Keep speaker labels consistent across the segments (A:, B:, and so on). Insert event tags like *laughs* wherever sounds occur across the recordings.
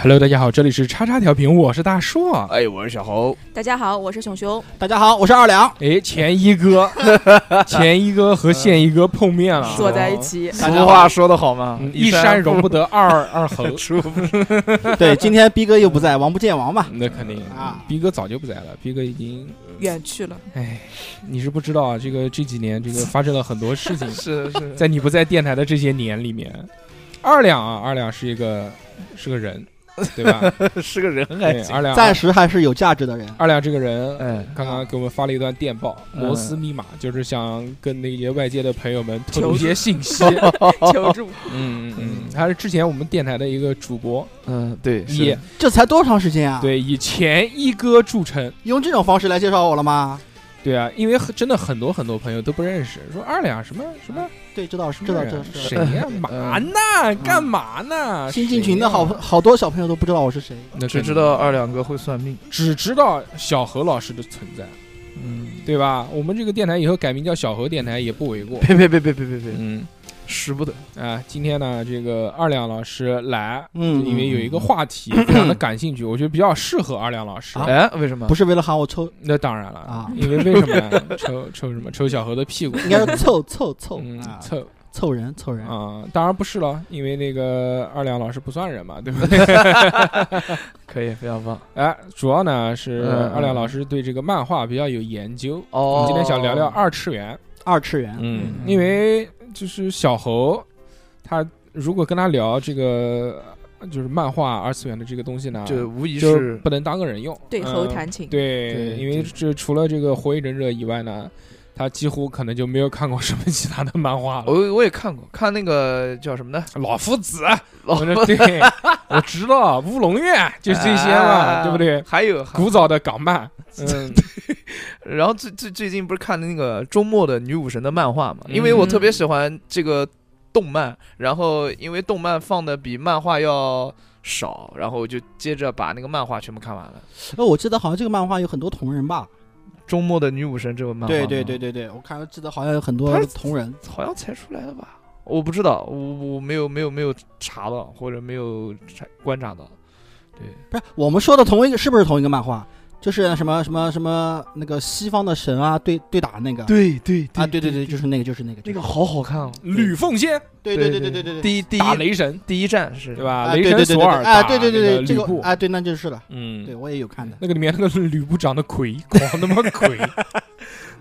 A: Hello，大家好，这里是叉叉调频，我是大硕。
B: 哎，我是小侯，
C: 大家好，我是熊熊。
D: 大家好，我是二两。
A: 哎，前一 *laughs* 哥，前一哥和现一哥碰面了，
C: 坐在一起，
B: 俗话说得好嘛
A: 嗯，一山容不 *laughs* 得二二侯，
B: 出不，
D: 对，今天逼哥又不在，王不见王嘛。
A: 那肯定
D: 啊
A: 逼哥早就不在了，逼哥已经，
C: 远去了。
A: 哎，你是不知道啊，这个这几年这个发生了很多 *laughs* 事情
B: *laughs* 是是，
A: 在你不在电台的这些年里面，二两啊，二两是一个是个人，对吧？ *laughs*
B: 是个人还
A: 对，
B: 行。
A: 二两啊
D: 暂时还是有价值的人。
A: 二两这个人，
B: 嗯，
A: 刚刚给我们发了一段电报，
B: 嗯
A: 摩斯密码，就是想跟那些外界的朋友们透露
C: 求
A: 一些信 *laughs* 息。
C: 求助，
A: 嗯嗯嗯，他是之前我们电台的一个主播，
B: 嗯，对，是
A: 以
D: 这才多长时间啊？，
A: 对以前一哥著称。
D: 用这种方式来介绍我了吗？
A: 对啊，因为很真的很多很多朋友都不认识，说二两什么什么
D: 对，知道是
A: 什
D: 知
A: 么
D: 道
A: 人啊
D: 这
A: 谁
D: 是
A: 呀、
B: 嗯
A: 嘛呢？干嘛呢？
D: 新进群的好
A: 谁呀，
D: 好多小朋友都不知道我是谁。
A: 那
B: 只
A: 肯定
B: 知道二两哥会算命。
A: 只知道小何老师的存在，
B: 嗯，
A: 对吧？我们这个电台以后改名叫小何电台也不为过。
B: 别别别别别别别，
A: 嗯
B: 使不得。
A: 啊，今天呢，这个二两老师来，
D: 嗯
A: 因为有一个话题非常的感兴趣，我觉得比较适合二两老师。
B: 哎，为什么
D: 不？是为了喊我抽，
A: 那当然了
D: 啊
A: 因为为什么呀 *laughs* 抽抽什么抽小何的屁股？
D: 应该是凑凑凑
A: 嗯
D: 啊，
A: 凑
D: 凑人凑人。
A: 啊、当然不是了，因为那个二两老师不算人嘛，对不
D: *laughs*
A: 对？
B: 可以，非常棒。
A: 哎，主要呢是
B: 嗯
A: 二两老师对这个漫画比较有研究，我
B: 哦
A: 们今天想聊聊二次元，
D: 二次元，
B: 嗯
A: 因为就是小侯，他如果跟他聊这个就是漫画二次元的这个东西呢，
B: 这无疑
A: 就是不能当个人用，
C: 对
A: 嗯
C: 侯弹琴
A: 对，
B: 对
A: 因为
B: 对
A: 这除了这个《火影忍者》以外呢，他几乎可能就没有看过什么其他的漫画
D: 哦
A: 了。
B: 我我也看过，看那个叫什么呢？
A: 老夫
D: *laughs*
A: 子，
B: 老
A: 我说对，我知道乌龙院就是这些嘛，
B: 啊
D: 哎
A: 对不对？
B: 还有，还
A: 古早的港
D: *laughs*
A: 漫，嗯，
B: 然后最最最近不是看那个周末的女武神的漫画嘛？因为我特别喜欢这个动漫，然后因为动漫放的比漫画要少，然后我就接着把那个漫画全部看完了。
D: 呃，我记得好像这个漫画有很多同人吧？
B: 周末的女武神这个漫画，
D: 对对对，对对，我看记得好像有很多
B: 它是
D: 同人。
B: 好像才出来的吧？我不知道，我我没有没有没有查到，或者没有查观察到。
D: 不是我们说的同一个，是不是同一个漫画？就是什么什么什么那个西方的神啊，对对打那个
B: 对对
D: 啊，对对对，就是那个就是那个
B: 那
D: 就是
B: 个好好看
D: 啊
B: 哦，
A: 吕奉先
D: 对
B: 对
D: 对对
B: 对
D: 对对，
B: 第一第一
A: 打雷神，
B: 第一站是
A: 对？吧？
D: 啊
A: 雷
D: 对
A: 神
D: 对对
A: 索尔
D: 对啊，
A: 打
D: 对对对
A: 那
D: 对，
A: 个
D: 这
A: 吕
D: 个
A: 布，
D: 啊，对，那就是了。对
A: 嗯，
D: 我也有看的，
A: 那个里面那个吕布长得魁，狂他妈
D: *laughs*
A: 魁，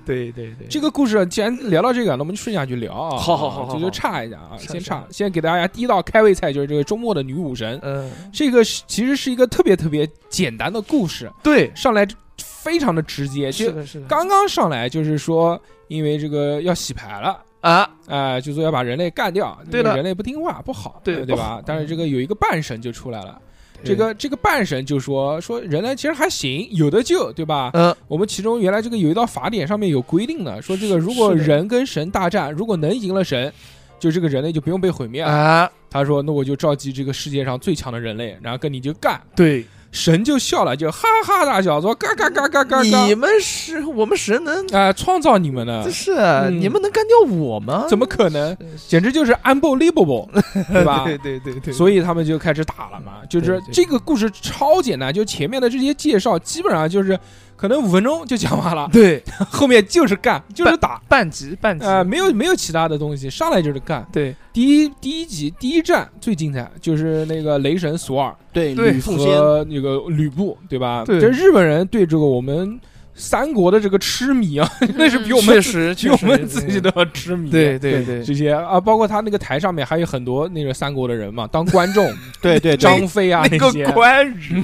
B: 对对对，
A: 这个故事既然聊到这个，那我们就顺下去聊啊。
B: 好好好好
A: 这就岔一下啊，
B: 是
A: 先
B: 是
A: 岔，先给大家第一道开胃菜就是这个周末的女武神。
B: 嗯
A: 这个是其实是一个特别特别简单的故事，
B: 对，
A: 上来非常的直接，
B: 是
A: 就
B: 的是的
A: 刚刚上来就是说，因为这个要洗牌了。
B: 啊，
A: 哎、就说要把人类干掉，因为
B: 对的
A: 人类不听话不好，
B: 对
A: 对
B: 不
A: 吧
B: 好？嗯
A: 但是这个有一个半神就出来了，这个这个半神就说说人类其实还行，有的救，对吧？
B: 嗯，
A: 我们其中原来这个有一道法典上面有规定的，说这个如果
B: 是的
A: 人跟神大战，如果能赢了神，就这个人类就不用被毁灭了。
B: 啊，
A: 他说：“那我就召集这个世界上最强的人类，然后跟你就干。
B: 对，”
A: 神就笑了，就哈哈大笑，说：“嘎嘎嘎嘎嘎嘎
B: 你！们是我们神能，
A: 啊、创造你们呢
B: 这？是哦啊
A: 嗯
B: 你们能干掉我吗？呃
A: 怎么可能？
B: 是是
A: 简直就是 unbelievable，对吧？
B: 对对对对，
A: 所以他们就开始打了嘛。就
B: 对
A: 是
B: 对
A: 这个故事超简单，就前面的这些介绍基本上就是可能五分钟就讲完了，
B: 对
A: 后面就是干，就是打，
B: 半级半级，
A: 呃，没有没有其他的东西，上来就是干。
B: 对
A: 第一第一集第一站最精彩就是那个雷神索尔
D: 对
B: 对
D: 吕奉先，
A: 和那个吕布，对吧？
B: 对
A: 这日本人对这个我们三国的这个痴迷啊， *laughs* 那是比我
B: 嗯
A: 们
B: 确实
A: 比
B: 确
A: 我
B: 实
A: 们自己都要痴迷。
B: 对对对
A: 这些啊，包括他那个台上面还有很多那个三国的人嘛，当观
B: *laughs*
A: 众，
D: 对对对，
A: 张飞啊
B: 那
A: 些
B: 个。关 *laughs* 羽，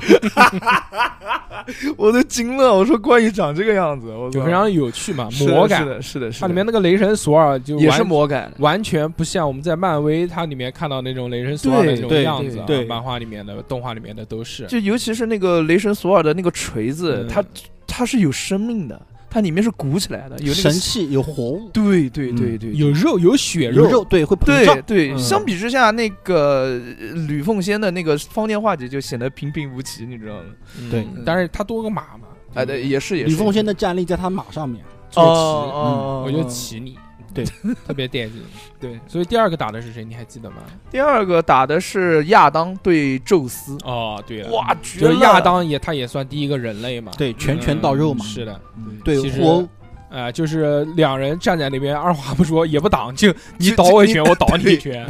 B: 我都惊了，我说关羽长这个样子，我
A: 就
B: 操
A: 非常有趣嘛，
B: 是的
A: 魔
B: 是
A: 改，
B: 的是的，是
A: 它
B: 的
A: 里面那个雷神索尔就
B: 也是
A: 完
B: 魔改的，
A: 完全不像我们在漫威它里面看到那种雷神索尔
B: 对
A: 的那种
D: 对
A: 样子啊，
D: 对对
A: 漫画里面的、动画里面的都是。
B: 就尤其是那个雷神索尔的那个锤子
A: 嗯，
B: 它它是有生命的，它里面是鼓起来的，有那
D: 神
B: 个。
D: 器有活物，
B: 对对对
D: 嗯
B: 对，
A: 有肉有血
D: 有肉，对会膨
B: 对
D: 胀，
B: 对，
A: 嗯
B: 相比之下，那个呃吕奉先的那个方天画戟就显得平平无奇，你知道吗？
A: 嗯
D: 对
A: 但是它多个马嘛，
B: 哎哎，对，也是也是。
D: 吕奉先的战力在他马上面，
A: 坐骑，
B: 哦哦
A: 我就骑你，
D: 对，
A: *laughs* 特别带劲。
B: 对，
A: 所以第二个打的是谁？你还记得吗？
B: 第二个打的是亚当对宙斯，
A: 哦，对了，
B: 哇，绝
A: 就
B: 了！
A: 是亚当也他也算第一个人类嘛，
D: 对，拳拳到肉嘛，
A: 是的，
D: 嗯
A: 其
D: 对
A: 实
D: 互殴，
A: 啊，就是两人站在那边，二话不说也不挡，就你
B: 就
A: 倒
B: 就
A: 我一
B: 你
A: 拳，我倒你一
B: 对
A: 拳。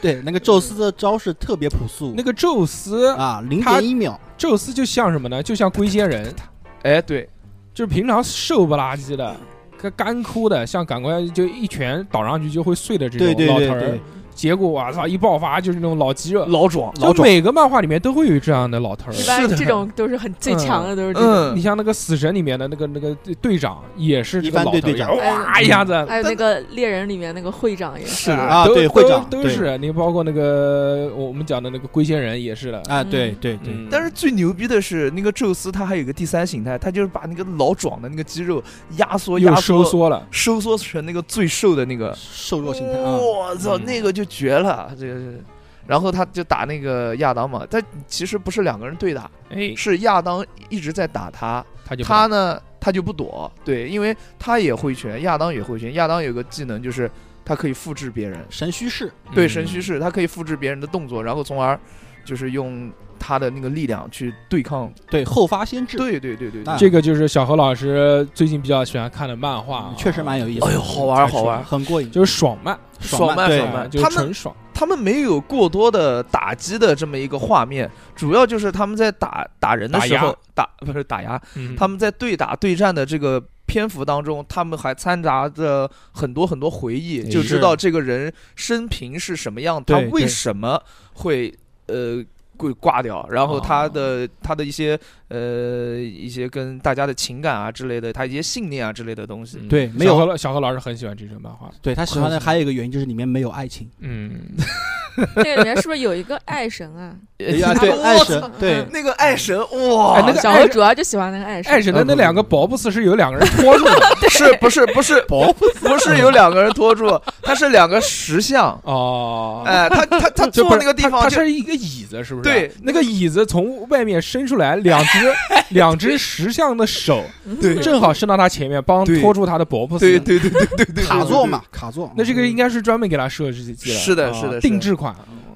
D: 对那个宙斯的招式特别朴素，
A: 那个宙斯，
D: 啊，零
A: 他
D: 点一秒，
A: 宙斯就像什么呢？就像龟仙人，
B: 哎，对，
A: 就是平常瘦不拉几的。干干枯的，像赶快就一拳倒上去就会碎的这种
D: 对对
A: 老
D: 对
A: 头儿
D: 对，，
A: 结果我操一爆发就是那种老肌肉，
B: 老壮，
A: 就
D: 老种
A: 每个漫画里面都会有这样的老头儿。
C: 一
B: 是
C: 般
B: 的
C: 这种都是很最强的，都是这种。
A: 你
B: 嗯，
A: 像那个死神里面的那个那个队长，也是这
D: 一
A: 个
D: 般
A: 老
D: 队
A: 头儿
D: 队长
A: 哇一哎下子
C: 哎还有那个猎人里面那个会长也
D: *laughs*
C: 是，
B: 是的
D: 啊
A: 都
D: 对会长
A: 都都
D: 对
A: 是你包括那个我们讲的那个龟仙人也是的。
D: 啊，
C: 嗯
D: 对对对，
A: 嗯
B: 但是最牛逼的是，那个宙斯他还有一个第三形态，他就是把那个老壮的那个肌肉压缩、
A: 又
B: 压
A: 收
B: 缩、
A: 缩了，
B: 收缩成那个最瘦的那个。
D: 瘦弱形态啊，
B: 我操，
A: 嗯
B: 那个就绝了，这个是。然后他就打那个亚当嘛，但其实不是两个人对打，
A: 哎，
B: 是亚当一直在打他，
A: 他就
B: 他呢他就不躲，对，因为他也会拳，亚当也会拳，亚当有个技能就是他可以复制别人，
D: 神虚式，
B: 对，神虚
A: 是
B: 式，他可以复制别人的动作，然后从而就是用他的那个力量去对抗，
D: 对后发先至，
B: 对对对对对
D: 那，
A: 这个就是小何老师最近比较喜欢看的漫画啊，
D: 确实蛮有意思，
B: 哎呦好玩好玩，
D: 很过瘾，
A: 就是爽漫，
B: 爽
D: 漫
B: 漫
D: 对
B: 爽
A: 啊
B: 漫，
A: 就是
B: 他们
A: 纯爽，
B: 他们没有过多的打击的这么一个画面，主要就是他们在打打人的时候，打不是打牙，
A: 嗯
B: 他们在对打对战的这个篇幅当中，他们还掺杂着很多很多回忆，
A: 是
B: 就知道这个人生平是什么样，他
D: 对
B: 为什么会呃。会挂掉，然后他的、他的一些呃一些跟大家的情感啊之类的，他一些信念啊之类的东西，
A: 嗯
D: 对没
A: 小
D: 有
A: 何老小何老师很喜欢这种漫画，
D: 对他喜欢的还有一个原因就是里面没有爱情，
A: 嗯，
C: 那个里面是不是有一个爱神啊？
B: 呃
D: 哎呀， *laughs* 对
B: 我
D: 爱
B: 操
D: 神，对
B: 那个爱神哇，
A: 哎那个
C: 哦小
A: 爱
C: 何
A: 神
C: 主要就喜欢那个爱神，
A: 爱神的那两个保姆斯是有两个人拖住
B: *laughs*
A: 的
B: 是不是不是
D: 保
B: 不是有两个人拖住，他是两个石像，
A: 哦，
B: 哎，他他他
A: 就不
B: 坐那
A: 是
B: 个地
A: 它
B: 方
A: 它
B: 就是
A: 一个椅子，是不是？啊
B: 对
A: 那个椅子从外面伸出来两
B: *laughs*
A: 只两只石像的手，
B: 对
A: 正好伸到他前面，帮
B: 对
A: 托住他的脖子。
B: 对，对对对对对
D: 卡
B: 座
D: 座嘛，卡座，
A: 那这个应该是专门给他设计的，
B: 是的
A: 啊
B: 是的是的
A: 定制款。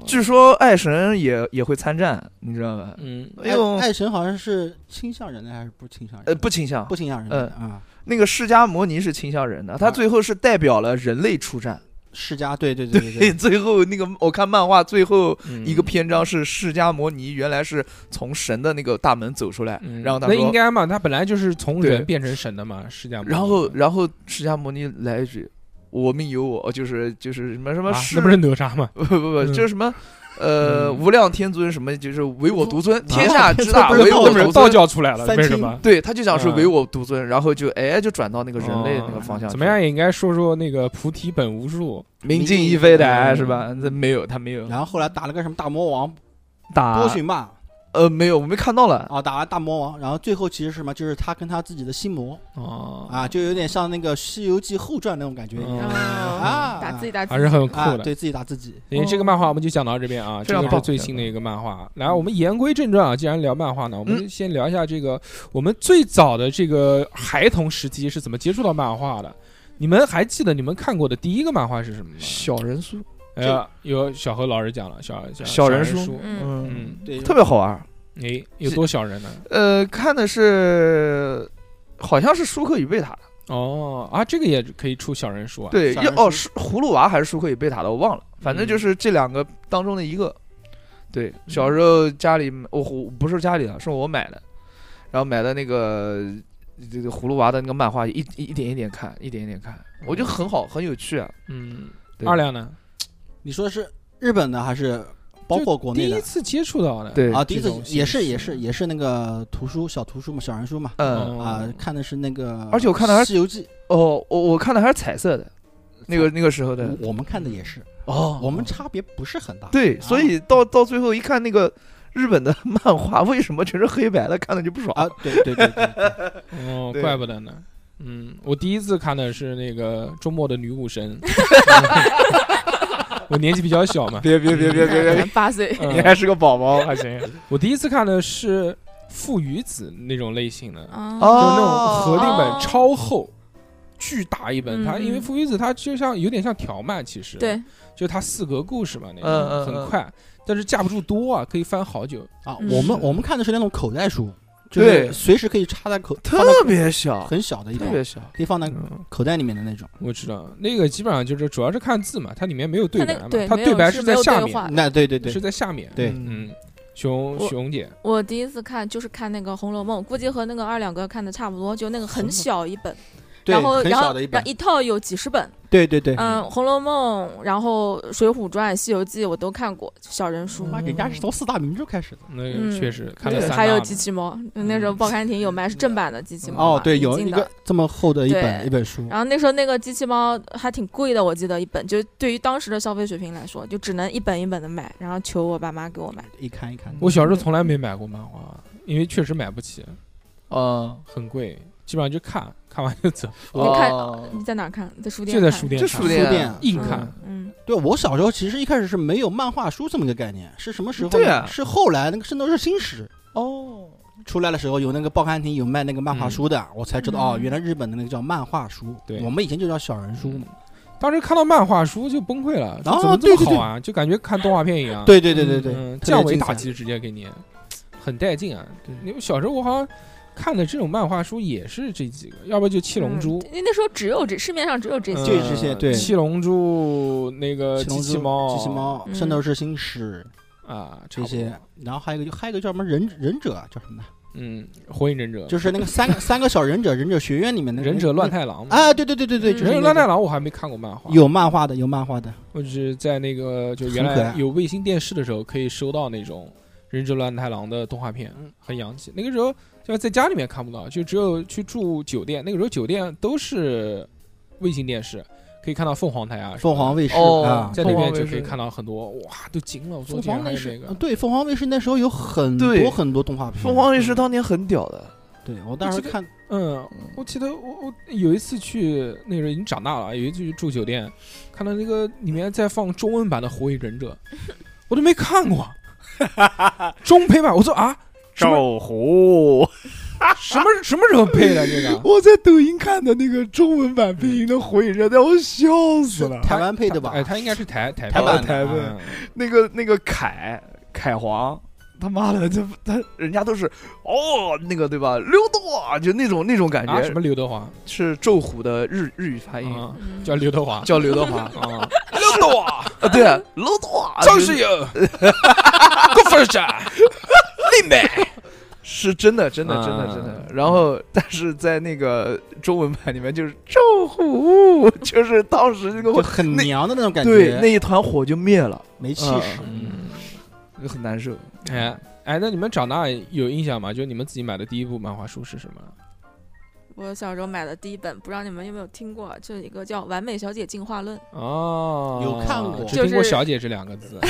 B: 据说爱神也也会参战，你知道吧？
A: 嗯，
B: 哎呦
D: 爱，爱神好像是倾向人类还是不倾向人类？
B: 呃，不倾向
D: 不，倾向人类啊，
B: 那个释迦摩尼是倾向人的，他
D: 啊
B: 最后是代表了人类出战。
D: 世家对对对对
B: 嘿，
D: 对，
B: 最后那个我看漫画最后
A: 嗯
B: 一个篇章是释迦摩尼原来是从神的那个大门走出来，
A: 嗯
B: 然后他
A: 那应
B: 说，
A: 该嘛，他本来就是从
B: 对
A: 人变成神的嘛，是这样吗。
B: 然后然后释迦摩尼来一句。我命由我，就是就是什么什么
A: 啊，
B: 世
A: 那不是哪吒吗？
B: 不不不，
A: 嗯
B: 就是什么，呃，
A: 嗯
B: 无量天尊什么，就是唯我独尊，天
D: 啊
B: 下之大
D: 这不是
B: 唯
D: 道
B: 我
A: 那 *laughs* 不是
B: 独
A: 道
B: 尊。
A: 教出来了？
D: 三
A: 为
D: 清
A: 什么？
B: 对他就想是
A: 嗯
B: 唯我独尊，然后就哎就转到那个人类那个方向
A: 哦
B: 去。
A: 怎么样？也应该说说那个菩提本无树，
B: 明镜亦非台
A: 嗯
B: 是吧？这没有，他没有
D: *laughs* 然后后来打了个什么大魔王
B: 打
D: 波，旬吧，
B: 呃，没有，我没看到了。
D: 啊，打完大魔王，然后最后其实是什么？就是他跟他自己的心魔
A: 哦，
D: 啊，就有点像那个《西游记后传》那种感觉一样
C: 哦
D: 啊
C: 打自己打自
A: 还是
C: 己。
A: 很酷
D: 啊，
A: 的。
D: 对自己打自己。
A: 行，这个漫画我们就讲到这边啊，
B: 非
A: 这
B: 常
A: 个是
B: 棒
A: 最
B: 非常
A: 新的
B: 棒
A: 一个漫画。来，我们言归正传啊，既然聊漫画呢，我们先聊一下这个我们最早的这个孩童时期是怎么接触到漫画的。你们还记得你们看过的第一个漫画是什么吗？
B: 小人书，
A: 哎呀，有小何老师讲了，小小
B: 小
A: 人
B: 人
A: 书
B: 书，
C: 嗯，
A: 嗯，
D: 对，
B: 特别好玩。
A: 哎，有多小人呢？
B: 呃，看的是。好像是舒克与贝塔，
A: 哦，啊，这个也可以出小人书啊。，
B: 对，
D: 小
B: 要
D: 人
B: 哦是
D: 书
B: 葫芦娃还是舒克与贝塔的，我忘了，反正
A: 嗯
B: 就是这两个当中的一个。对，小时候家里我、我不是家里啊的，是我买的，然后买的那个这个葫芦娃的那个漫画，一一一点一点看，一点一点看，我觉得很好，很有趣啊。
A: 嗯，
B: 对
A: 二，亮呢？
D: 你说的是日本的还是包括国
A: 第
D: 内
A: 一
D: 的？
A: 次接触到的，，
B: 对，
D: 啊，第一次
A: 这种形式
D: 也是也是也是那个图书小图书嘛，小人书嘛，
B: 嗯，
A: 哦
D: 啊，看的是那个，
B: 而且我看的还是
D: 西游记》，
B: 哦，我我看的还是彩色的，那个那个时候的
D: 我我们看的也是，
B: 哦
D: 嗯我们差别不是很大。啊
B: 对，所以到到最后一看那个日本的漫画，为什么全是黑白的，看的就不爽
D: 啊，对
B: *laughs*
D: 对对对对，
A: 哦，
B: 对
A: 怪不得呢。嗯，我第一次看的是那个周末的女武神，
B: *laughs*
A: *laughs* 我年纪比较小嘛。
B: 别别别别别别别，
C: 八岁，
B: *laughs* 你
A: 嗯、
B: 还是个宝宝，还行。
A: 我第一次看的是父与子那种类型的，就
C: 哦
A: 那种合订本
C: 哦
A: 超厚，巨大一本，
C: 嗯
A: 它因为
C: 嗯
A: 父与子它就像有点像条漫，其实，
C: 对，
A: 就它四格故事嘛，那
B: 嗯
A: 个
B: 嗯
A: 很
B: 嗯
A: 快，但是架不住多啊，可以翻好久。
D: 啊，
C: 嗯
D: 我们我们看的是那种口袋书，就是
B: 对
D: 随时可以插在口，放
B: 特
D: 到
B: 别小，
D: 很小的一
B: 特
D: 本，
B: 别小。
D: 可以放在
B: 嗯
D: 口袋里面的那种。
A: 我知道那个基本上就是主要是看字嘛，它里面没有对
C: 他
A: 白
C: 那
A: 嘛
C: 个，对
A: 它
C: 没有
A: 对白
C: 是没
A: 在
C: 有
A: 下
C: 对
A: 面，
C: 话的
D: 那对对对
A: 是，在下面。
D: 对
B: 嗯，
A: 嗯，熊
C: 我
A: 熊姐，
C: 我第一次看就是看那个《红楼梦》，估计和那个二两哥看的差不多，就那个很小一本，
D: 对
C: 然后
D: 很
C: 然
D: 小
C: 后
D: 的一
C: 然
D: 本
C: 后，一套有几十本，
D: 对对对。
C: 嗯，《红楼梦》，然后《水浒传》《西游记》我都看过，小人书，
A: 嗯
D: 妈，人家是从四大名著开始的。
A: 那个
C: 嗯
A: 确实看了
C: 对，
A: 三
C: 还有
A: 大
C: 机
A: 嘛
C: 器猫，
A: 嗯
C: 那时候报刊亭有卖，是正版的机
B: 嗯
C: 器猫嘛。
D: 嗯哦，对，有
C: 引
D: 一
C: 进
D: 个
C: 的。
D: 这么厚的一本
C: 对
D: 一本书，
C: 然后那时候那个机器猫还挺贵的，我记得一本，就对于当时的消费水平来说，就只能一本一本的买，然后求我爸妈给我买。
D: 一看一看。
A: 我小时候从来没买过漫画，因为确实买不起，
B: 啊，
A: 很贵，基本上就看看完就走，
C: 你看
B: 哦
C: 你在哪儿看？在书店
A: 就
C: 看。
A: 在书店
B: 这
A: 上
B: 书
D: 书店
B: 店
D: 啊
A: 硬
C: 嗯
A: 看。
C: 嗯，
D: 对我小时候其实一开始是没有漫画书这么一个概念，是什么时候呢？
B: 对啊
D: 是后来那个《圣斗士星矢
B: 哦，》
D: 出来的时候，有那个报刊亭有卖那个漫画书的，我才知道、哦，
C: 嗯
D: 原来日本的那个叫漫画书，
A: 嗯对嗯
D: 我们以前就叫小人书嘛。
A: 当时看到漫画书就崩溃了，
D: 啊
A: 这怎么这
D: 对
A: 么
D: 对
A: 好
D: 对
A: 玩？就感觉看动画片一样。
D: 对对对对对，
A: 嗯，
D: 特别
A: 降维
D: 精
A: 打
D: 彩
A: 击直接给你，很带劲啊！
B: 对
A: 因为小时候我好像看的这种漫画书也是这几个，要不就七龙珠
C: 嗯，因为那时候只有这市面上只有这
A: 嗯
C: 些。
D: 就这些对
A: 七龙珠那个
D: 七龙
A: 呃机
D: 珠、
A: 器猫，
D: 机器猫、
C: 嗯
D: 圣斗士星矢
A: 啊，差
D: 这
A: 不多
D: 些，，然后还有一个还有一个叫什么忍忍者啊叫什么的，
A: 嗯，火影忍者，
D: 就是那个三个三个小忍者忍者学院里面的
A: 忍者乱太郎嘛。
D: 啊，对对对对对，
C: 嗯
D: 就是
A: 忍者
D: 那
A: 乱
D: 个
A: 太郎我还没看过漫画，
D: 有漫画的有漫画的，
A: 我只是在那个就原
D: 很可
A: 来
D: 爱
A: 有卫星电视的时候，可以收到那种《忍者乱太郎》的动画片，
D: 嗯
A: 很洋气。那个时候就在家里面看不到，就只有去住酒店。那个时候酒店都是卫星电视，可以看到凤凰台啊，
D: 凤凰卫视、
B: 哦
D: 啊，
A: 在那
B: 凤
A: 边
B: 凰
A: 就
B: 卫
A: 可以
B: 视
A: 看到很多，哇，都惊了！我昨
D: 凤
A: 天
D: 凰
A: 还
D: 卫
A: 有
D: 视啊
A: 那个，
D: 对凤凰卫视那时候有
B: 嗯
D: 很
B: 对
D: 多很多动画片，
B: 凤凰卫视当年很屌的，
D: 对我当时看
A: 嗯，我记得我我有一次去那时候已经长大了，有一次去住酒店，看到那个里面在放中文版的《火影忍者》，我都没看
D: *laughs*
A: 过，中配版，我说啊。什么
B: 虎，
A: 什么什么时候配的这个？
B: 啊 *laughs* 我在抖音看的那个中文版配音的《火影忍者》，我笑死了。
D: 台湾配的吧，
A: 哎，他应该是台台
D: 台版
A: 版
D: 的啊
B: 台版
A: 的。
B: *laughs* 那个那个凯凯皇，他妈的，这他人家都是哦，那个对吧？溜达就那种那种感觉，
A: 啊，什么刘德华？
B: 是周虎的日日语
D: 哎
B: 发音，
A: 啊，
C: 嗯
A: 叫刘德华。。
B: 叫刘德华
A: *laughs* 啊，
B: 溜达，啊对，溜
D: 啊
B: 达，
A: *laughs* 张学
D: *laughs*
A: 友，郭富城，李美。
B: 是真的，真的，真的，
A: 啊
B: 真的。然后，但是在那个中文版里面，就是周虎， *laughs* 就是当时那
D: 就
B: 个
D: 很娘的那种感觉，
B: 对那一呃团火就灭了，嗯
D: 没气势。
A: 嗯，
B: 就很难受。
A: 哎哎，那你们长大有印象吗？就你们自己买的第一部漫画书是什么？
C: 我小时候买的第一本，不知道你们有没有听过，就一个叫《完美小姐进化论》，
A: 哦，
D: 有看过
A: 只听过“
C: 就是
A: 小姐”这两个字。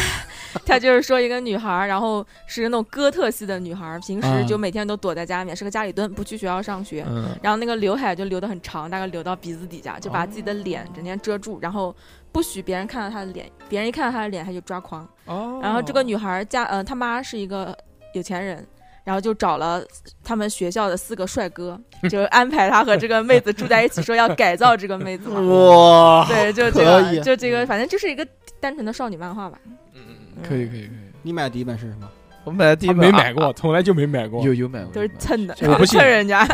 C: 它就是说一个女孩儿，然后是那种哥特系的女孩儿，平
D: 啊
C: 时就每天都躲在家里面，是个家里蹲，不去学校上学。
A: 嗯，
C: 然后那个刘海就留得很长，大概留到鼻子底下，就把自己的脸整天遮住，然后不许别人看到她的脸，别人一看到她的脸，她就抓狂。
A: 哦。
C: 然后这个女孩儿家，呃，她妈是一个有钱人，然后就找了他们学校的四个帅哥，就安排她和这个妹子住在一起，说要改造这个妹子嘛。
D: *laughs* 哇，
C: 对，就这
D: 可以
C: 个，就这个，反正就是一个单纯的少女漫画吧。
A: 嗯，
C: 嗯
B: 可以，可以，可以。
D: 你买的第一本是什么？
B: 我买的第一
A: 他
B: 本
A: 没
B: 啊
A: 买过，从来就没买过。
B: 有有买过，
C: 都是蹭的，啊
A: 我不信
C: 蹭人家。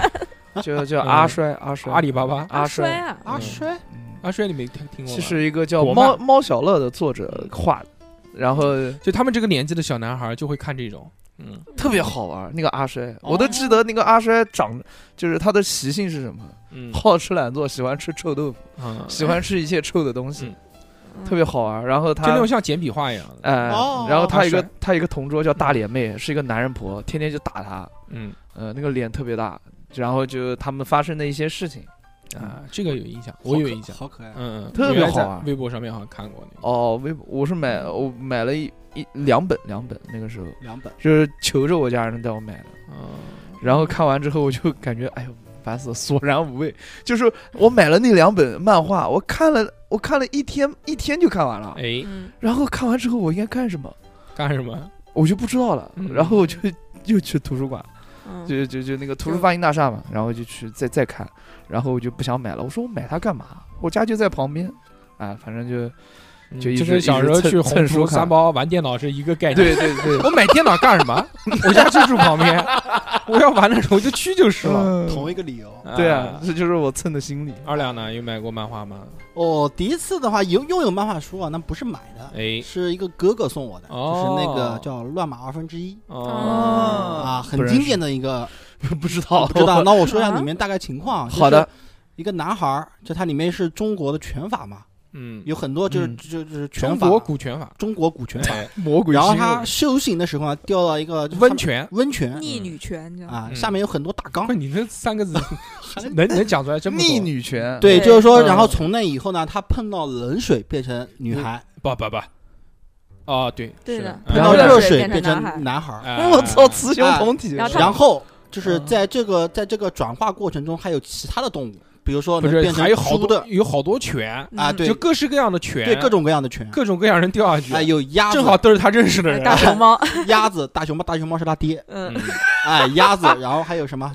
B: 就叫
A: 嗯
B: 阿衰，阿衰，
A: 阿里巴巴，
C: *laughs*
B: 阿
C: 衰
B: 衰，
C: 啊，
A: 阿
D: 衰，
B: 嗯
A: 阿衰你没听听过吗？
B: 这是一个叫
A: 国
B: 猫猫小乐的作者画的，然后
A: 就他们这个年纪的小男孩就会看这种。嗯，
B: 特别好玩。那个阿衰，我都记得那个阿衰长，就是他的习性是什么？
A: 嗯
B: 好吃懒做，喜欢吃臭豆腐，
A: 啊，
B: 喜欢吃一切臭的东西
A: 嗯，
C: 嗯
B: 特别好玩。然后
A: 就那
B: 他
A: 种。像简笔画一样的。
B: 哎
D: 哦，
B: 然后他有一
A: 阿
B: 个
A: 衰
B: 他有一个同桌叫大脸妹，是一个男人婆，天天就打他，
A: 嗯
B: 呃，那个脸特别大，然后就他们发生的一些事情，
A: 啊，这个有印象，我有印象。
D: 好可爱。啊
A: 嗯，嗯
B: 特别
A: 我原来
B: 好
A: 在
B: 玩
A: 微博上面好像看过那个。
B: 哦，微博我是买我买了一一两本两本，那个时候
D: 两本，
B: 就是求着我家人带我买的，
A: 嗯，
B: 然后看完之后我就感觉哎呦烦死了，索然无味。就是我买了那两本漫画，我看了我看了一天一天就看完了，
A: 哎，
C: 嗯，
B: 然后看完之后我应该干什么，
A: 干什么？
B: 我就不知道了
A: 嗯，
B: 然后我就又去图书馆，
C: 嗯
B: 就就就那个图书发行大厦嘛，然后就去再再看，然后我就不想买了，我说我买它干嘛？我家就在旁边，啊，反正就
A: 嗯
B: 就一
A: 就
B: 直
A: 跟小
B: 一直
A: 时候
B: 蹭
A: 去
B: 蹭
A: 红
B: 书
A: 薯
B: 看
A: 三包玩电脑是一个
D: 哎
A: 概念。
B: 对对
D: *laughs*
B: 对，
A: *laughs* 我买电脑干什么？我家就住旁
B: *laughs*
A: 边，我要玩的时候我就去就是了。
B: 嗯
D: 同一个理由。
B: *laughs* 对啊，，这就是我蹭的心理。
A: 二两呢？有买过漫画吗？
D: 我哦第一次的话，有拥有漫画书啊，那不是买的，
A: 哎，
D: 是一个哥哥送我的，
A: 哦
D: 就是那个叫《乱马二分之一》
A: 哦，
D: 啊，很
B: 嗯不认识
D: 经典的一个。
B: 不知道，
D: *laughs* 不
B: *laughs*
D: 知道，那我说一下里面大概情况。就是
B: 好的，
D: 一个男孩儿，就它里面是中国的拳法嘛，
A: 嗯，
D: 有很多就是
B: 嗯
D: 就就是拳
A: 全
D: 法，
A: 国股权法，
D: 中国古拳法。
A: 哎
B: 魔鬼
D: *laughs* 然后
B: 心
D: 他
B: 理
D: 修行的时候啊，掉到一个就是
A: 温
D: 上
A: 泉。
D: 温泉
C: 逆女权，你知道吗？
D: 啊，
A: 嗯
D: 下面有很多大缸
A: 不。是你这三个字
D: *laughs*
A: 能能讲出来真不
B: 逆
A: 多。
B: 女权，
D: 对，
C: 对
D: 就是说，
B: 嗯
D: 然后从那以后呢，他碰到冷水变成女孩，
A: 不不不，哦对，
C: 对
A: 是
C: 的
A: 嗯
C: 碰
D: 碰到
C: 热
D: 热
C: 水
D: 水
C: 变
D: 变
C: 成
D: 成男孩儿。
B: *laughs*
A: 哎
D: *laughs*
B: 我操，雌雄同体，
C: 然后他
D: 然后就是
B: 嗯
D: 在这个在这个转化过程中，还有其他的动物，比如说
A: 不
D: 能
A: 是
D: 变成
A: 还有好
D: 猪的
A: 多有好多拳，
D: 啊，
C: 嗯
D: 对
A: 就各式各样的拳，
D: 对，各种各样的拳，
A: 各种各样人掉下
D: 哎，
A: 去，
D: 有鸭子，
A: 正好都是他认识的人。
C: 大熊猫，
D: 鸭子，大熊猫，大熊猫是他爹，
C: 嗯，
A: 嗯
D: 哎，鸭子，然后还有什么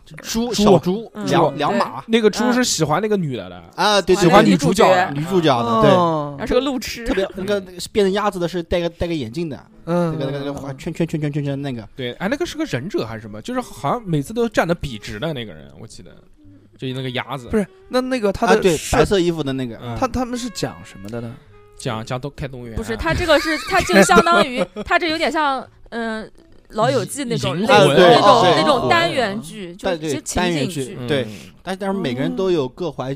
A: 猪
D: 猪、小猪、
C: 嗯
D: 两
C: 猪
D: 两马
A: 那个猪是喜欢那个女的的，
D: 啊，对，对
A: 喜欢
D: 对
A: 女
C: 女
A: 主
C: 主
A: 角
C: 角
A: 的，嗯
D: 女主角的，啊对，
B: 哦
C: 然后是个路痴
D: 特，别那个那个变成鸭子的是戴个戴个眼镜的，那
B: 嗯
D: 个那个那个圈圈圈圈圈圈那个，
A: 对，哎，那个是个忍者还是什么？就是好像每次都站得笔直的那个人，我记得，就那个鸭子，
B: 不是那那个他
D: 啊，
B: 的
D: 对，
B: 帅
D: 白色衣服的那个，
A: 嗯
B: 他他们是讲什么的呢？
A: 讲讲都开动物园啊，
C: *laughs* 不是他这个是他就相当于他这有点像嗯。老友记那种
A: 银
C: 类
A: 魂
C: 似那
D: 哦
C: 种
D: 对
C: 那
D: 哦
C: 种单元剧，就
D: 对
C: 是其实
D: 对，
C: 情
D: 单元
C: 景
D: 剧
C: 剧，
A: 嗯，
D: 对，但但是每个人都有各怀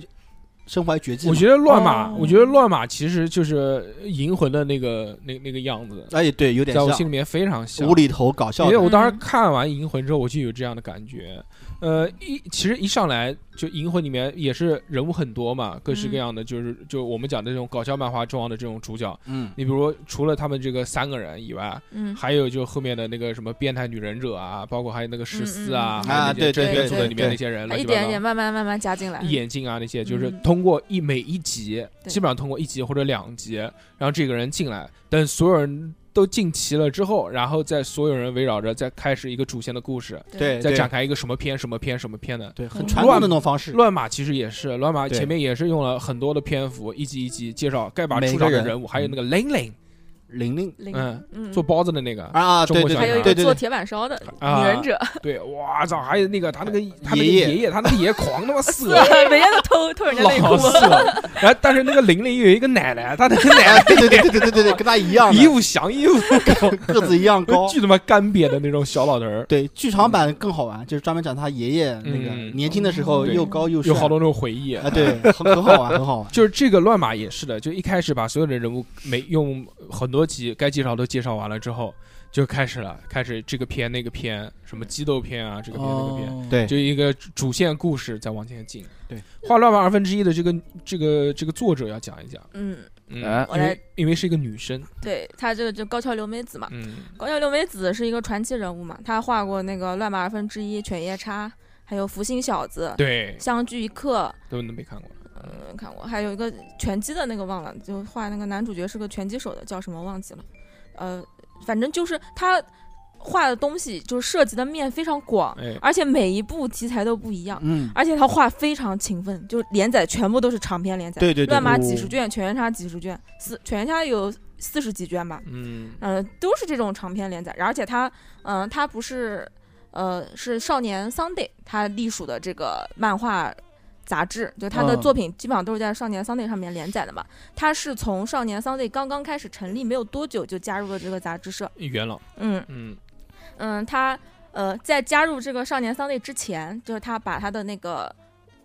D: 身怀绝技嘛，
A: 我觉得乱马，
B: 哦
A: 我觉得乱马其实就是呃银魂的那个那那个样子，
D: 哎，对，有点
A: 在我心
D: 像
A: 里面非常像
D: 无。厘头搞笑
A: 因为
D: 的，
A: 我当时
C: 嗯
A: 看完《银魂》之后，我就有这样的感觉。呃，一其实一上来就《银魂》里面也是人物很多嘛，各式各
C: 嗯
A: 样的，就是就我们讲的这种搞笑漫画中的这种主角。
D: 嗯，
A: 你比如说，除了他们这个三个人以外，
C: 嗯，
A: 还有就后面的那个什么变态女忍者啊，包括还有那个十四啊
C: 嗯嗯，嗯
A: 还有那
D: 啊
A: 些
D: 对对
A: 真
C: 对
A: 元组
C: 对
A: 的里面
D: 对
A: 那些人，
C: 他
A: 乱
C: 一
A: 七八
C: 点一
A: 糟
C: 点慢慢慢慢加进来，
A: 眼镜啊那些，就是
C: 嗯
A: 通过一每一集，
C: 对
A: 基本上通过一集或者两集，然后这个人进来，等所有人都进齐了之后，然后再所有人围绕着再开始一个主线的故事，
D: 对，
A: 再
D: 哎对
A: 展开一个什么篇什么篇什么篇的。
D: 对，很
C: 嗯
D: 传统的那种方式，
A: 乱马其实也是，乱马
D: 对
A: 前面也是用了很多的篇幅，一集一集介绍该把
D: 每
A: 出
D: 个
A: 场的
D: 人嗯
A: 人物，还有那个玲玲，
D: 玲玲
C: 零
A: 嗯，
C: 嗯，
A: 做包子的那个，
D: 啊，
A: 中
D: 对对
A: 国小
C: 还有
A: 孩
C: 一个
D: 对对对
C: 做
D: 对，
C: 铁板烧的
A: 啊
C: 女忍者，
A: 对，我操，还有那个他那个他那个
D: 哎爷爷
A: 爷爷，他那个爷爷狂他妈
C: *laughs*
A: 色，
C: 每天都偷偷人家
A: 老
C: 内裤，
A: 色，然后但是那个玲玲有一个奶奶，她那个奶
D: *laughs* 啊，对对对对对对对对，跟他一样
A: 奶
D: 的，
A: 衣服像衣服
D: 个子一样高
A: 高，，巨他妈干瘪的那种小老头儿，
D: 对，剧场版更好玩，就是专门讲他爷爷那个
A: 嗯
D: 年轻的时候
A: 对
D: 又高又帅，
A: 有好多那种回忆。
D: 啊，对，很很好玩，很好玩。
A: 就是这个乱码也是的，就一开始把所有的人物每用很多集该介绍都介绍完了之后，就开始了，开始这个片那个片，什么激斗片啊，这个片那个片，
B: 哦
D: 对
A: 就一个主线故事再往前进。
D: 对，
A: 画乱码二分之一的这个这个这个作者要讲一讲，
C: *laughs* 嗯，
A: 嗯，
B: 哎
A: 因为因为是一个女生，
C: 对他这个就高桥留美子嘛，
A: 嗯，
C: 高桥留美子是一个传奇人物嘛，她画过那个《乱马二分之一》《犬夜叉》，还有《福星小子》
A: 对，
C: 《相聚一刻
A: 都都没看过。》，
C: 嗯，看过，还有一个拳击的那个忘了，就画那个男主角是个拳击手的，叫什么忘记了，呃，反正就是他画的东西就是涉及的面非常广，
A: 哎，
C: 而且每一部题材都不一样。
D: 嗯，
C: 而且他画非常勤奋，就是连载全部都是长篇连载，
D: 对对对
C: 乱码几十卷，犬夜叉几十卷，四犬夜叉有四十几卷吧，
A: 嗯，
C: 嗯、都是这种长篇连载。而且他，嗯、他不是，呃，是少年 Sunday 他隶属的这个漫画杂志，就他的
B: 嗯
C: 作品基本上都是在少年 Sunday 上面连载的嘛。他是从少年 Sunday 刚刚开始成立没有多久就加入了这个杂志社，
A: 元老，
C: 嗯
A: 嗯，
C: 嗯，他呃在加入这个少年 Sunday 之前，就是他把他的那个。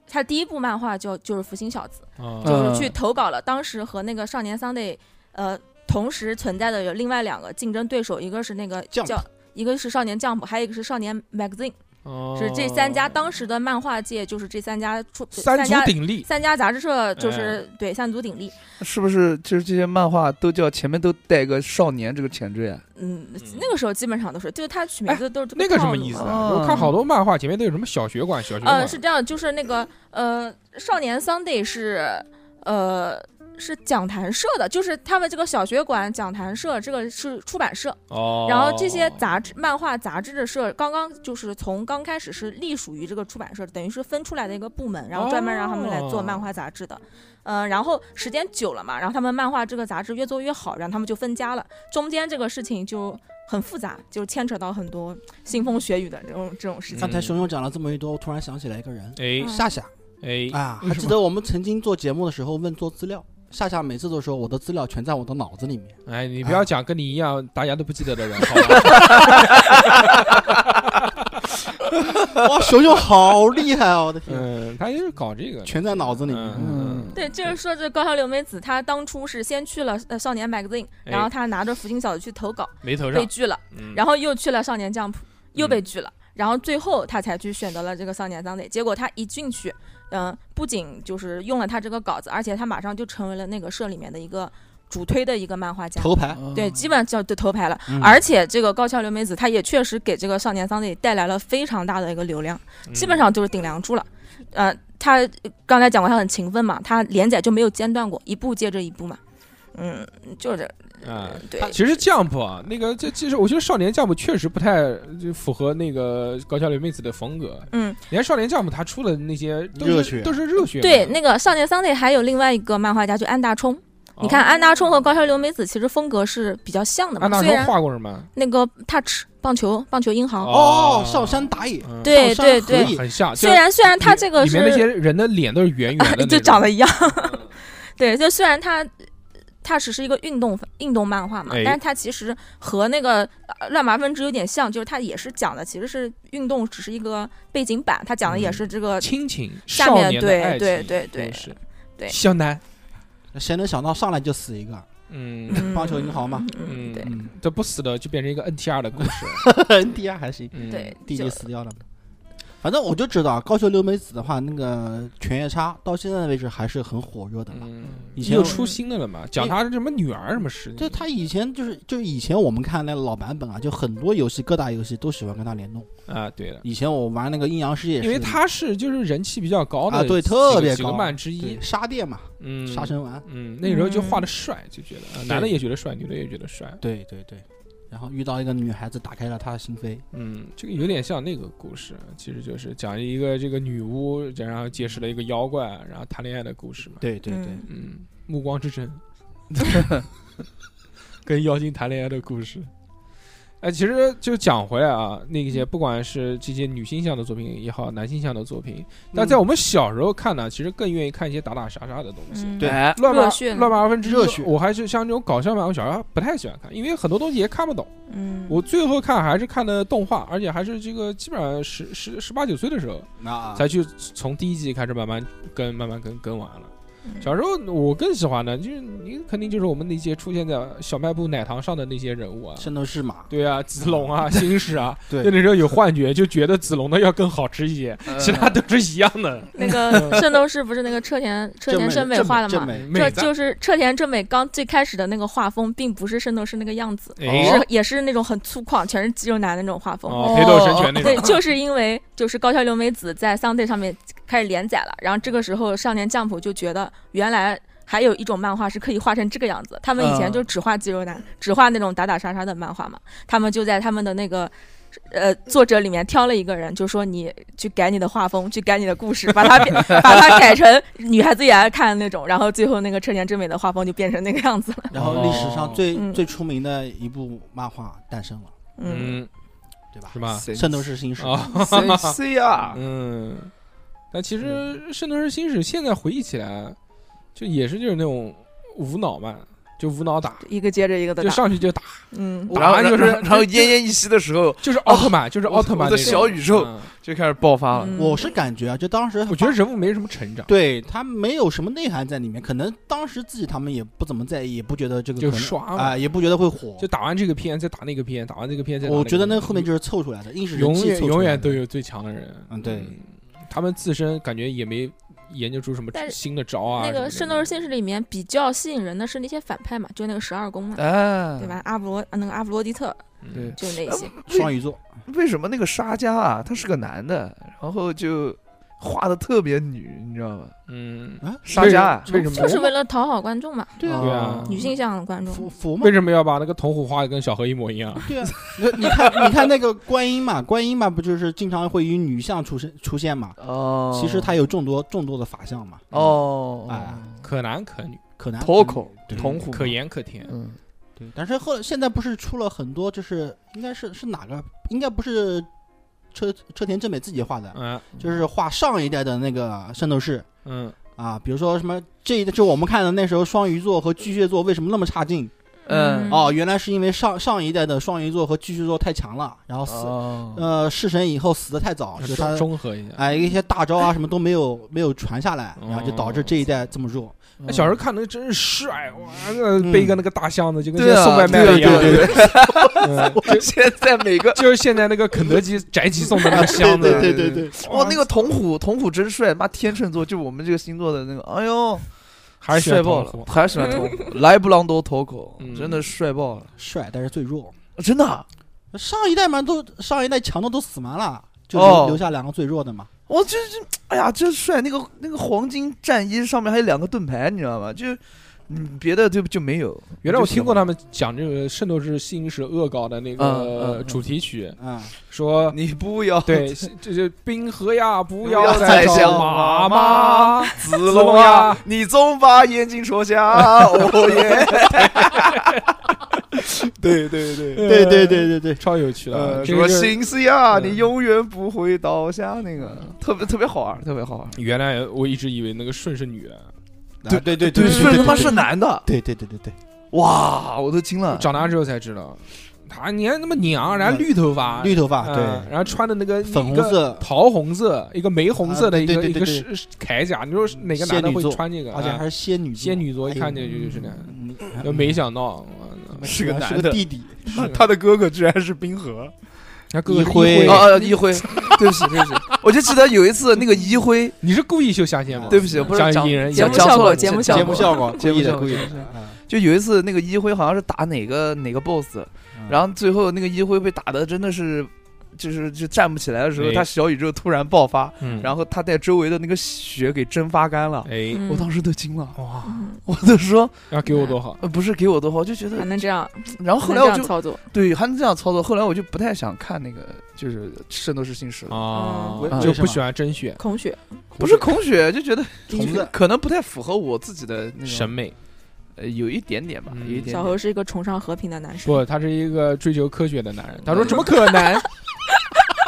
C: 他第一部漫画就就是《福星小子》，
A: 啊
B: 嗯
C: 就是去投稿了。当时和那个少年 Sunday，呃，同时存在的有另外两个竞争对手，一个是那个
D: Jump
C: 叫，一个是少年 Jump，还有一个是少年 Magazine，、
A: 哦
C: 是这三家当时的漫画界就是这三家出
A: 三足
C: 家
A: 鼎立，
C: 三家杂志社
A: 哎
C: 就是、对三足鼎立，
B: 是不是就是这些漫画都叫前面都带个少年这个前缀啊？
C: 嗯，那个时候基本上都是，就是他取名字都是这
A: 哎那个什么
C: 套路
A: 意思？
C: 嘛
A: 啊？
B: 哦
A: 我看好多漫画前面都有什么小学馆、小学
C: 呃，
A: 馆，
C: 是这样，就是那个呃，少年 Sunday 是呃是讲谈社的，就是他们这个小学馆讲谈社，这个是出版社，
A: 哦，
C: 然后这些杂志、漫画杂志的社，刚刚就是从刚开始是隶属于这个出版社，等于是分出来的一个部门，然后专门让他们来做漫画杂志的。嗯、然后时间久了嘛，然后他们漫画这个杂志越做越好，然后他们就分家了。中间这个事情就很复杂，就牵扯到很多腥风血雨的这种这种事情。
A: 嗯
D: 刚才熊熊讲了这么一多，我突然想起来一个人，
C: 嗯
A: 哎
D: 夏夏
A: 哎，
D: 啊，
B: 为
D: 还
B: 什
D: 记
B: 么
D: 得我们曾经做节目的时候问做资料，夏夏每次都说我的资料全在我的脑子
A: *laughs*
D: 里面。
A: 哎，你不
D: 啊
A: 要讲跟你一样大家都不记得的
C: *laughs*
A: 人，好吧？
D: 哇，熊熊好厉害哦！我的天，
A: 嗯，他就是搞这个的，
D: 全在脑子里面。
A: 嗯
D: 嗯，
C: 对，就是说这高校留美子，她当初是先去了呃少年 magazine，
A: 哎
C: 然后她拿着福星小子去投稿，
A: 没头
C: 被
A: 上，
C: 拒了。
A: 嗯
C: 然后又去了少年 Jump，又
A: 嗯
C: 被拒了。然后最后他才去选择了这个少年 Sunday。结果他一进去，嗯、不仅就是用了他这个稿子，而且他马上就成为了那个社里面的一个主推的一个漫画家。
D: 头牌，
C: 对，基本上就就头牌了。
D: 嗯
C: 而且这个高桥留美子，她也确实给这个少年 Sunday 带来了非常大的一个流量，
A: 嗯
C: 基本上就是顶梁柱了。呃，他刚才讲过，他很勤奋嘛，他连载就没有间断过，一步接着一步嘛。嗯，就是这，
A: 啊。
C: 嗯对，
A: 其实 Jump 啊，那个这其实我觉得少年 Jump 确实不太就符合那个高桥留美子的风格。
C: 嗯，
A: 你看少年 Jump 他出的那些都是
D: 热血
A: 都是热血漫，
C: 对，那个少年 Sunday 还有另外一个漫画家，就安大冲。
A: 哦
C: 你看，安大冲和高桥留美子其实风格是比较像的
A: 安
C: 嘛，
A: 大
C: 虽
A: 叔
C: 然
A: 画过什么？
C: 那个 Touch 棒球棒球银行，
D: 哦，上山打野，
A: 嗯
C: 对
D: 上
C: 对
D: 山
C: 对
D: 合，影
A: 很像，
C: 虽然虽然他这个
A: 里
C: 是
A: 面那些人的脸都是圆圆
C: *laughs*
A: 的那种，嗯
C: 就长得一样， *laughs* 对，就虽然他。它只是一个运动运动漫画嘛，
A: 哎
C: 但是它其实和那个呃乱麻分支有点像，就是它也是讲的其实是运动，只是一个背景板，它讲的也是这个
A: 亲情，
C: 呃下
A: 少
C: 面
A: 年的
C: 对
A: 爱
C: 对
A: 情
C: 对对
A: 故事
C: 对
A: 小南，
D: 谁能想到上来就死一个？
A: 嗯，
C: 嗯
D: 棒球银行嘛，
C: 嗯，对
D: 嗯
A: *laughs* 这不死的就变成一个 NTR 的故事，
D: ，NTR 还行，
A: 嗯
C: 对，
D: 弟
C: 就
D: 弟死掉了嘛。反正我就知道，高桥留美子的话，那个犬夜叉到现在为止还是很火热的嘛。
A: 嗯，
D: 以前
A: 又
D: 我
A: 出新的了嘛，讲他什么女儿什么事情，
D: 就他以前就是就以前我们看那老版本啊，就很多游戏各大游戏都喜欢跟他联动。
A: 啊，对的，
D: 以前我玩那个阴阳师也是，
A: 因为他是就是人气比较高的
D: 啊对
A: 几个
D: 特别
A: 几个
D: 高
A: 漫之一
D: 对，沙店嘛，
A: 嗯，
D: 杀神丸，
A: 嗯，那时候就画的帅，就觉得啊男的也觉得帅，女的也觉得帅，
D: 对对对。然后遇到一个女孩子，打开了她的心扉。
A: 嗯，这个有点像那个故事，其实就是讲一个这个女巫，然后结识了一个妖怪，然后谈恋爱的故事嘛。
D: 对对对，
C: 嗯
A: 嗯，暮光之城，
C: *laughs*
A: 跟妖精谈恋爱的故事。哎，其实就讲回来啊，那
C: 嗯
A: 些不管是这些女性向的作品也好，男性向的作
C: 嗯
A: 品，但在我们小时候看呢，其实更愿意看一些打打杀杀的东西。
C: 嗯
D: 对
B: 哎，
A: 乱八
C: 热血
A: 乱八八分之一
D: 热血
A: 我还是像这种搞笑漫，我小时候不太喜欢看，因为很多东西也看不懂。
C: 嗯，
A: 我最后看还是看的动画，而且还是这个基本上十十十八九岁的时候
D: 那
A: 才去从第一季开始慢慢跟慢慢跟跟完了。
C: 嗯
A: 小时候我更喜欢的就是你肯定就是我们那些出现在小卖部奶糖上的那些人物啊，
D: 圣斗士嘛，
A: 对啊，子龙啊，星矢啊，
D: 对
A: 就那时候有幻觉，就觉得子龙的要更好吃一些，
B: 嗯
A: 其他都是一样的。
C: 那
D: *laughs*
C: 个圣斗士不是那个车田车田正
D: 嗯正
C: 美画的
D: 正
C: 吗？
D: 美
C: 这
A: 妹子
C: 就是车田正美刚最开始的那个画风，并不是圣斗士那个样子，
A: 哎
D: 哦
C: 是也是那种很粗犷，全是肌肉男那种画风。
A: 哦，北斗神拳那
C: 对，
A: 种，
C: 就是因为就是高桥留美子在 Sunday 上面开始连载了，然后这个时候少年 Jump 就觉得原来还有一种漫画是可以画成这个样子，他们以前就
A: 嗯
C: 只画肌肉男，只画那种打打杀杀的漫画嘛，他们就在他们的那个。呃，作者里面挑了一个人，就说你去改你的画风，去改你的故事，把
A: *laughs*
C: 它变把它改成女孩子也爱看的那种，然后最后那个车田之美的画风就变成那个样子了。
D: 然后历史上最、
C: 嗯
D: 最出名的一部漫画诞生了，
C: 嗯，
A: 嗯，
D: 对吧
A: 是？吧？
D: 圣斗士星矢，
A: 啊，
B: C C 啊，
A: 嗯，但其实《圣斗士星矢》现在回忆起来，就也是就是那种无脑漫，就无脑打，
C: 一个接着一个的
A: 就
C: 打，
A: 上去就打，
C: 嗯，
A: 打
B: 然后
A: 完就是
B: 然
A: *laughs*
B: 后奄奄一息的时候
A: 就是奥特曼，就是奥特曼
B: 我的
A: 那种
B: 小宇宙
A: 嗯
B: 就开始爆发了。
C: 嗯
D: 我是感觉啊，就当时
A: 我觉得人物没什么成长，
D: 对他没有什么内涵在里面，可能当时自己他们也不怎么在意，也不觉得这个
A: 就
D: 可能
A: 刷嘛
D: 啊、也不觉得会火。
A: 就打完这个片再打那个片，打完这个片再打
D: 我觉得那
A: 那嗯
D: 后面就是凑出来的，硬是人
A: 永
D: 气
A: 远
D: 凑出来
A: 永远
D: 的
A: 都有最强的人。
D: 嗯对
A: 他们自身感觉也没研究出什么
C: 但是
A: 新的招啊
C: 那
A: 什么的。
C: 个《圣斗士星矢》里面比较吸引人的是那些反派嘛，就那个十二宫嘛，
B: 哎，
C: 对吧？阿弗罗啊那个阿弗罗狄特，
A: 嗯
B: 对
C: 就那些。
D: 双鱼座，
B: 为什么那个沙加啊，他是个男的，然后就画的特别女，你知道吗？
A: 嗯，
D: 啊，
B: 沙加
A: 为什么
C: 就是为了讨好观众嘛，
D: 对
A: 对啊
C: 女性向的观众。
D: 佛佛嘛
A: 为，什么要把那个铜虎画的跟小何一模一样？
D: 对啊，你你看你看那个观音嘛，观音嘛不就是经常会以女相出现出现嘛？
B: 哦，
D: 其实它有众多众多的法相嘛，
B: 哦，
D: 哎
A: 可男可女，
D: 可男
B: 脱口
D: 对
B: 童虎
A: 可盐可甜。
B: 嗯，
D: 对，但是后来现在不是出了很多，就是应该是是哪个？应该不是车车田正美自己画的，
A: 嗯
D: 就是画上一代的那个圣斗士
A: 嗯，
D: 啊，比如说什么这一代，就我们看的那时候双鱼座和巨蟹座为什么那么差劲？
B: 嗯
D: 哦，原来是因为上上一代的双鱼座和巨蟹座太强了，然后死、
B: 哦，
D: 呃弑神以后死的太早，哦就是他
A: 中中和一下。
D: 哎一些大招啊什么都没有没有传下来，
A: 哦
D: 然后就导致这一代这么弱。
A: 那小时
B: 嗯
A: 候看那个真是帅，哇，那背一个那个大箱子，就跟现
B: 对
A: 在
B: 啊
A: 送外卖
B: 对啊
A: 一样。
B: 对 *laughs* 啊
A: 嗯就
B: 现在每个
A: 就是现在那个肯德基宅急送的那个箱
B: *laughs* 对
A: 子，
B: 对对
D: 对，
B: 哇，那个童虎，童虎真帅，妈天秤座就我们这个星座的那个，哎呦，
A: 还是喜
B: 帅
A: 欢
B: 爆
A: 同
B: 了，
A: 款
B: 还是喜欢 *laughs* 童虎，莱布朗多头口
A: 嗯，
B: 真的帅爆了，
D: 帅但是最弱。
B: 真的啊，
D: 上一代嘛都上一代强的都死完了，就留,、
B: 哦
D: 下两个最弱的嘛。
B: 我这这，哎呀，真帅，那个那个黄金战衣上面还有两个盾牌，你知道吗？就。嗯，别的就就没有。
A: 原来我听过他们讲这个《圣斗士星矢》恶搞的那
B: 嗯嗯
A: 个
B: 嗯
A: 主题曲，
D: 嗯，
A: 说
B: *laughs* 你不要
A: 对， *laughs* 这就冰河呀，不
B: 不
A: 要
B: 要再
A: 再
B: 想
A: 想
B: 妈
A: 妈
B: 妈
A: 妈。
B: 子龙
A: 啊
B: 呀，你总把眼睛戳瞎，哦
A: *laughs*
B: 耶！ *laughs* 对对对，
D: 对对对对对，
A: 超有趣的啊，
B: 呃，
A: 这
B: 什
A: 个
B: 么
A: 是
B: 心思呀，
A: 嗯
B: 你永远不会倒下，那个特别特别好玩，特别好玩。
A: 原来我一直以为那个顺是女
B: 嗯
A: 的，
D: 啊对对
C: 对
B: 顺
C: 顺
B: 他
C: 他
B: 妈
C: 妈
B: 是
C: 是
B: 男的，
D: 对对对对对，
B: 哇，我都惊了。
A: 长大之后才知道，她你看那么娘，
B: 嗯
A: 人家绿头发，
D: 绿头发
A: 嗯
D: 对，
A: 然后穿的那个
D: 粉红、
A: 一个
D: 色，
A: 桃红色，一个玫红色的
D: 啊
A: 一
D: 对
A: 个
D: 对
A: 一
D: 对
A: 个
D: 对
A: 是是铠甲，你说是哪个男的
D: 仙女
A: 会
D: 座
A: 穿这个？
D: 而且
A: 啊
D: 还是仙女座
A: 仙女座，一
D: 哎呦
A: 看见就就是那样，
D: 嗯
A: 就没想到，我操
B: 是个
D: 是
B: 男的
D: 个弟弟，
A: 是
B: 他的哥哥居然是冰河
A: 他哥哥是
D: 一辉
A: 一
D: 对
B: 啊啊！一辉，
A: *laughs*
B: 对不起对不起，我就记得有一次那个一辉，
A: 你是故意秀下限吗？
B: 对不起，不是
A: 像
B: 讲
A: 引人
C: 节
B: 讲
C: 目
B: 讲
C: 效
B: 错
C: 果
B: 了
C: 节目
B: 讲
C: 效
D: 节
B: 讲
D: 目
C: 果
D: 效果，
B: 节目
D: 故意
B: 效
D: 的
B: 果
D: 故意的
B: 节目效，
D: 嗯
B: 就有一次那个一辉好像是打哪个哪个 boss，然
A: 嗯
B: 后最后那个一辉被打的真的是。就是就站不起来的时候，
A: 哎
B: 他小宇宙突然爆发，
A: 嗯，
B: 然后他带周围的那个血给蒸发干了，
A: 哎，
C: 嗯
B: 我当时都惊了，
A: 哇，
C: 嗯
B: 我都说
A: 要给我多好，
B: 呃不是给我多好，我就觉
C: 还
B: 得，
C: 能这样，
B: 然后
C: 还
B: 后
C: 能
B: 来
C: 这
B: 我
C: 样
B: 就
C: 操作，
B: 对还能这样操作，后来我就不太想看那个就是《圣斗士星矢》了，
A: 啊
D: 嗯，
A: 就
D: 为什
A: 不
D: 么
A: 喜欢真血
C: 孔雪
B: 不是孔雪，就觉得
D: 虫子
B: 可能不太符合我自己的那种
A: 审美。
B: 呃，有一点点吧，
A: 嗯
B: 有一点
C: 小
B: 点。
C: 何是一个崇尚和平的男生，
A: 不，他是一个追求科学的男人。他说：“怎么可 *laughs* 能？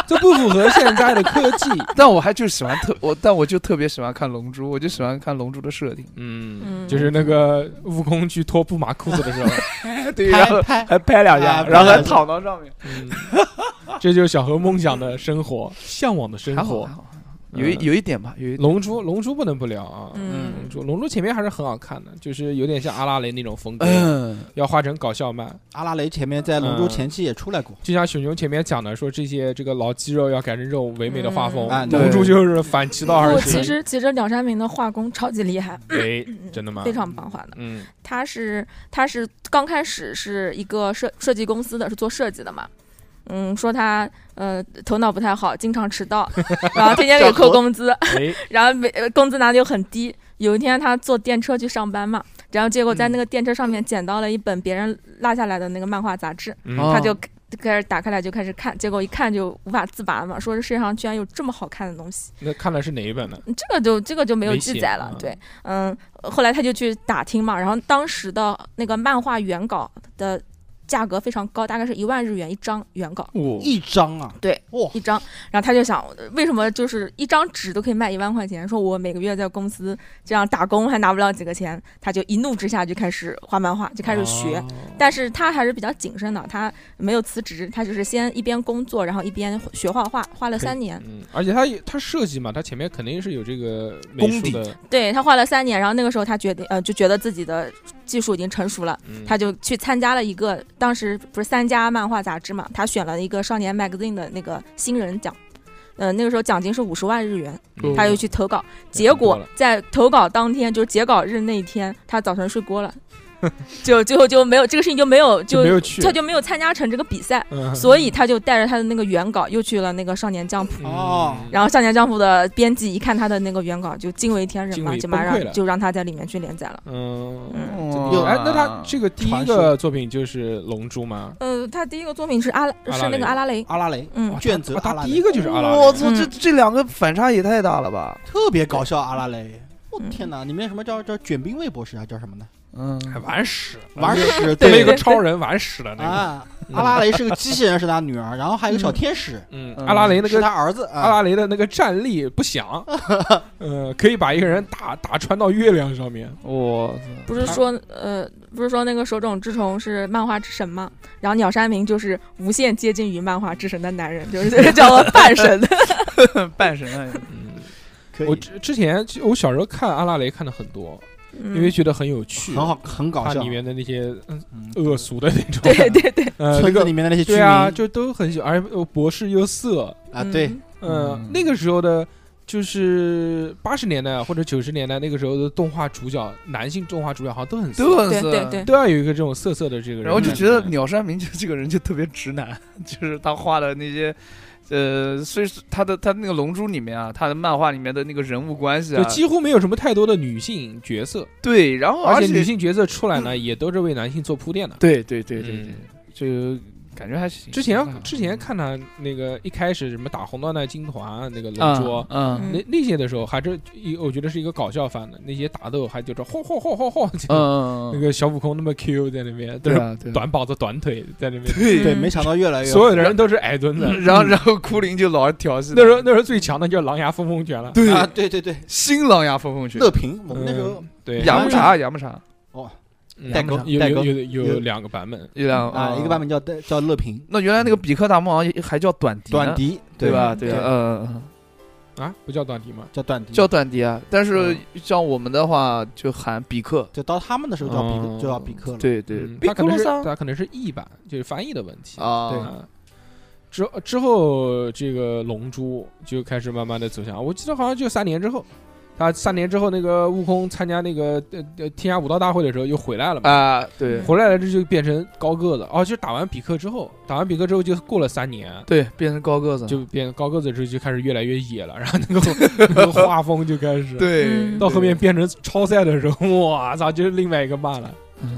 A: 这不符合现在的科技。
B: 但我还就喜欢特我，但我就特别喜欢看《龙珠》，我就喜欢看《龙珠》的设定”。
A: 嗯，
C: 嗯
A: 就是那个悟空去脱布马裤子的时候，
B: 对然后
D: 拍拍
B: 还拍两
D: 啊
B: 下，
D: 拍
B: 然后还
D: 两下
B: 躺到上面，
A: 嗯， *laughs* 这就是小何梦想的生活，向往的生
B: 还好
A: 活
B: 还。好，有一
A: 嗯
B: 有一点吧，有一点。
A: 龙珠，龙珠不能不聊啊。龙
C: 嗯，
A: 珠，龙珠前面还是很好看的，就是有点像阿拉蕾那种风格，
B: 嗯，
A: 要画成搞笑漫。
D: *clears throat* 阿拉蕾前面在《龙珠》前期也出来过，
A: 就像熊熊前面讲的，说这些这个老肌肉要改成这种唯美的画风
C: 嗯
D: 啊，对
A: 龙珠就是反其道而
C: 不，
A: 行
C: 其。实其实鸟山明的画工超级厉害，
A: 哎，真的吗？
C: 非常棒画的。
A: 嗯，
C: 他是他是刚开始是一个设设计公司的，是做设计的嘛。嗯，说他呃头脑不太好，经常迟到，然后天天给扣工资，
A: 哎，
C: 然后每呃工资拿的又很低。有一天他坐电车去上班嘛，然后结果在那个电车上面捡到了一本别人落下来的那个漫画杂志，
A: 嗯
B: 哦
C: 他就开始打开来就开始看，结果一看就无法自拔嘛，说这世界上居然有这么好看的东西。
A: 那看的是哪一本呢？
C: 嗯这个就这个就没有
A: 没
C: 记
A: 写
C: 载了
A: 啊。
C: 对，嗯，后来他就去打听嘛，然后当时的那个漫画原稿的价格非常高，大概是一万日元一张原稿
A: 嗯
B: 我
D: 一张啊，
C: 对，
D: 哇，
C: 一张。然后他就想，为什么就是一张纸都可以卖一万块钱？说我每个月在公司这样打工还拿不了几个钱，他就一怒之下就开始画漫画，就开始学。
A: 哦
C: 但是他还是比较谨慎的，他没有辞职，他就是先一边工作，然后一边学画画，画了三年。
A: 嗯，而且他也他设计嘛，他前面肯定是有这个美
B: 功
A: 术
B: 底
A: 的，
C: 对他画了三年，然后那个时候他决定，呃，就觉得自己的技术已经成熟了，
A: 嗯
C: 他就去参加了一个当时不是三家漫画杂志嘛，他选了一个少年 magazine 的那个新人奖，呃，那个时候奖金是五十万日元，
A: 嗯
C: 他又去投稿，结
A: 太多
C: 果
A: 了
C: 在投稿当天，就是截稿日那一天，他早晨睡过了， *laughs* 就最后就没有这个事情就没有就
A: 没有去，
C: 他就没有参加成这个比赛，
A: 嗯
C: 所以他就带着他的那个原稿又去了那个少年将谱。
A: 嗯
D: 哦
C: 然后少年将谱的编辑一看他的那个原稿，就惊为天人
A: 惊
C: 嘛，
A: 为
C: 就马
A: 崩溃了
C: 上就让他在里面去连载了。
A: 嗯，
C: 嗯，
A: 有
B: 有
A: 哎，那他这个第一
D: 传
A: 个
D: 说
A: 作品就是《龙珠》吗？
C: 呃，他第一个作品是阿拉
A: 阿拉蕾啊
C: 是那个阿拉蕾，
D: 阿拉蕾，
C: 嗯
A: 哇
D: 卷轴
A: 啊
D: 阿拉
A: 他
D: 蕾
A: 第一个就是阿拉蕾，
B: 我操，
C: 嗯
B: 这这两个反差也太大了吧？
D: 特别搞笑阿拉蕾。我
C: 嗯
D: 天哪！里面什么叫叫卷兵卫博士啊？叫什么呢？
B: 嗯，
A: 还哎玩屎，
D: 玩屎
A: 对了一
D: 对
A: 个超人玩屎的那个，
D: 啊！阿拉蕾是个机器人，是他女儿，然后还有个小天使，
A: 嗯，
B: 嗯
A: 阿拉蕾那
D: 是
A: 个
D: 他儿子
A: 阿
D: 啊。
A: 拉蕾的那个战力不
D: *laughs*
A: 详，呃，可以把一个人打打穿到月亮上面，
B: 我
A: *laughs*
B: 操
C: 不是说呃，不是说那个手冢治虫是漫画之神吗？然后鸟山明就是无限接近于漫画之神的男人，就是 *laughs* 叫做半神的。
B: 半神 *laughs* 啊，
A: 嗯。
D: 可以
A: 我之之前其实我小时候看阿拉蕾看的很多，因为
C: *laughs* 嗯，
A: 觉得很有趣，
D: 很好，很搞
A: 它
D: 笑
A: 里。面的那些嗯
D: 嗯
A: 恶俗的那种，
C: 对对对，
A: 呃，那
D: 村子里
A: 个
D: 面的那些居
A: 对
D: 民
A: 啊，就都很喜欢，而且呃博士又色，
D: 啊，对，
C: 嗯
A: 呃
B: 嗯
A: 那个时候的。就是八十年代或者九十年代那个时候的动画主角，男性动画主角好像都很
B: *laughs*
A: 色，
B: 都很
C: 对
B: 色
C: 对对。
A: 都要有一个这种色色的这个人。
B: 然后就觉得鸟山明就这个人就特别直男， *laughs* 就是他画的那些，呃，虽是他的他那个《龙珠》里面啊，他的漫画里面的那个人物关系
A: 就
B: 啊，
A: 几乎没有什么太多的女性角色，
B: 对，然后
A: 而
B: 哦且嗯
A: 且女性角色出来呢，也都是为男性做铺垫的。
B: 对对对对
A: 嗯
B: 对，就感觉还行。
A: 之前之前看他那个一开始什么打红缎带军团那个龙珠，
B: 嗯
A: 那那些的时候，还是一我觉得是一个搞笑范的，那些打斗还就是嚯嚯嚯嚯嚯，
B: 嗯
A: *laughs* 那个小悟空那么 Q 在那边，都
B: 对
A: 是
B: 啊对啊。
A: 短膀子短腿在那边，
B: 对
D: 对，
C: 嗯
D: 没想到越来越
A: 所有的人都是矮墩子。
B: *laughs*
A: 嗯
B: 然后然后库林就老是调戏他，
A: 那时候那时候最强的就是狼牙风风拳了，
B: 对
D: 啊，对对对，
B: 新狼牙风风拳，
D: 乐平，我们那时候
A: 嗯对
B: 雅木茶啊雅木茶
A: 嗯
D: 代沟
A: 有
D: 代
A: 有
D: 沟
A: 有有有
D: 有
A: 两个版本，
B: 一辆
D: 啊，一个
B: 哦
D: 版。本叫叫乐平，
B: 那原来那个比克大魔王也还叫短笛呢，
D: 短笛
B: 对吧？
C: 对
B: 对吧，嗯嗯嗯。
A: 啊，不叫短笛吗？
D: 叫短笛，
B: 叫短笛啊，但是像我们的话就喊比克，
D: 就到他们的时候叫比克，就叫比克了。
B: 对对，
A: 嗯
B: 比
A: 它可
B: 克
A: 能
B: 罗
A: 是
B: 桑
A: 它可能是译版，就是翻译的问题。
B: 啊，
A: 啊，之之后这个龙珠就开始慢慢的走向，我记得好像就三年之后，他三年之后那个悟空参加那个呃呃天下武道大会的时候又回来了嘛，
B: 啊，对
A: 回来了这就变成高个子，哦，就打完比克之后，打完比克之后就过了三年。
B: 对，变成高个子，
A: 就变高个子之后就开始越来越野了，然后 *laughs* 那个那个画风就开始，
B: 对，
C: 嗯
A: 到后面变成超赛的时候，哇操，就是另外一个漫了。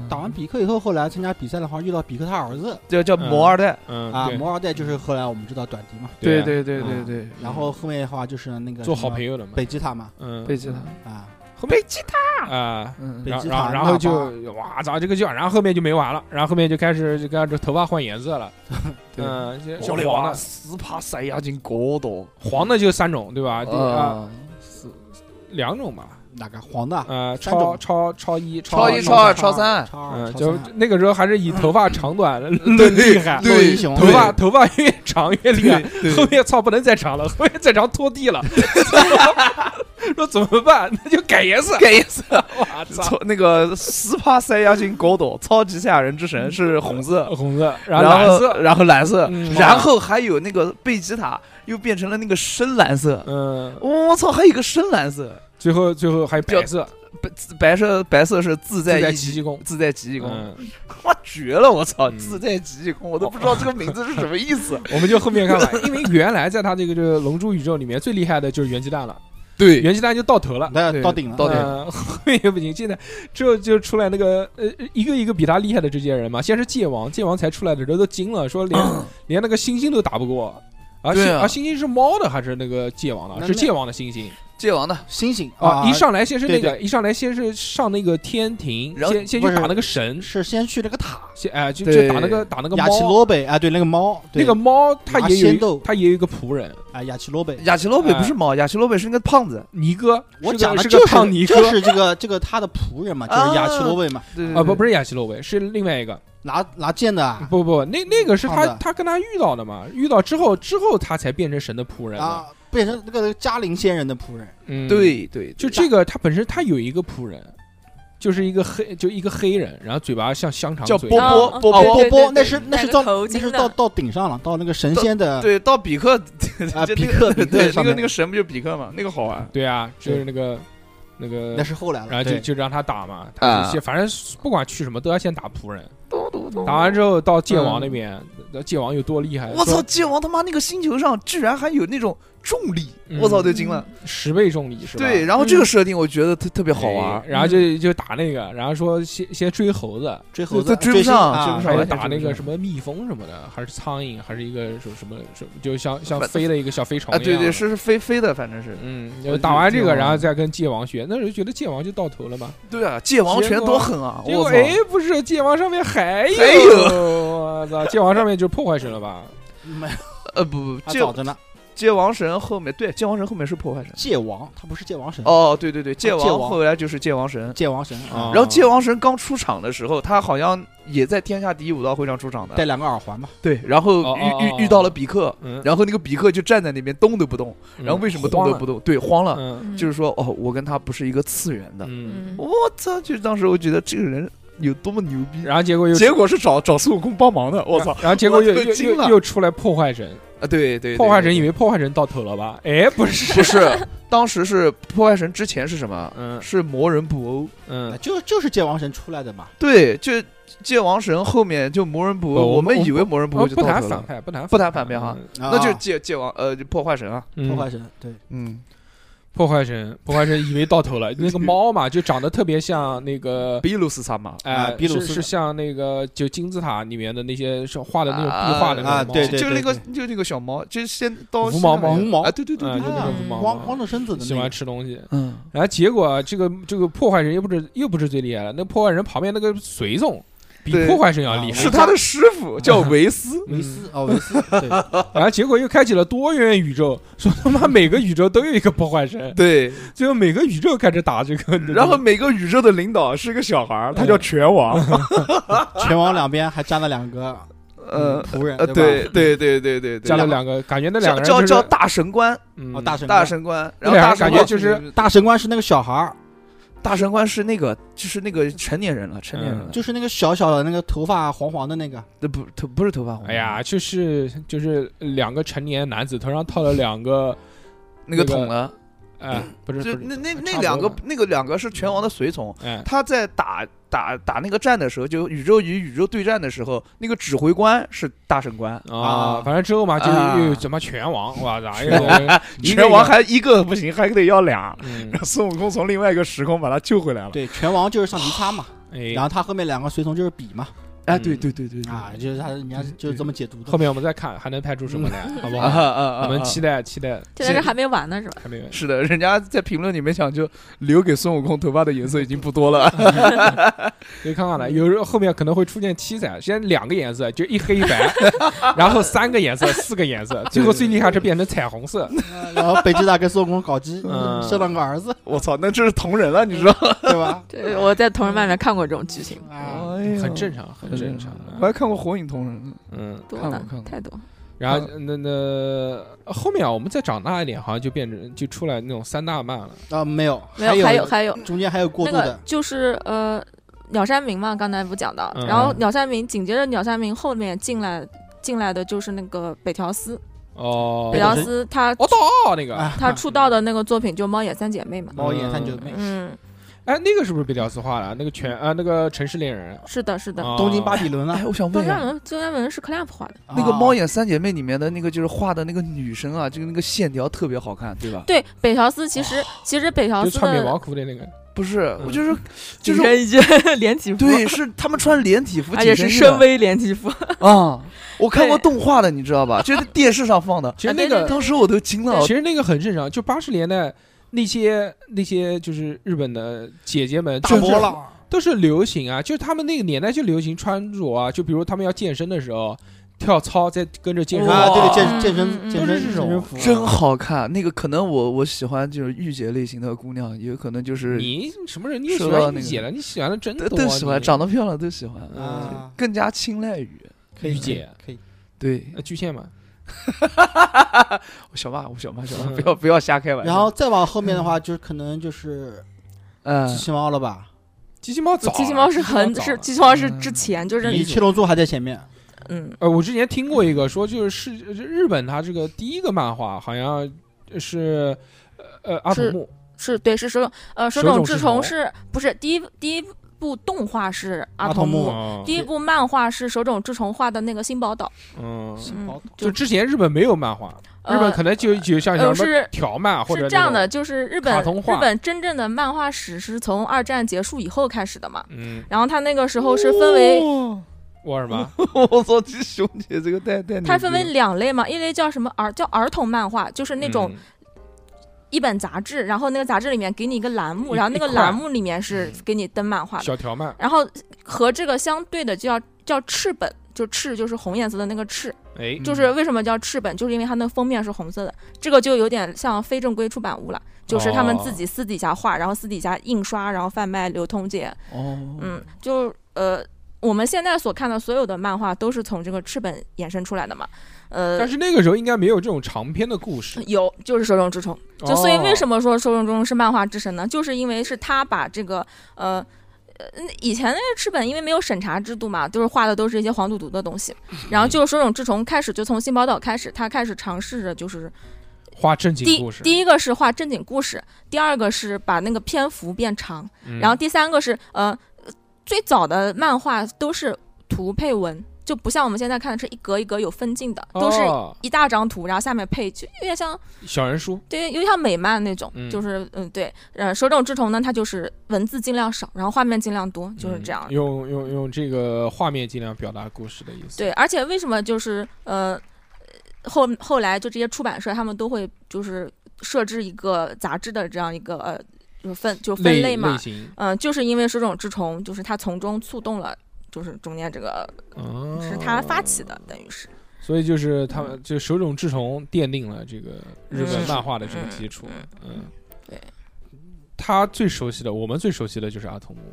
D: 打完比克以后，后来参加比赛的话遇到比克他儿子
B: 就叫魔二代，
A: 嗯，
D: 啊，
A: 对
D: 摩尔代就是后来我们知道短笛嘛，
B: 对
A: 啊
B: 对对
D: 啊
B: 对对，
D: 然后后面的话就是那个
A: 做好朋
D: 友
A: 友了嘛。
D: 北吉塔嘛
A: 嗯，
B: 贝吉塔，
D: 啊，
B: 贝吉塔，
A: 啊，
B: 嗯
D: 贝
A: 然后
D: 吉
A: 然后
D: 塔
A: 然后
D: 纳
A: 就哇操这个叫，然后后面就没完了，然后后面就开始就开始头发换颜色了，
B: *laughs* 对
A: 嗯，就
B: 我
A: 像
B: 的
A: 黄
B: 话，
A: 的
B: 斯帕赛亚金国度
A: 黄的就三种对吧？第啊
B: 啊，
A: 两种吧，
D: 哪个黄的
A: 呃，
D: 三种
A: 超超超一
B: 超一
A: 二
B: 超
A: 二，
B: 二超三，
D: 超二
A: 嗯，
D: 超
A: 就
D: 三
A: 那个时候还是以头发
B: *laughs*
A: 长短论厉害，
D: 对英雄
A: 头发头发越长越厉害，
B: 对
A: 后面操不能再长了， *laughs* 后面再长拖地了， *laughs* 说怎么办？那就改 *laughs* 颜色，
B: 盖伊斯，
A: 哇操，
B: 超那个斯帕赛亚金国度，超级赛亚人之神是红色，
A: 红色，嗯然
B: 然
A: 后蓝
B: 后
A: 色，
B: 然后蓝色，
A: 嗯
B: 然后还有那个贝吉塔又变成了那个深蓝色，
A: 嗯，
B: 我操，还有一个深蓝色，
A: 最后最后还有白
B: 表
A: 色，
B: 白白色白色是自在
A: 自在
B: 一
A: 奇
B: 级
A: 迹宫
B: 自在奇迹宫，
A: 嗯
B: 哇绝了！我操，
A: 嗯
B: 自在奇迹宫，我都不知道这个名字是什么意
A: *laughs*
B: 思。
A: 我们就后面看吧，因为原来在他这个这个龙珠宇宙里面最厉害的就是元气弹了，
B: 对，
A: 元气弹就到头了。
D: 那
B: 对
D: 到顶了，啊
B: 到顶
A: 呃， *laughs* 后面也不行。现在之后就出来那个呃，一个一个比他厉害的这些人嘛。先是界王，界王才出来的时候都惊了，说连
D: 嗯
A: 连那个猩猩都打不过。啊，
B: 对
A: 猩
B: 啊
A: 啊，猩猩是猫的还是那个界王的？
D: 那
A: 是
D: 那
A: 界王的猩猩
B: 界王的，
D: 星星
A: 啊！一上来先是那
D: 对
A: 个，一上来先是上那个天庭，
B: 然后
A: 先先去
D: 不是
A: 打那个神，
D: 是先去那个塔，
A: 先哎就
B: 对
A: 就打那个打那个
D: 雅奇
A: 猫，
D: 罗北啊，对那个猫，对
A: 那个猫它
D: 马
A: 也有
D: 仙
A: 一
D: 豆
A: 它也有一个仆人，
D: 啊雅奇罗北，
B: 雅奇罗
A: 嗯
B: 北不是猫，雅奇罗北是那个胖子。
A: 尼哥，
D: 我
A: 是
D: 讲
A: 个
D: 的
A: 是
D: 就
A: 个
D: 是
A: 胖尼哥
D: 就是这个这个他的仆人嘛，就是雅奇罗北嘛，
B: 对
A: 啊，不不是雅西洛维，是另外一个，
D: 拿拿剑的啊
A: 不不，那那个是他
D: 胖子
A: 他跟他遇到的嘛，遇到之后之后他才变成神的仆人的，
D: 啊，变成那个嘉陵仙人的仆人，
A: 嗯，，
B: 对对，
A: 就这个他本身他有一个仆人，就是一个黑就一个黑人，然后嘴巴像香肠
B: 叫
A: 嘴啊
B: 波波
A: 巴，
C: 哦
B: 波
D: 哦，
B: 波
C: 对，
D: 波
C: 对
D: 波，
C: 对
D: 那是那
C: 戴
D: 是
C: 个
D: 到
C: 头
D: 那
C: 巾
D: 是
C: 的
D: 到到顶上了，到那个神仙的
B: 对，到比克
D: 啊
B: 就
D: 比
B: 那个 *laughs*
D: 克比克
B: 对那
D: 上
B: 个
D: 面
B: 那个神不就比克嘛，那个好玩。
A: 对啊，就是那个那个
D: 那，是后来了。
A: 然后就
D: 对
A: 就让他打嘛，他就
B: 啊
A: 先反正不管去什么都要先打仆人，
B: 咚咚咚
A: 打完之后到界
D: 嗯
A: 王那边，那界王有多厉害？
B: 我操！
A: 嗯说，
B: 界王他妈那个星球上居然还有那种重力，
A: 嗯
B: 我操，就惊了。
A: 十倍重力是吧？
B: 对，然后这个设定我觉得特特别好玩嗯
A: 哎，然后就就打那个，然后说先先追猴子，
D: 追猴
B: 这
D: 子
B: 追不
D: 星
B: 上
D: 啊
B: 追不上
A: 还
B: 完
A: 是
B: 全
A: 打那
B: 追不
A: 个
B: 上
A: 什么蜜蜂什么的，还是苍蝇，还是一个什么什么什么，就像像
B: 反
A: 飞的一个小飞虫
B: 啊，对
A: 一样
B: 对，
A: 的
B: 是是飞飞的，反正是。
A: 嗯，
B: 我
A: 就
B: 就
A: 打完这
B: 界
A: 个，
B: 王
A: 然后再跟界王学，那时候觉得界王就到头了嘛。
B: 对啊，界王拳多狠啊！
A: 结果
B: 我操，
A: 哎，不是界王上面还有，
B: 还
A: 我操，界王上面就是破坏神了吧？
D: 没有，
B: 呃不不，
D: 他
B: 界
D: 早着呢。
B: 界王神后面对界王神后面是破坏神。
D: 界王，他不是界王神，
B: 哦，对对对，界
D: 嗯界王
B: 后来就是界王神。
D: 界王神啊
A: 啊，
B: 然后界王神刚出场的时候，他好像也在天下第一武道会上出场
D: 戴
B: 的。
D: 两个耳环嘛，
B: 对，然后
A: 哦哦哦
B: 遇遇遇到了比克，
A: 嗯，
B: 然后那个比克就站在那边动都不动，然后为什么动都不
A: 动？
B: 动？对，慌了，
A: 嗯
B: 就是说哦，我跟他不是一个次元的。
A: 嗯，
C: 嗯，
B: 我操！就是当时我觉得这个人有多么牛逼，
A: 然后结果又啊
B: 结果是找找孙悟空帮忙的。 *laughs* 我操！！
A: 然后结果又
B: 我
A: 又
B: 惊了
A: 又又出来破坏神，
B: 啊，对对，对
A: 破坏神
B: 对
A: 以为破坏神到头了吧？哎，不是，
B: 不是，当时是破坏神之前是什么？
A: 嗯
B: 是魔人布欧。
A: 嗯
D: 啊，就就是界王神出来的嘛。
B: 对，就界王神后面就魔人布欧，
A: 不我
B: 我们
A: 我
B: 以为魔人布
A: 哦
B: 欧就
A: 不
B: 到
A: 谈
B: 头
A: 反
B: 了，
A: 派，不谈
B: 不谈反派哈
A: 嗯
D: 那
B: 那就是界界王呃就破坏神啊。
A: 嗯
D: 啊破坏神，对，
B: 嗯，
A: 破坏神，破坏神以为到
B: *laughs*
A: 头了。那个猫嘛，就长得特别像那个，
B: 比鲁斯萨嘛，
A: 呃，
D: 啊比鲁斯
A: 是
D: 的
A: 是像那个就金字塔里面的那些是画的那种壁画的那
D: 啊
A: 种猫，
D: 对
A: 嗯
D: 对
B: 就那个就那个小猫，就是先到
A: 无毛猫
D: 无毛
B: 啊，对对对
A: 就
B: 对
A: 那
B: 对，
A: 种
C: 嗯
A: 猫
D: 光光着身子的
A: 喜
D: 那
A: 欢
D: 个，
A: 吃东西。
B: 嗯，
A: 然后结果这个这个破坏神又不是又不是最厉害了，那破坏人旁边那个随从比
B: 对啊
A: 破坏神要厉害
B: 是。他的师傅叫维斯，
A: 嗯
D: 维斯哦，维斯，对，
A: 然后结果又开启了多元宇宙，说他妈每个宇宙都有一个破
B: *laughs*
A: 坏神，
B: 对，
A: 最后每个宇宙开始打这个。
B: 然后每个宇宙的领导是个小孩
D: 嗯
B: 儿，他叫拳王， *laughs*
D: 拳王两边还站了两个嗯
B: 呃
D: 仆人
B: 呃，，
D: 对
B: 对对对对对对，
A: 加了两个，感觉那
B: 叫
A: 两个人
B: 叫
A: 就是
B: 叫大神官，
A: 嗯
D: 吧，哦，大神
B: 大
D: 官
B: 神官，然
A: 那
B: 后
A: 两
B: 大
A: 个
B: 神
A: 感觉
B: 官
A: 就是
D: 大神官是那个小孩儿，
B: 大神官是那个就是那个成年人了，成年人了，
D: 就是那个小小的那个头发黄黄的那个，
B: 这不头不是头发红，
A: 哎呀，就是就是两个成年男子头上套了两个，
B: 那个啊
A: 那个
B: 桶了， *coughs*
A: 呃，不是
B: 就
A: 不是
B: 那那
A: 差
B: 那
A: 不多
B: 两个
A: 吧
B: 那个两个是拳王的随从，
A: 哎，
B: 他在打打打那个战的时候，就宇宙与宇宙对战的时候，那个指挥官是大神官，
A: 啊，
D: 啊
A: 反正之后嘛，就
B: 啊
A: 又有什么拳王，
B: *laughs*
A: 哇塞，又有一个
B: 拳王还一个不行，还得要俩。 *laughs*
A: 嗯，
B: 让孙悟空从另外一个时空把他救回来了。
D: 对，拳王就是像尼擦嘛，然
A: 哎，
D: 后他后面两个随从就是比嘛，
B: 哎，
A: 嗯
B: 对对对对对
D: 啊，就是他人家就是这么解读
A: 后
D: 的。
A: 面我们再看还能拍出什
B: *laughs*
A: 么来，好不
B: 啊
A: 好？
B: 啊啊！啊
A: 我们期待期
B: *laughs*
A: 待，
C: 现在这还没完呢是吧？
A: 还没有。
B: 是的，人家在评论里面讲，就留给孙悟空头发的颜色已经不多了。
A: 可以看看来，有时候后面可能会出现七彩，先两个颜色，就一黑一
B: *laughs*
A: 白，然后三个颜色、四个颜色，最后最厉害是变成彩虹
B: *laughs*
A: 色。
B: 嗯
D: *laughs* 然后北极大跟孙悟空搞基，
A: 嗯
D: 生了个
B: *laughs*
D: 儿子，
B: *laughs* 我操，那这是同人了，你知道？
D: 对吧？
C: 对，我在同人漫里面看过这种剧情，
B: 哦
D: 啊，
A: 哎
B: 哎
A: 很正常，很正常。啊
B: 我还看过《火影》同人，
A: 嗯，
C: 多
B: 看过
C: 呢
B: 看过，
C: 太多。
A: 然
D: 啊
A: 后那那后面啊，我们再长大一点，好像就变成就出来那种三大漫了。
D: 啊，没有，
C: 没有，还
D: 还
C: 有还有
D: 中间还有过
C: 那
D: 渡
C: 个
D: 的，
C: 就是呃，鸟山明嘛，刚才不讲到，
A: 嗯
C: 然后鸟山明紧接着鸟山明后面进来进来的就是那个北条司，
A: 哦
C: 北条司他
A: 哦，到那个，
D: 啊，
C: 他出道的那个作品就《猫眼三姐妹》嘛，
D: 猫眼三姐妹，
C: 嗯，
A: 哎，那个是不是北条司画的？那个全啊，那个城市猎人，
C: 是的，是的。
A: 啊
D: 东京巴比伦啊，
B: 哎，我想问
C: 东
B: 一
C: 山
B: 下，
C: 文，东山文是 clamp 画的，
B: 哦那个猫
D: 眼
B: 眼三姐妹里面的那个就是画的那个女生啊，就是那个线条特别好看，对吧？
C: 对，北条司其实其实北条
A: 哦就
C: 司
A: 穿棉
C: 的
A: 毛裤的那个，
B: 不是，
A: 嗯
B: 我就是就是
C: *laughs* 人已经连体服，
B: 对，是他们穿连体服，
C: 而且
B: 紧身
C: 是
B: 衣的
C: 深 V 连体服，
B: 啊！我看过
C: 对
B: 动画的，你知道吧？就是电视上放的，哎
A: 其实
C: 啊
A: 那
C: 对
A: 个
C: 对
B: 当时我都惊
D: 哦
B: 了
A: 其。实那个很正常，就八十年代那些那些就是日本的姐姐们，
D: 大波
A: 就是
D: 浪，
A: 都是流行啊，就是他们那个年代就流行穿着啊，就比如他们要健身的时候，跳操再跟着健身
D: 啊，
A: 操
D: 对
B: 哇
D: 对，健健
C: 嗯嗯
D: 身健
A: 都
D: 身
A: 是这
D: 健
A: 种
D: 身服啊，
B: 真好看，那个可能我我喜欢就是御姐类型的姑娘，也有可能就是
A: 你什么人？你也喜
B: 说到
A: 欢
B: 那
A: 御
B: 个
A: 姐了？你喜欢的真
B: 都
A: 多啊，
B: 都喜欢，
A: 你
B: 长得漂亮都喜欢，
D: 啊，
B: 更加青睐于
D: 可
A: 御
D: 以
A: 姐
D: 可以，
B: 对
A: 呃巨蟹嘛，
B: 我小马，我小马小马，
A: 嗯
B: 不要不要瞎开玩笑。
D: 然后再往后面的话，就是可能就是机
B: 嗯，
D: 器猫了吧？
A: 机器猫
C: *laughs*
A: 早啊，
C: 机器猫是很
A: 早啊
C: 是机器猫是之前就是
D: 比七龙珠还在前面，
C: 嗯，
A: 呃，我之前听过一个说，就是世日本它这个第一个漫画好像是呃呃阿童木
C: 是对，是手冢呃手
A: 手冢
C: 冢治
A: 治虫
C: 虫是不是第一第一部动画是阿
D: 阿童
C: 木
D: 木，
A: 哦
C: 第一部漫画是手冢治虫画的那个《新宝岛
A: 嗯，
C: 嗯
D: 宝岛
A: 就之前日本没有漫画，日本
C: 呃
A: 可能就就像
C: 呃
A: 什么
C: 是
A: 条漫或者
C: 是这样
A: 那
C: 的，
A: 种，
C: 就是日
A: 卡
C: 本
A: 通画
C: 日本真正的漫画史是从二战结束以后开始的嘛。
A: 嗯，
C: 然后它那个时候是分
A: 哦
C: 为，
A: 沃尔玛，
B: 我操，这熊姐这个太太牛逼了，
C: 它分为两类嘛，一类叫什么儿叫儿童漫画，就是 *laughs* 那
A: 嗯
C: 种一本杂志，然后那个杂志里面给你一个栏目，
A: 一
C: 然后那个
A: 一块
C: 栏目里面是给你登漫
A: 嗯
C: 画的，
A: 小条漫，
C: 然后和这个相对的就叫叫赤本，就赤就是红颜色的那个赤，
A: 哎，
C: 就是为什么叫赤本，就是因为它那封面是红色的，这个就有点像非正规出版物了，就是他们自
A: 哦
C: 己私底下画，然后私底下印刷，然后贩卖流通界，
D: 哦，
C: 嗯，就呃。我们现在所看的所有的漫画都是从这个赤本衍生出来的嘛，呃
A: 但，是那个时候应该没有这种长篇的故事，哦
C: 有就是手冢治虫，嗯就所以为什
A: 么
C: 么说手冢治虫是漫画之神呢？就是因为是他把这个呃。呃，以前那个赤本因为没有审查制度嘛，就是画的都是一些黄赌毒的东西。然后
A: 嗯
C: 就是手冢治虫开始就从新宝岛开始，他开始尝试着就是
A: 画正
C: 第
A: 经故事？
C: 第一个是画正经故事，第二个是把那个篇幅变长，
A: 嗯
C: 然后第三个是呃，最早的漫画都是图配文，就不像我们现在看的是一格一格有分镜的，都是
A: 哦
C: 一大张图，然后下面配，就有点像
A: 小人书，
C: 对，有点像美漫那种，
A: 嗯
C: 就是嗯，对，呃，手冢治虫呢，它就是文字尽量少，然后画面尽量多，就是这样。
A: 嗯用用用这个画面尽量表达故事的意思。
C: 对，而且为什么就是呃，后后来就这些出版社他们都会就是设置一个杂志的这样一个呃，就是分就分类
A: 类
C: 嘛，
A: 型，
C: 嗯、就是因为手冢治虫，就是他从中触动了。就是中间这个
A: 哦
C: 是他发起的，等于是
A: 所以就是他们就手冢治虫奠定了这个日本
C: 嗯
A: 漫画的这个基础。
C: 嗯
A: 嗯，
C: 对。
A: 他最熟悉的，我们最熟悉的就是阿童木。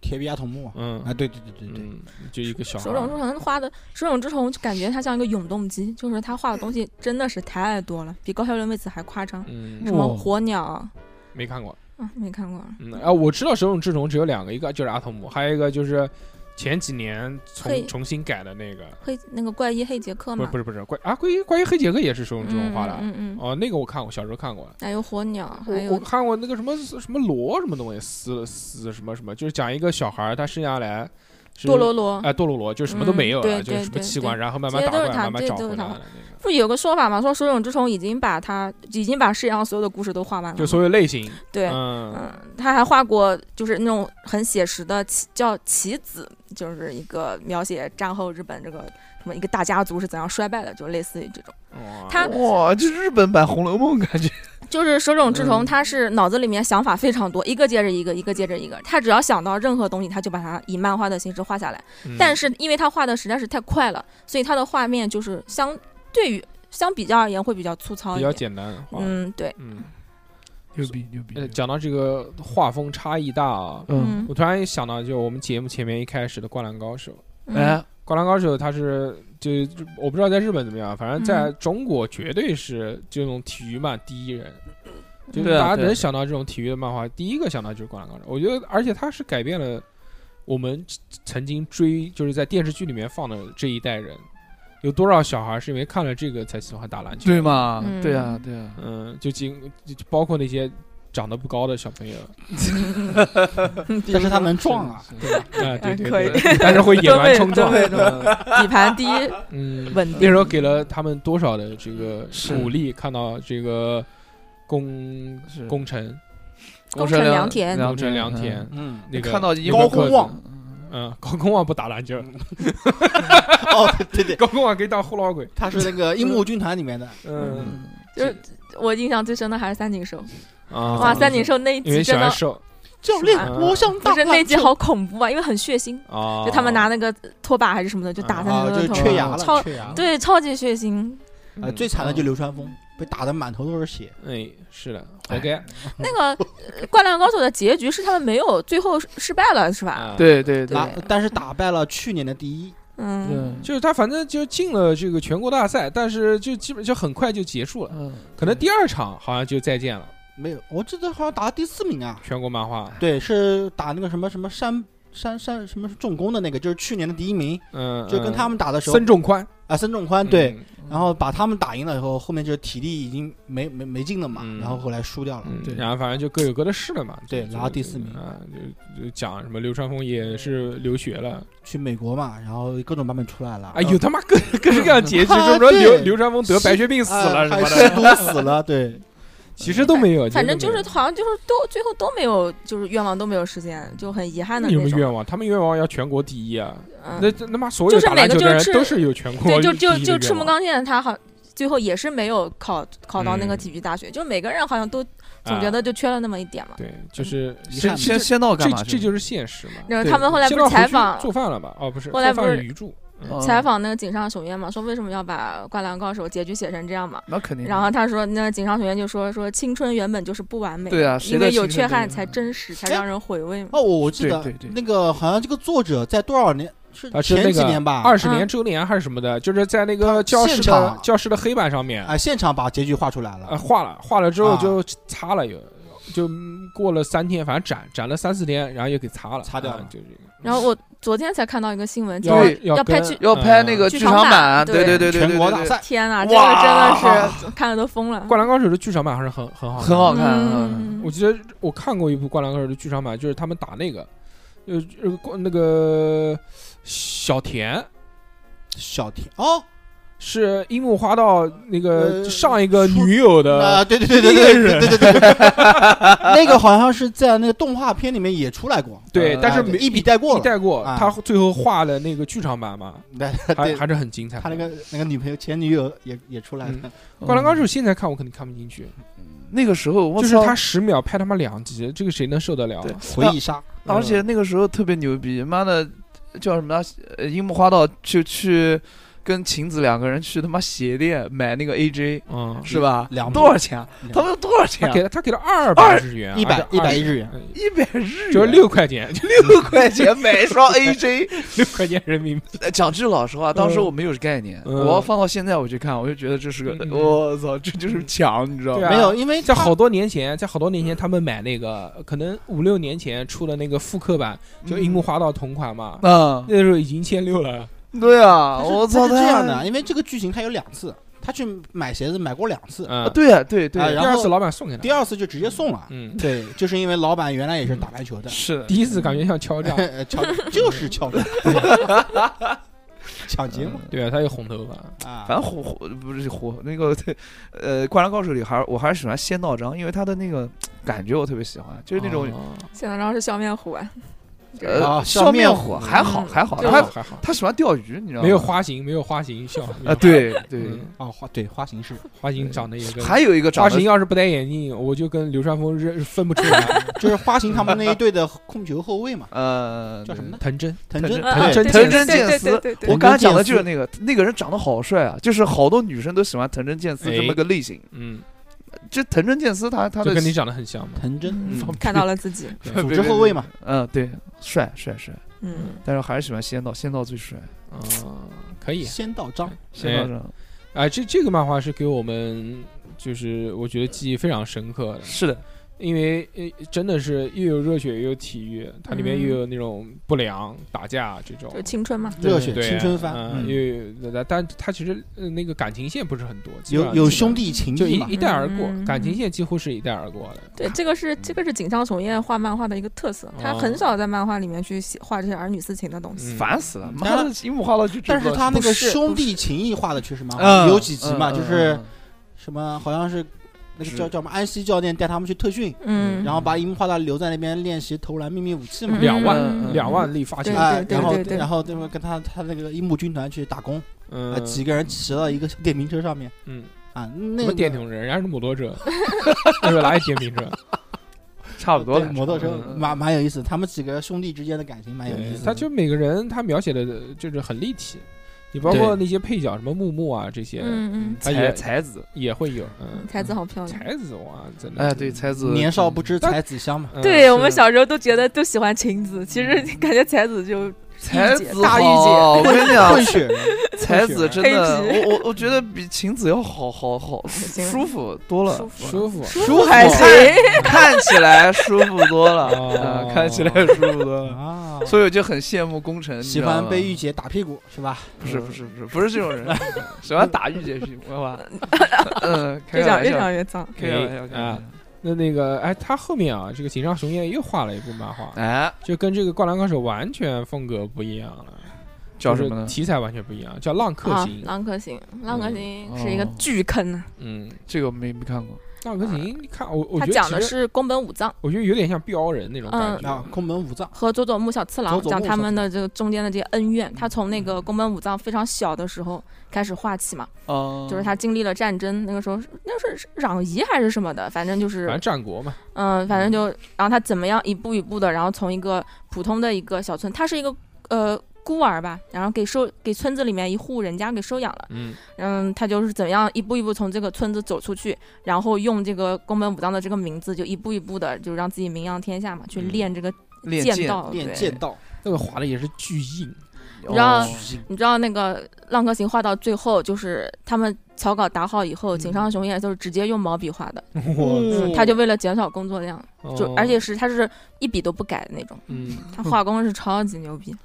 D: 铁臂阿童木
A: 嗯
D: 啊，对对对对对，
A: 嗯，就一个小孩
C: 手冢治
A: 儿。
C: 虫画的手冢治虫，就感觉他像一个永动机，就是他画的东西真的是太多了，比高桥留美子还夸张。
A: 嗯
C: 什，么
D: 哇
C: 火鸟
A: 没看过。
C: 啊，没看过。
A: 嗯，啊，我知道手冢治虫只有两个，一个就是阿童木，还有一个就是前几年
C: 嘿
A: 重重新改的那个，
C: 黑那个怪医黑杰克
A: 不是
C: 嘛，
A: 不是不是怪啊，关于关于黑杰克也是手冢
C: 嗯
A: 治虫画的。
C: 嗯嗯，嗯
A: 哦，那个我看过，小时候看过。
C: 还有火鸟，还
A: 我我
C: 有
A: 看过那个什么什么罗什么东西，死死什么什么，就是讲一个小孩儿他生下来是
C: 多罗罗。
A: 哎，堕落罗就是什么都没有了，
C: 嗯对
A: 就是
C: 对
A: 什么器
C: 对
A: 官，
C: 对
A: 然后慢慢
C: 这
A: 打
C: 些都
A: 怪，
C: 是他
A: 慢慢
C: 这
A: 找
C: 都
A: 回
C: 是
A: 来
C: 他
A: 的那
C: 不有个说法嘛，说手冢治虫已经把他已经把世界上所有的故事都画完了
A: 个，
C: 嘛。
A: 就所有类型，
C: 对，
A: 嗯，
C: 嗯，他还画过就是那种很写实的棋，叫棋子，就是一个描写战后日本这个什么一个大家族是怎样衰败的，就类似于这种。
A: 哇
C: 嗯他
B: 哇，这日本版《红楼梦》感觉，
C: 就是手冢治
A: 嗯
C: 虫，他是脑子里面想法非常多，一个接着一个，一个接着一个。他只要想到任何东西，他就把它以漫画的形式画下来。但
A: 是
C: 是因为他画的实在是太快了，所以他的画面就是相对于相比较而言会比较粗糙
A: 比
C: 一
A: 较
C: 点。
A: 简单，画的
C: 哦嗯，对，
A: 嗯，
B: 牛逼牛逼
A: 呃，讲到这个画风差异大啊，
B: 嗯，
C: 嗯
A: 我突然想到，就我们节目前面一开始的《灌篮高手》，《
C: 嗯
B: 哎，
A: 灌篮高手》它是就我不知道在日本怎么样，反正在
C: 嗯
A: 中国绝对是这种体育漫第一人。
C: 嗯
A: 就
B: 对啊
A: 大家
B: 对啊
A: 能想到这种体育的漫画，第一个想到就是《灌篮高手》。我觉得，而且它是改变了我们曾经追，就是在电视剧里面放的这一代人，有多少小孩是因为看了这个才喜欢打篮球？
B: 对嘛？
C: 嗯
B: 对啊，对啊，
A: 嗯，就仅就就包括那些长得不高的小朋
C: *laughs*
A: 友，
D: 但是他能撞啊，
A: 是吧？啊，对对
C: 可以
A: 对，但是
C: *laughs*
A: 会野蛮冲撞 *laughs*
C: 都。会都底盘低，
A: 嗯，
C: 稳定
A: 那时候给了他们多少的这个
B: 是
A: 鼓励？看到这个宫
D: 嗯
B: 是
A: 宫城，
C: 宫城良田
A: 宫城良田，
D: 嗯，
A: 那个
B: 看到
A: 那个
D: 高
A: 个
D: 公
A: 子
D: 望，嗯
A: 嗯，高公望不打篮球，
D: 哦对对对，
A: *laughs* 高公望可以当后老鬼。
D: 他是那个樱木军团里面的，
A: 嗯
C: 就是我印象最深的还是三井寿。
A: 啊，
C: 哇，三井寿那一
A: 因为
C: 集
A: 喜
C: 真
A: 欢
C: 的
A: 瘦
D: *laughs* 教练
A: 嗯，
D: 我想
C: 不
D: 打
C: 是那
D: 篮
C: 集
D: 球，
C: 好恐怖啊，因为很血腥，
A: 啊，
C: 就他们拿那个拖把还是什么的，就打在那
D: 啊，
C: 个
D: 就
C: 头
D: 缺牙
C: 超嗯
D: 了，缺牙了，
C: 对，超级血腥。
D: 啊，最惨的就流川枫，被打的满头都是血，
A: 哎，是的，活该
C: 那个呃《灌篮高手》的结局是他们没有最后失败了，是吧？
A: 啊。
B: 对对对
C: 对
D: 打但是打败了去年的第一，
C: 嗯，
B: 对，
A: 就是他，反正就进了这个全国大赛，但是就基本就很快就结束了，
B: 嗯，
A: 可能第二场好像就再见了。
D: 没有，我记得好像打第四名啊，
A: 全国漫画，
D: 对，是打那个什么什么山山山什么重工的那个，就是去年的第一名，
A: 嗯，
D: 就跟他
A: 们
D: 们打的时候
A: 孙仲宽，
D: 啊，孙仲宽对，
A: 嗯，
D: 然后把他们打赢了以后，后面就是体力已经没没没劲了嘛，
A: 嗯
D: 然后后来输掉了。
A: 嗯
D: 对，
A: 然后反正就各有各的事了嘛。
D: 对
A: 就
D: 拿到第四名
A: 啊，就就讲什么流川枫也是留学了，
D: 去美国嘛，然后各种版本出来了。
A: 哎，有他妈
D: *laughs*
A: 各各式各样的结局，
D: 啊
A: 什么
D: 对
A: 流流川枫得白血病死了
D: 哎
A: 什
D: 还
A: 么
D: 吸
A: 的，
D: 毒死了，对，
A: 其实都没有，
C: 反正
A: 其
C: 就
A: 实
C: 是好像就是都最后都没有，就是愿望都没有实现，就很遗憾
A: 都没
C: 的
A: 有有什
C: 那
A: 么
C: 种。
A: 愿望？他们愿望要全国第一啊！那
C: 嗯，
A: 这他妈所有
C: 就是
A: 打篮球
C: 每个
A: 的
C: 就
A: 人
C: 是赤
A: 都是有全国
C: 对，就
A: 第一的
C: 就就
A: 愿
C: 赤木
A: 望
C: 刚宪他好最后也是没有考考到那个
A: 嗯
C: 体育大学，就是每个人好像都总
A: 啊
C: 觉得就缺了那么一点嘛。
A: 对，就是
D: 遗
A: 这
D: 憾
B: 先先到干
A: 这
B: 嘛去？
A: 这就是现实嘛。
C: 然后
B: 对
C: 他们后来
A: 先
C: 不
A: 到
C: 是
A: 回
C: 采
A: 去
C: 访
A: 做饭了吧？哦，不是，
C: 后来
A: 做
C: 不
A: 饭
C: 是
A: 鱼柱，嗯
D: 哦
B: 嗯
C: 采访那个井上雄彦嘛，说为什么要把《灌篮高手》结局写成这样嘛？
B: 那肯
A: 嗯
B: 定。
C: 然后他说，那井上雄彦就说说青春原本就是不完美，
B: 对啊，谁
C: 因
B: 的
C: 为有
B: 青春
C: 缺
B: 都
C: 憾
B: 有
C: 才真实，才让人回味嘛。
D: 哦，我我记得
B: 对对对
D: 那个好像这个作者在多少年是
A: 啊，是
D: 前
A: 那
D: 几
A: 个
D: 年吧，
A: 二十
C: 嗯
A: 年周年还是什么的，就是在那个教室
D: 现场
A: 的教室的黑板上面，
D: 啊，现场把结局画出来
A: 呃，
D: 了。
A: 画了，画了之后
D: 啊
A: 就擦了有，就嗯过了三天，反正展展了三四天，然后又给擦了，
D: 擦掉
A: 啊
D: 了
A: 就这个
C: 然后我昨天才看到一个新闻，就
A: 要
C: 是
A: 要
C: 要拍
A: 跟嗯
C: 剧
B: 要拍那个嗯
C: 剧
B: 剧
C: 场
B: 场
C: 版
B: 版，
C: 对
B: 对对对，
D: 全国大
B: 对，
D: 赛，
C: 天啊呐，这个真
B: 哇
C: 的是看了都疯了。
A: 《灌篮高手》的剧场版还是很很好，
B: 很。好看。嗯
C: 嗯
A: 我记得我看过一部《灌篮高手》的剧场版，就是他们打那个，呃，呃灌那个小田
D: 小田哦，
A: 是樱木花道那个
D: 呃
A: 上一个
D: 说
A: 女友
D: 啊，
A: 的
D: 对对对对对对对对对，那个好像是在那个动画片里面也出来过，
A: 对，
B: 呃
A: 但是
D: 啊
A: 没
D: 一笔带过
A: 一
D: 了。
A: 带过，
D: 啊
A: 他最后画的那个剧场版嘛，
D: 对
A: 还
D: 对，
A: 还是很精彩的。
D: 他那个那个女朋友前女友也也出来了
A: 嗯，《灌篮高手》现在看我肯定看不进去，
B: 那个时候，我
A: 就是
B: 操
A: 他十秒拍他妈两集，这个谁能受得了啊？
B: 对
D: 回忆 *laughs* 杀。
B: 而且那个时候特别牛逼，妈的叫什么呢？呃樱木花道就去跟晴子两个人去他妈鞋店买那个 AJ
A: 嗯，
B: 是吧？
D: 两部
B: 多少钱啊？他们多少钱
A: 他
B: 啊
A: 给？了他给了二百
B: 二
A: 日元，
D: 一百
A: 还是
D: 一百
A: 20
D: 日元，
A: 嗯
B: 一百 *laughs* 日元
A: 就是六块钱， *laughs* 就
B: 六块钱买一 *laughs* 双 AJ。
A: 六块钱
B: *laughs*
A: 人民币。
B: 呃讲句老实话，当时
A: 嗯
B: 我没有概念，
A: 嗯
B: 我要放到现在我去看，我就觉得这是个呃
A: 嗯
B: 我操，这就是抢，你知道
A: 对
B: 吗
A: 啊？
D: 没有，因为
A: 在
D: 他
A: 好多年前，在好多年前，他们买那个可能五六年前出的那个复刻版，
B: 嗯
A: 就樱木花道同款嘛，
B: 啊，
A: 那时候已经千六了。嗯
B: 对啊，
D: 他是
B: 我
D: 他
B: 操，
D: 是这
B: 太
D: 样的，因为这个剧情他有两次，他去买鞋子买过两次，
A: 嗯
B: 啊，，对啊，对
A: 对
D: 啊
A: 第
D: 然
A: 二
D: 后
A: 次老板送给他。
D: 第二次就直接送了。
A: 嗯，
D: 对，就是因为老板原来也是打篮球的，
B: 是啊的
A: 第一次感觉像
B: *laughs*
A: 敲诈，
D: *laughs* 敲就是敲诈，抢劫嘛
A: 对啊，他有红头发，
B: 嗯
D: 啊
B: 反正火火不是火那个，呃，《灌篮高手》里还是我还是喜欢仙道章，因为他的那个感觉我特别喜欢， *laughs* 就是那种、
A: 哦
C: 现在然后是笑面虎啊，
D: 啊
B: 呃
D: 笑面
B: 虎，
D: 虎
B: 还好
C: 嗯
B: 还好，
A: 还
B: 他
A: 好还好，
B: 他喜欢钓鱼，你知道吗？
A: 没有花型，没有花型笑
B: 啊，，
A: *laughs*
B: 对对
A: 嗯，
D: 哦花对花形式，
A: 花型长得也跟
B: 还有一个
A: 扎
B: 长
A: 神
B: 得
A: 要是不戴眼镜，我就跟流川枫认分不出
C: *laughs*
A: 来。
D: 就是花形他们那一队的控球后卫嘛，
B: 呃
D: 叫什么呢？
A: 藤真，
D: 藤
B: 藤
D: 真，
B: 真
A: 藤
C: 啊
D: 对
A: 真
C: 对
B: 藤
C: 对
B: 真
C: 对
B: 健
C: 对
B: 司
C: 对对对
B: 我刚才讲的就是那个那个人长得好帅啊，就是好多女生都喜欢藤真健司这么
A: 哎
B: 个类型。
A: 嗯，
B: 这藤真健司他他
A: 就
B: 的
A: 跟你长得很像嘛。
D: 藤真
C: 嗯
B: 放屁
C: 看到了自己，
D: 组织后卫嘛，
B: 嗯对帅帅帅，
C: 嗯，
B: 但是还是喜欢仙道，仙道最帅。
A: 嗯，可以。
D: 先到章，
B: 仙道章
A: 哎，这这个漫画是给我们，就是我觉得记忆非常深刻的，
B: 是的，
A: 因为呃真的是又有热血又有体育，它里面又有那种不良打架这种
C: 就。青春嘛，
D: 热血
A: 对，
D: 青
B: 啊
D: 春番，
A: 嗯，
D: 嗯
A: 又有，但它其实呃那个感情线不是很多，基本
D: 有
A: 上
D: 有
A: 基本
D: 兄弟情
A: 就一
D: 谊嘛
A: 一，带而过，
C: 嗯
A: 感情线几乎是一带而过的。
C: 对，这个是这个是井上雄彦画漫画的一个特色，他
A: 哦
C: 很少在漫画里面去写画这些儿女私情的东西。
A: 嗯
B: 烦死了，妈
D: 但
B: 的，樱木花道就知道
D: 但是他那
B: 不
D: 个
B: 是
D: 兄弟情谊画的确实蛮好，
B: 嗯
D: 啊有几集嘛，
B: 嗯
D: 就是
B: 嗯
D: 什么好像是那个
B: 是
D: 叫叫什么安西教练带他们去特训，
C: 嗯，
D: 然后把樱木花道留在那边练习投篮秘密武器嘛
C: 嗯，
A: 两万、
C: 嗯
B: 嗯
A: 两万粒发
C: 对
A: 钱，
D: 啊，
C: 对
D: 然后
C: 对对
D: 然后那个跟他他那个樱木军团去打工，啊，
A: 嗯
D: 几个人骑到一个电瓶车上面
A: 嗯，
D: 啊，
A: 什
D: 那
A: 么
D: 个
A: 电瓶车，人家是摩托车， *laughs* 那时候哪有电瓶车？
B: 差不多
D: 对
B: 了，
D: 摩托车
B: 嗯
D: 蛮蛮有意思，他们几个兄弟之间的感情
B: 哎
D: 蛮有意
A: 对
D: 思的。
A: 他就每个人他描写的就是很立体，你包括
D: 对
A: 那些配角什么木木啊这些
C: 嗯
A: 而且
B: 才才子，
A: 也会有，嗯
C: 嗯，，才子好漂亮。
A: 才子啊哇，真的，
B: 哎，对，，才子，
D: 嗯年少不知才子香嘛，
A: 嗯、
C: 对我
B: 是的
C: 们小时候都觉得都喜欢晴子，其实感觉才子就
B: 嗯才
C: 姐
B: 子
C: 大御姐
B: 好，我跟你讲
D: 混，血人，
B: *laughs* 才子真的，
C: 黑
B: 我我我觉得比晴子要好好 *laughs* 好
C: 行
B: 舒服多了，
A: 舒服。
C: 舒服
B: 还
C: 还
B: 行
C: 行，
B: 看起来舒服多了，
A: 哦
B: *laughs* 啊看起来舒服多了。
D: 啊，
B: 所以我就很羡慕工程，你
D: 喜
B: 知道吗
D: 欢被御姐打屁股是吧？
B: 不是不是不是不是这种 *laughs* 人，喜欢打御姐屁股吧？ *laughs* 嗯，开
C: 越
B: 个
C: 讲
B: 玩
C: 越
B: 笑，
C: 讲越脏。
B: 开个玩笑，开个玩笑。
A: 那那个哎，他后面啊，这个井上雄彦又画了一部漫画，
B: 哎，
A: 就跟这个《灌篮高手》完全风格不一样了，
B: 叫什
A: 就是
B: 么呢？
A: 题材完全不一样，叫《浪客
C: 啊
A: 行，》。哦
C: 浪客行，浪客行
B: 嗯
C: 是一个
B: 哦
C: 巨坑啊！
A: 嗯，
B: 这个我没没看过。
A: 浪客
B: 啊
A: 行，你看我我
C: 他
A: 觉得
C: 讲的
A: 其实
C: 是嗯宫本武藏
A: 我觉得有点像标人那种感
D: 啊
A: 觉，，
D: 宫本武藏，
C: 和佐佐木小次郎
A: 哦
D: 佐佐木
C: 讲他们
D: 小次郎
C: 的这个中间的这些恩怨。他从那个宫本武藏非常小的时候开始画起嘛，
B: 哦
C: 就是他经历了战争，那个时候那是是攘夷还是什么的，反正就是
A: 反正战国嘛，
C: 嗯，反正就，然后他怎么样一步一步的，然后从一个普通的一个小村，他是一个呃孤儿吧，然后给收给村子里面一户人家给收养了，
A: 嗯，
C: 嗯，他就是怎么样一步一步从这个村子走出去，然后用这个宫本武藏的这个名字，就一步一步的就让自己名扬天下嘛，去
A: 嗯
C: 练这个
B: 练
C: 剑
B: 剑
C: 道，
D: 练
C: 对
D: 剑道，
A: 那个画的也是巨硬，
C: 你知道
B: 哦
C: 你知道那个浪客行画到最后，就是他们草稿打好以后，
A: 嗯哦
C: 井上雄彦就是直接用毛笔画的，
A: 我
C: 嗯他就为了减少工作量，
A: 操
C: 就而且是他是一笔都不改的那种，
A: 哦嗯，
C: 他画工是超级牛逼。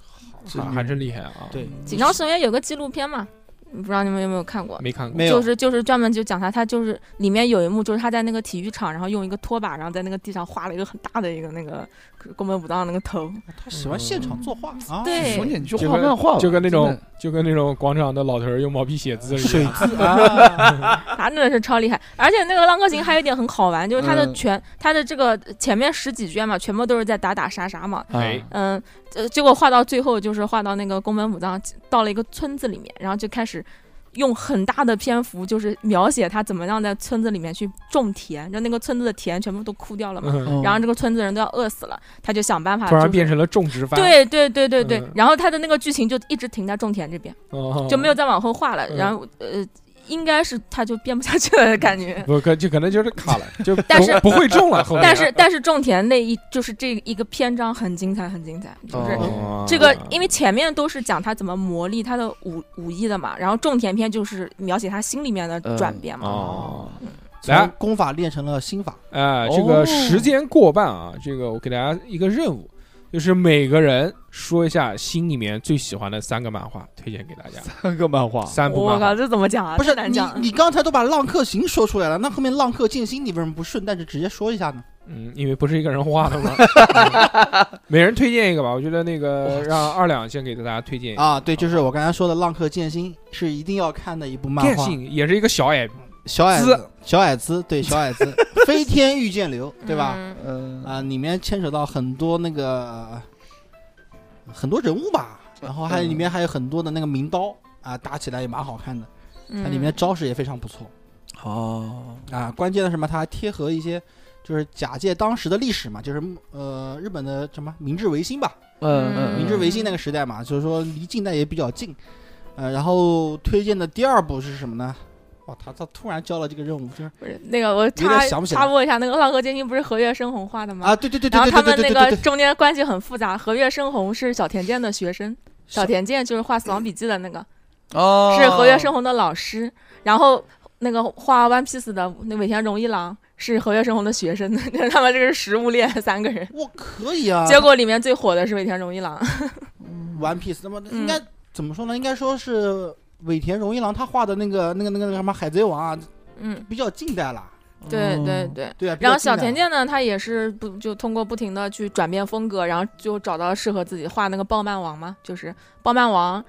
B: 这
A: 还还真厉害啊，
D: 对，
C: 锦上神渊有个纪录片嘛，不知道你们有没有看过？
A: 没看过
D: 没，有
C: 就是就是专门就讲他，他就是里面有一幕就是他在那个体育场，然后用一个拖把，然后在那个地上画了一个很大的一个那个宫本武藏那个头，
D: 他喜欢现场作画啊，
C: 对
B: 熊姐你去
A: 就
B: 画
A: 跟
B: 漫画吧，
A: 就跟那种
B: 真的
A: 就跟那种广场的老头儿用毛笔写字一
D: 水
A: 样，
D: 字啊，
C: 他真的是超厉害。而且那个浪客行还有一点很好玩，就是他的
B: 嗯
C: 全他的这个前面十几卷嘛，全部都是在打打杀杀嘛。
A: 哎
B: 啊
C: 嗯，呃，结果画到最后就是画到那个宫本武藏到了一个村子里面，然后就开始用很大的篇幅就是描写他怎么样在村子里面去种田，就那个村子的田全部都枯掉了嘛。
A: 嗯
B: 哦
C: 然后这个村子人都要饿死了，他就想办法、
A: 突
C: 啊就是，
A: 然变成了种植番，
C: 对对对对对、
A: 嗯
C: 然后他的那个剧情就一直停在种田这边，
A: 哦，
C: 就没有再往后画了。
A: 嗯
C: 然后呃，应该是他就编不下去了的感觉。
D: 嗯
A: 不可就可能就是卡了，就不
C: 但是
A: 不会种了，后面啊
C: *laughs* 但是但是种田那一就是这一个篇章很精彩很精彩，就是。
B: 哦
C: 这个，因
A: 为
C: 为前面都是讲他怎么磨砺他的武武艺的嘛，然后种田篇就是描写他心里面
D: 嗯
C: 的转变嘛。
A: 哦。来
D: 从功法练成了心法，
A: 哎，
B: 哦
A: 这个时间过半啊，这个我给大家一个任务，就是每个人说一下心里面最喜欢的三个漫画，推荐给大家。
B: 看 *laughs* 个漫画
A: 三部
C: 我
A: 漫
C: 靠，
A: 画，
C: 这怎么讲啊？
D: 不是
C: 太难
D: 你
C: 讲了
D: 你刚才都把浪客行说出来了，那后面浪客剑心你为什么不顺带着直接说一下呢？
A: 嗯，因为不是一个人画的 *laughs* 嘛，嗯每人推荐一个吧。我觉得那个让二两先给大家推荐一个。
D: 啊，对，就是我刚才说的浪客剑心是一定要看的一部漫
A: 电
D: 画，
A: 信也是一个小矮，
D: 小矮
A: 滋
D: 子，小矮子，对，小矮子，飞天御剑流，对吧？
C: 嗯
B: 嗯
D: 啊，里面牵扯到很多那个很多人物吧，然后还有
B: 嗯
D: 里面还有很多的那个名刀啊，打起来也蛮好看的，
C: 嗯
D: 它里面的招式也非常不错
B: 哦，
D: 啊。关键的是什么？它还贴合一些就是假借当时的历史嘛，就是呃日本的什么明治维新吧，
B: 嗯
C: 嗯
B: 嗯
D: 明治
B: 嗯，
D: 维新那个时代嘛，就是说离近代也比较近。呃，然后推荐的第二部是什么呢？哇，他他突然交了这个任务，就是
C: 不是那个我插
D: 点想不起来
C: 插播一下，那个《浪客剑心》不是和月生红画的吗？
D: 啊，对对对
C: 嗯然
D: 对
C: 后他
D: 对对
C: 们那
D: 对对
C: 个
D: 对对，
C: 中间关系很复杂，和月生红是小田健的学生，小田健就是画《死亡笔记》的那个，
B: 哦，
C: 是和月生红的老师。然后那个画《One Piece》的那尾田荣一郎是和月生红的学生， *laughs* 就是他们这个是食物链三个人。
D: 我可以啊，
C: 结果里面最火的是尾田荣一郎，
D: One Piece，那么
C: 嗯
D: 应该、怎么说呢？应该说是尾田荣一郎他画的那个、那个、那个、那个什么《海贼王》啊，
C: 嗯，
D: 比较近代了，
B: 哦
C: 对对对。
D: 对啊。比较
C: 然后
D: 近
C: 小
D: 代
C: 田健呢，他也是不就通过不停的去转变风格，然后就找到适合自己画那个《暴漫王》嘛，就是《暴漫王》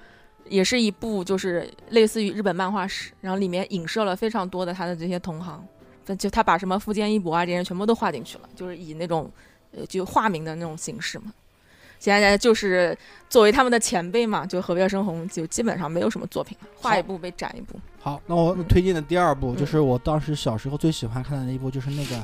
C: 也是一部就是类似于日本漫画史，然后里面影射了非常多的他的这些同行，但就他把什么富坚义博啊这些人全部都画进去了，就是以那种呃就化名的那种形式嘛。现在就是作为他们的前辈嘛，就河边生红就基本上没有什么作品了，画一部被斩一部。
D: 好，那我推荐的第二部、
C: 嗯
D: 就是我当时小时候最喜欢看的那一部，就是那
B: *laughs*
D: 个《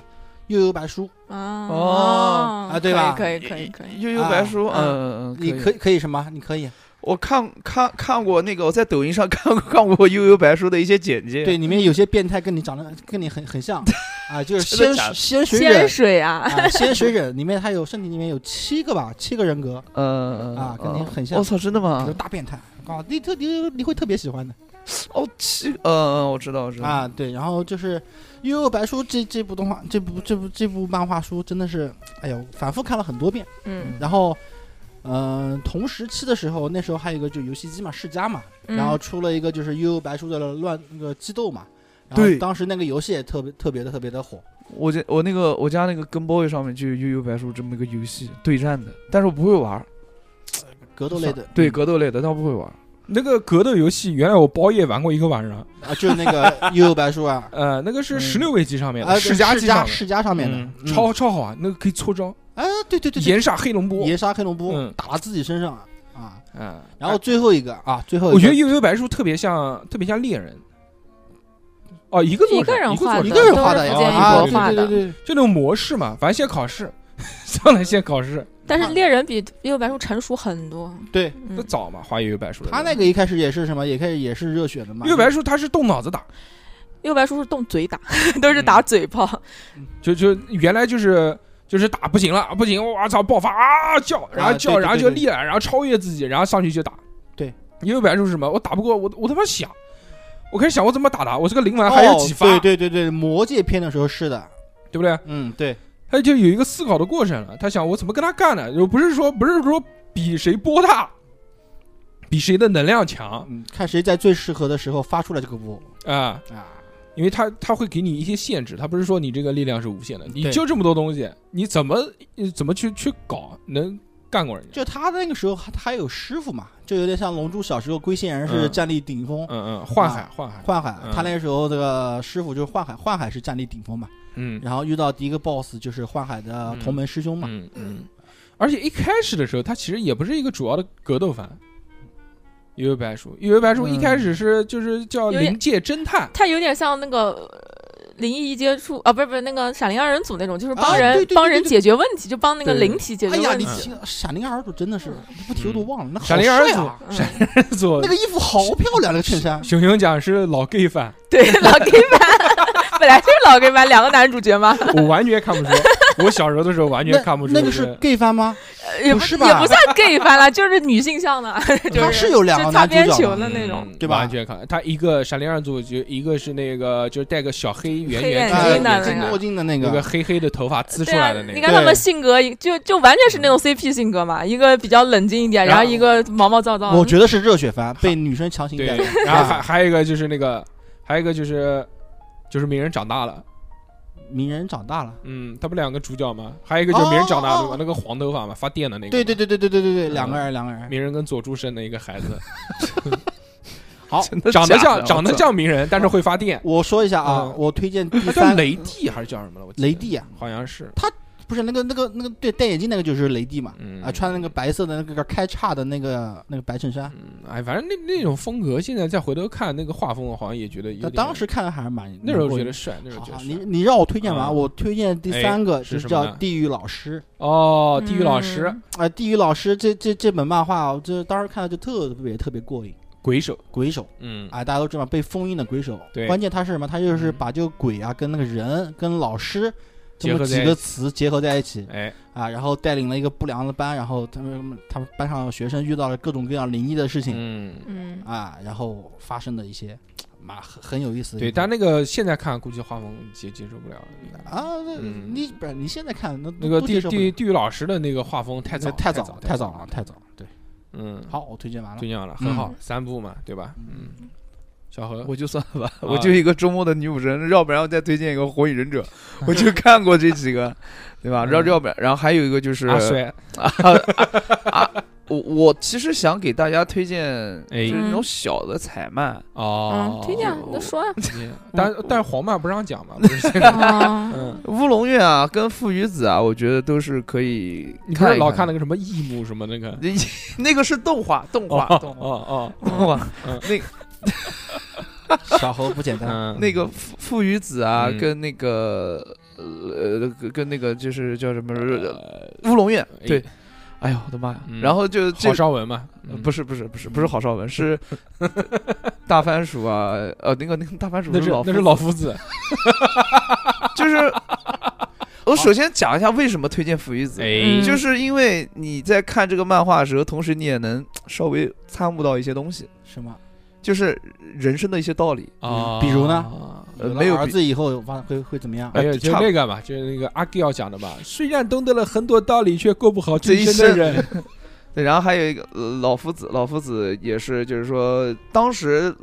D: 幽游白书
C: 啊
B: 哦
D: 啊对吧
C: 可以可以可以可以。
B: 悠悠白书，
D: 啊
B: 嗯嗯，嗯，
D: 你
B: 以
D: 可以可以什么？你可以
B: 我看看看过那个，我在抖音上 *laughs* 看过看过悠悠白书的一些简介。
D: 对，里面有些变态跟你长得跟你很很
B: *laughs*
D: 像啊，就是
B: 真
D: 仙
B: 的假的
D: 仙水
C: 仙
D: 忍
C: 水啊，
D: 啊，仙水忍里面他有身体里面有七个吧，七个人格，
B: 嗯，嗯
D: 啊跟你
B: 嗯
D: 很像
B: 我操，真的
D: 有
B: 吗？
D: 大变态啊，你特你你会特别喜欢的
B: 哦，七，嗯嗯，我知道，我知道。
D: 啊，对，然后就是《幽游白书》这这部动画，这部这部这部漫画书真的是，哎呦，反复看了很多遍，
C: 嗯
D: 然后。嗯，同时期的时候，那时候还有一个就游戏机嘛，世嘉嘛，
C: 嗯，
D: 然后出了一个就是《幽游白书》的乱那个激斗嘛，然后
B: 对
D: 当时那个游戏也特别特别的特别的火，
B: 我家我那个我家那个跟 boy 上面就有悠悠白书这么一个游戏对战的，但是我不会玩儿，
D: 格斗类的，
B: 对格斗类的，但我不会玩儿。
A: 那个格斗游戏，原来我包夜玩过一个晚上，
D: 啊，就是那
A: *laughs*
D: 个幽游白书啊，
A: 呃，那个是
B: 嗯
A: 十六位机上面
D: 啊，
A: 的，世嘉机上面的，
D: 世嘉上面的
A: 嗯，
D: 嗯
A: 超超好玩，那个可以搓招，
D: 啊，对对对，对
A: 岩煞黑龙波，
D: 岩沙黑龙波
A: 嗯
D: 打到自己身上啊啊，
A: 嗯，
D: 然后最后一个啊，最后一个
A: 我觉得《悠悠白书》特别像，特别像猎人。哦，一个作
C: 一个人
A: 作
C: 画的，
D: 一个人
C: 都
D: 画
C: 是
D: 的呀
C: 福建一
A: 啊
C: 博
A: 对
C: 画的。
D: 对对，
A: 就那种模式嘛，反正先考试， *laughs* 上来先考试，
C: 但是猎人比《幽游白书》成熟很多。
D: 啊对
C: 嗯
A: 那早嘛，画《悠悠白书》的人。
D: 他那个一开始也是什么，也开始也是热血的嘛，
A: 《悠悠白书》他是动脑子打，
C: 幽游白书是动嘴打， *laughs* 都
D: 嗯
C: 是打嘴炮。
A: 就就原来就是。就是打不行了，不行，我操，爆发啊叫，然后
D: 啊
A: 叫，
D: 对对
A: 然后就
D: 对对
A: 立了，然后超越自己，然后上去就打。
D: 对，
A: 悠悠白书是什么？我打不过，我我他妈想，我开始想我怎么打他，我这个灵丸
D: 哦
A: 还有几发，
D: 对对对对，魔界篇的时候是的，
A: 对不对？
D: 嗯对，
A: 他就有一个思考的过程了。他想我怎么跟他干呢？又不是说不是说比谁波大，比谁的能量强
D: 嗯，看谁在最适合的时候发出了这个波
A: 啊、
D: 啊，
A: 因为他他会给你一些限制，他不是说你这个力量是无限的，你
D: 对
A: 就这么多东西，你怎么呃怎么去去搞能干过人家？
D: 就他那个时候他他有师傅嘛，就有点像龙珠小时候龟仙人是
A: 嗯
D: 战力顶峰。
A: 嗯嗯，幻海
D: 啊
A: 幻海，
D: 幻海
A: 嗯，
D: 他那个时候这个师傅就是幻海，幻海是战力顶峰嘛，
A: 嗯
D: 然后遇到第一个 boss 就是幻海的同门师兄嘛，
A: 嗯嗯。而且一开始的时候，他其实也不是一个主要的格斗番。幽游白书，幽游白书一开始是就是叫
C: 有点
A: 灵界侦探，
C: 他有点像那个呃灵异一接触啊，不是不是那个闪灵二人组那种，就是帮
D: 啊
C: 人、
D: 对对对
C: 帮
D: 对
C: 人
D: 对
C: 解决问题，就帮那个
A: 对
C: 灵体解
D: 哎
C: 决
D: 呀，
C: 问
D: 你
C: 题。
D: 听闪灵二组真的是不提我都忘了，那好
A: 闪灵二
D: 帅
A: 组
D: 啊，
C: 嗯，
A: *laughs* 做
D: 那个衣服好漂亮，那个
A: *laughs*
D: 衬衫，
A: 熊熊讲是老 gay 番，
C: 对，老
D: *laughs*
C: gay 版，本来就是老 gay 版，两个男主角嘛，
A: 我完全看不出。我小时候的时候完全
D: 那
A: 看不出。
D: 那个是 gay 番吗？
C: 呃也
D: 不
C: 不
D: 是吧
C: 也不算 gay 番了，就是女性向的，就
D: 他是有两个
C: 就擦
D: 男主
C: 边
D: 角
C: 球
D: 的
C: 的那种。
A: 嗯
D: 对吧
A: 完全看他一个闪灵二组，就一个是那个就是戴个小黑圆圆
C: 黑
D: 啊
C: 眼镜的
A: 眼
C: 那
A: 镜
C: 个
D: 墨镜的那
A: 有个
D: 个，
A: 黑黑的头发滋出
C: 对
A: 来
C: 啊
A: 的，那
C: 你
A: 个。
C: 看他
D: 对嗯
C: 们性格就就完全是那种 CP 性格嘛，一个比较冷静一点，
A: 然
C: 然
A: 后
C: 后一个毛毛躁躁的。嗯
D: 我觉得是热
A: *laughs*
D: 血番，被女生强行
A: 对
D: 改编，，
A: *laughs* 然后还还有一个就是那个，还有一个就是就是鸣人长大了，
D: 鸣人长大了。
A: 嗯，他不两个主角吗？还有一个就是鸣人长大了
D: 哦哦哦
A: 那个黄头发嘛，发电的那个。
D: 对对
A: 对。
D: 对对对对对对，
A: 嗯
D: 两个人两个人，
A: 鸣人跟佐助生的一个孩子，
D: 好，
B: 真的
A: 长得
B: 假的
A: 像长得。
B: 我操
A: 像鸣人，但是会发电。
D: 我说一下啊
A: 嗯，
D: 我
A: *clears throat*
D: 推荐第
A: 他叫
D: 三，
A: 雷帝还是叫什么了？我记得
D: 雷帝啊，
A: 好像是。
D: 不是那个那个那个对戴眼镜那个就是雷帝嘛，
A: 嗯
D: 啊，穿那个白色的那个开叉的那个那个白衬衫，
A: 嗯，哎，反正那那种风格，现在再回头看那个画风，我好像也觉得有
D: 他
A: 点。
D: 当时看的还是蛮
A: 那时候
D: 蛮过
A: 觉
D: 瘾
A: 得
D: 的
A: 帅，那时候觉
D: 好
A: 得
D: 好，
A: 帅
D: 你。你让我推荐
A: 嗯
D: 完，我推荐第
A: 哎
D: 三个
A: 是
D: 就
A: 什么
D: 叫
A: 呢
D: 《地狱老师》
A: 哦，地狱老师，
C: 嗯
D: 啊，《地狱老师》这这这本漫画，我这当时看到就特别特别过瘾。
A: 鬼手，
D: 鬼手
A: 嗯，
D: 啊，大家都知道被封印的鬼手，
A: 对
D: 关键他是什么？他就是
A: 嗯
D: 把这个鬼啊跟那个人跟老师这
A: 结
D: 么
A: 合在
D: 几
A: 一
D: 个
A: 起
D: 词结合在一起
A: 哎，
D: 啊，然后带领了一个不良的班，然后他们他们班上的学生遇到了各种各样灵异的事情
A: 嗯，
C: 嗯，
D: 啊，然后发生的一些蛮很很有意思的
A: 对，
D: 地
A: 但
D: 方。
A: 那个现在看估计画风接接受不了了。
D: 啊，那
A: 嗯
D: 你不是你现在看那
A: 那个
D: 都
A: 地
D: 接受不
A: 地
D: 了
A: 地狱老师的那个画风太早
D: 太
A: 早
D: 了
A: 太
D: 太早了，太早了。对，
A: 嗯，，
D: 好，我推荐完了
A: 就。那样了，
D: 嗯
A: 很好，三部嘛，对吧？嗯，小何，
B: 我就算
A: *laughs*
B: 了吧，
A: 啊
B: 我就一个周末的女武神，要不然我再推荐一个火影忍者， *laughs* 我就看过这几个，对
A: *laughs*
B: 吧？
A: 嗯
B: 然后要不然，然后还有一个就是啊
A: 阿衰， *laughs*
B: 我我其实想给大家推荐，
A: 哎
B: 就是那种小的彩漫，
A: 哦
C: 嗯，，推荐啊你就说
A: *laughs*
C: 啊
A: 推荐，但但是黄漫不让讲嘛，不是现
C: *laughs*
A: 在，
C: 啊。
A: 嗯，
B: 乌龙院啊，跟父与子啊，我觉得都是可以
A: 你不
B: 看
A: 是
B: 一
A: 老看
B: 的。
A: 那
B: *laughs*
A: 个什么异木什么那个，
B: 那个是动画，动画，动画，
A: 哦哦，
B: 动画。
A: 嗯
B: 那
D: 小猴不简单，
A: 嗯，
B: 那个父父与子啊，
A: 嗯
B: 跟那个呃跟跟那个就是叫什么呃乌龙院，对。哎呦我的妈呀！
A: 嗯
B: 然后就这
A: 郝。邵文嘛，嗯
B: 呃不
A: 是
B: 是不是不是不是郝邵文，
A: *laughs*
B: 是大番薯啊，呃，那个那个大番薯
A: 那是
B: 老
A: 那是
B: 夫
A: 老夫子，
B: *laughs* 就是。我首先讲一下为什么推荐《父与子》，
A: 哎
C: 嗯
B: 就是因为你在看这个漫画的时候，同时你也能稍微参悟到一些东西，
D: 什么？
B: 就是人生的一些道理。
A: 啊，
D: 比如呢
A: 呢
B: 呃
D: 有了
B: 没有
D: 儿
B: 比
D: 子以后发会会怎
A: *laughs*
D: 么样？
A: 哎呀，
B: 哎
A: 就
B: 差不
A: 那个嘛，就是那个阿 G 要讲的嘛。虽然懂得了很多道理，却过不好这一生的人。
B: 对，然后还有一个、呃老夫子，老夫子也是，就是说当时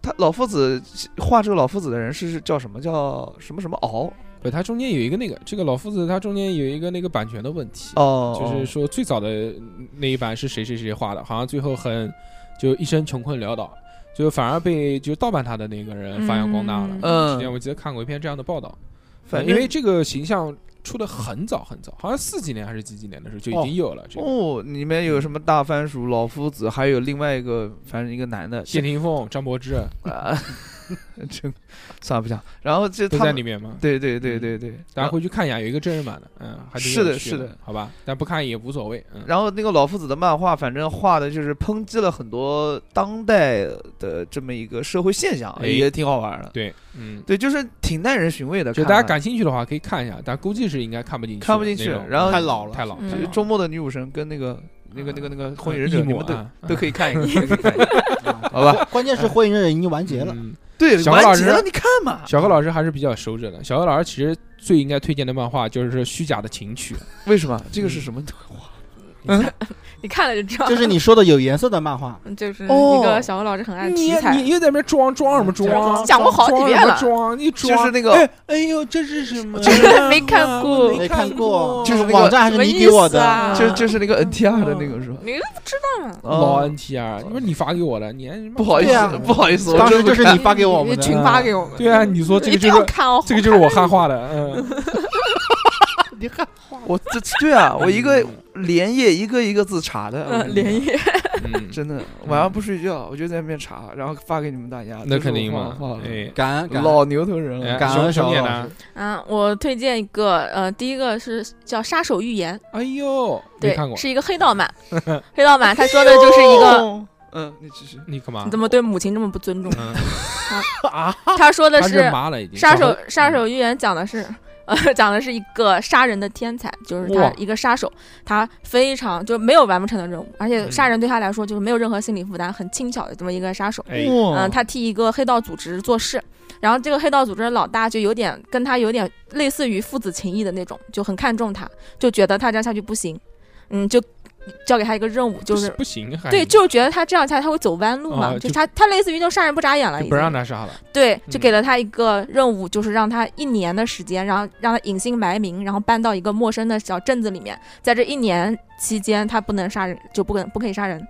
B: 他老夫子画这个老夫子的人是是叫什么叫什么什么敖
A: 不，他中间有一个那个，这个老夫子他中间有一个那个版权的问题，
B: 哦，
A: 就是说最早的那一版是谁谁谁画的，好像最后很就一生穷困潦倒，就反而被就盗版他的那个人发扬光大了。
C: 嗯
A: 之前
B: 嗯，
A: 我记得看过一篇这样的报道，
B: 反
A: 因
B: 正
A: 为这个形象出的很早很早，好像四几年还是几几年的时候就已经有了。这个
B: 哦，里面有什么大番薯、老夫子，还有另外一个，反正一个男的，
A: 谢霆锋、张柏芝
B: 啊， *laughs* 这个算了不讲。然后这
A: 都
B: 他
A: 在嗯
B: 们
A: 里面吗？
B: 对对对对对，
A: 大家
B: 然后
A: 回去看一下，有一个真人版的，嗯，还挺
B: 是的
A: 有趣
B: 是的，
A: 好吧，但不看也无所谓，嗯，
B: 然后那个老夫子的漫画，反正画的就是抨击了很多当代的这么一个社会现象，
A: 哎
B: 也挺好玩的。
A: 对，嗯，
B: 对，就是挺耐人寻味的。
A: 就
B: 看
A: 大家
B: 了
A: 感兴趣的话可以看一下，但估计是应该看不进去，
B: 看不进去然后
D: 太老了
A: 太老，
C: 嗯
A: 太
B: 就是
A: 老
B: 周末的女武神跟那个那个那个那个火影忍者，
A: 一
B: 你
A: 模
B: 们都
A: 嗯啊
B: 都可以看一
A: *laughs*
B: 看都可以看一看。
D: 好
B: 好吧，
D: 啊关键是《火影忍者》已经完结了，
A: 嗯
B: 对，
A: 小何老
B: 完
A: 师
B: 结了，你看
A: *laughs*
B: 嘛。
A: 小何老师还是比较收着的，小何老师其实最应该推荐的漫画就是《虚假的情曲》，
B: 为什么这
A: 嗯
B: 个是什么？
C: 你看了就知道，
D: 就是你说的有颜色的漫画，
C: 嗯就是
B: 哦
C: 那个小何老师很爱
A: 你
C: 题材，
A: 你又在那边装装什么装，
C: 嗯讲过好几遍了
A: 装什么装你装
B: 就是那个，
A: 哎呦，这是什么？啊
B: 就是
C: *laughs* 没看过
A: 没
D: 没
A: 看
D: 看过，
B: 就是那个
D: 网站还
C: 什
D: 是
C: 么
D: 你
C: 意
D: 给我
C: 思
D: 的，
C: 啊？
B: 就就是那个 NTR 的那个是吧？
C: 你不知道，啊
A: 老
B: 哦
A: NTR，你说你发给我的，你还
B: 不好意
D: 对啊
B: 思，不好意思，我
D: 当时
B: 真不
D: 就是
B: 看
D: 你发给我们的
C: 群发给我们，
A: 对啊，你
C: *laughs*
A: 说这
C: 一
A: 个就
C: 定
A: 是
C: 要看哦，
A: 这个就是我汉化的，嗯，
D: 你看
B: 我这对啊，我一个连夜一个一个字查的，我跟
C: *laughs* 嗯，
B: 你讲
A: *laughs*
C: 连夜
A: 嗯，
B: 真的晚上不睡觉，我就在那边查，然后发给你们大家。这
A: 那
B: 是
A: 肯
B: 我
A: 定嘛
B: 画的，
A: 哎，
D: 感恩感恩，
B: 老牛头人
A: 哎
B: 了，
D: 感
A: 兄
D: 恩小
A: 弟
D: 老
A: 呢
D: 师？
C: 啊！我推荐一个，呃，第一个是叫《杀手预言》，
A: 哎呦，没
C: 对
A: 看，过，
C: 是一个
A: *laughs*
C: 黑道漫，黑道漫，他说的就是一个。
B: 哦。嗯，你继续。
A: 你干嘛
C: 你？怎么对母亲这么不
A: *laughs*
C: 尊重？ *laughs*
A: 嗯，
C: 他说的
A: 他
C: 是
A: 认妈了已经。
C: 杀
A: 小嗯
C: 手
A: 何
C: 杀手预言讲的是，呃，讲的是一个杀人的天才，就是他
A: 哇
C: 一个杀手，他非常就没有完不成的任务，而且
A: 嗯
C: 杀人对他来说就是没有任何心理负担，很轻巧的这么一个杀手。
A: 哎，
C: 嗯、他替一个黑道组织做事，然后这个黑道组织的老大就有点跟他有点类似于父子情谊的那种，就很看重他，就觉得他这样下去不行，嗯，就交给他一个任务，就
A: 不
C: 是。
A: 不行，还
C: 对，就是觉得他这样下去他会走弯路嘛，
A: 哦
C: 就
A: 就
C: 他他类似于就杀人不眨眼了，
A: 就
C: 已
A: 不
C: 经
A: 让他杀了。
C: 对，就
A: 嗯
C: 给了他一个任务，就是让他一年的时间，然后让他隐姓埋名，然后搬到一个陌生的小镇子里面，在这一年期间，他不能杀人，就不能不可以杀人。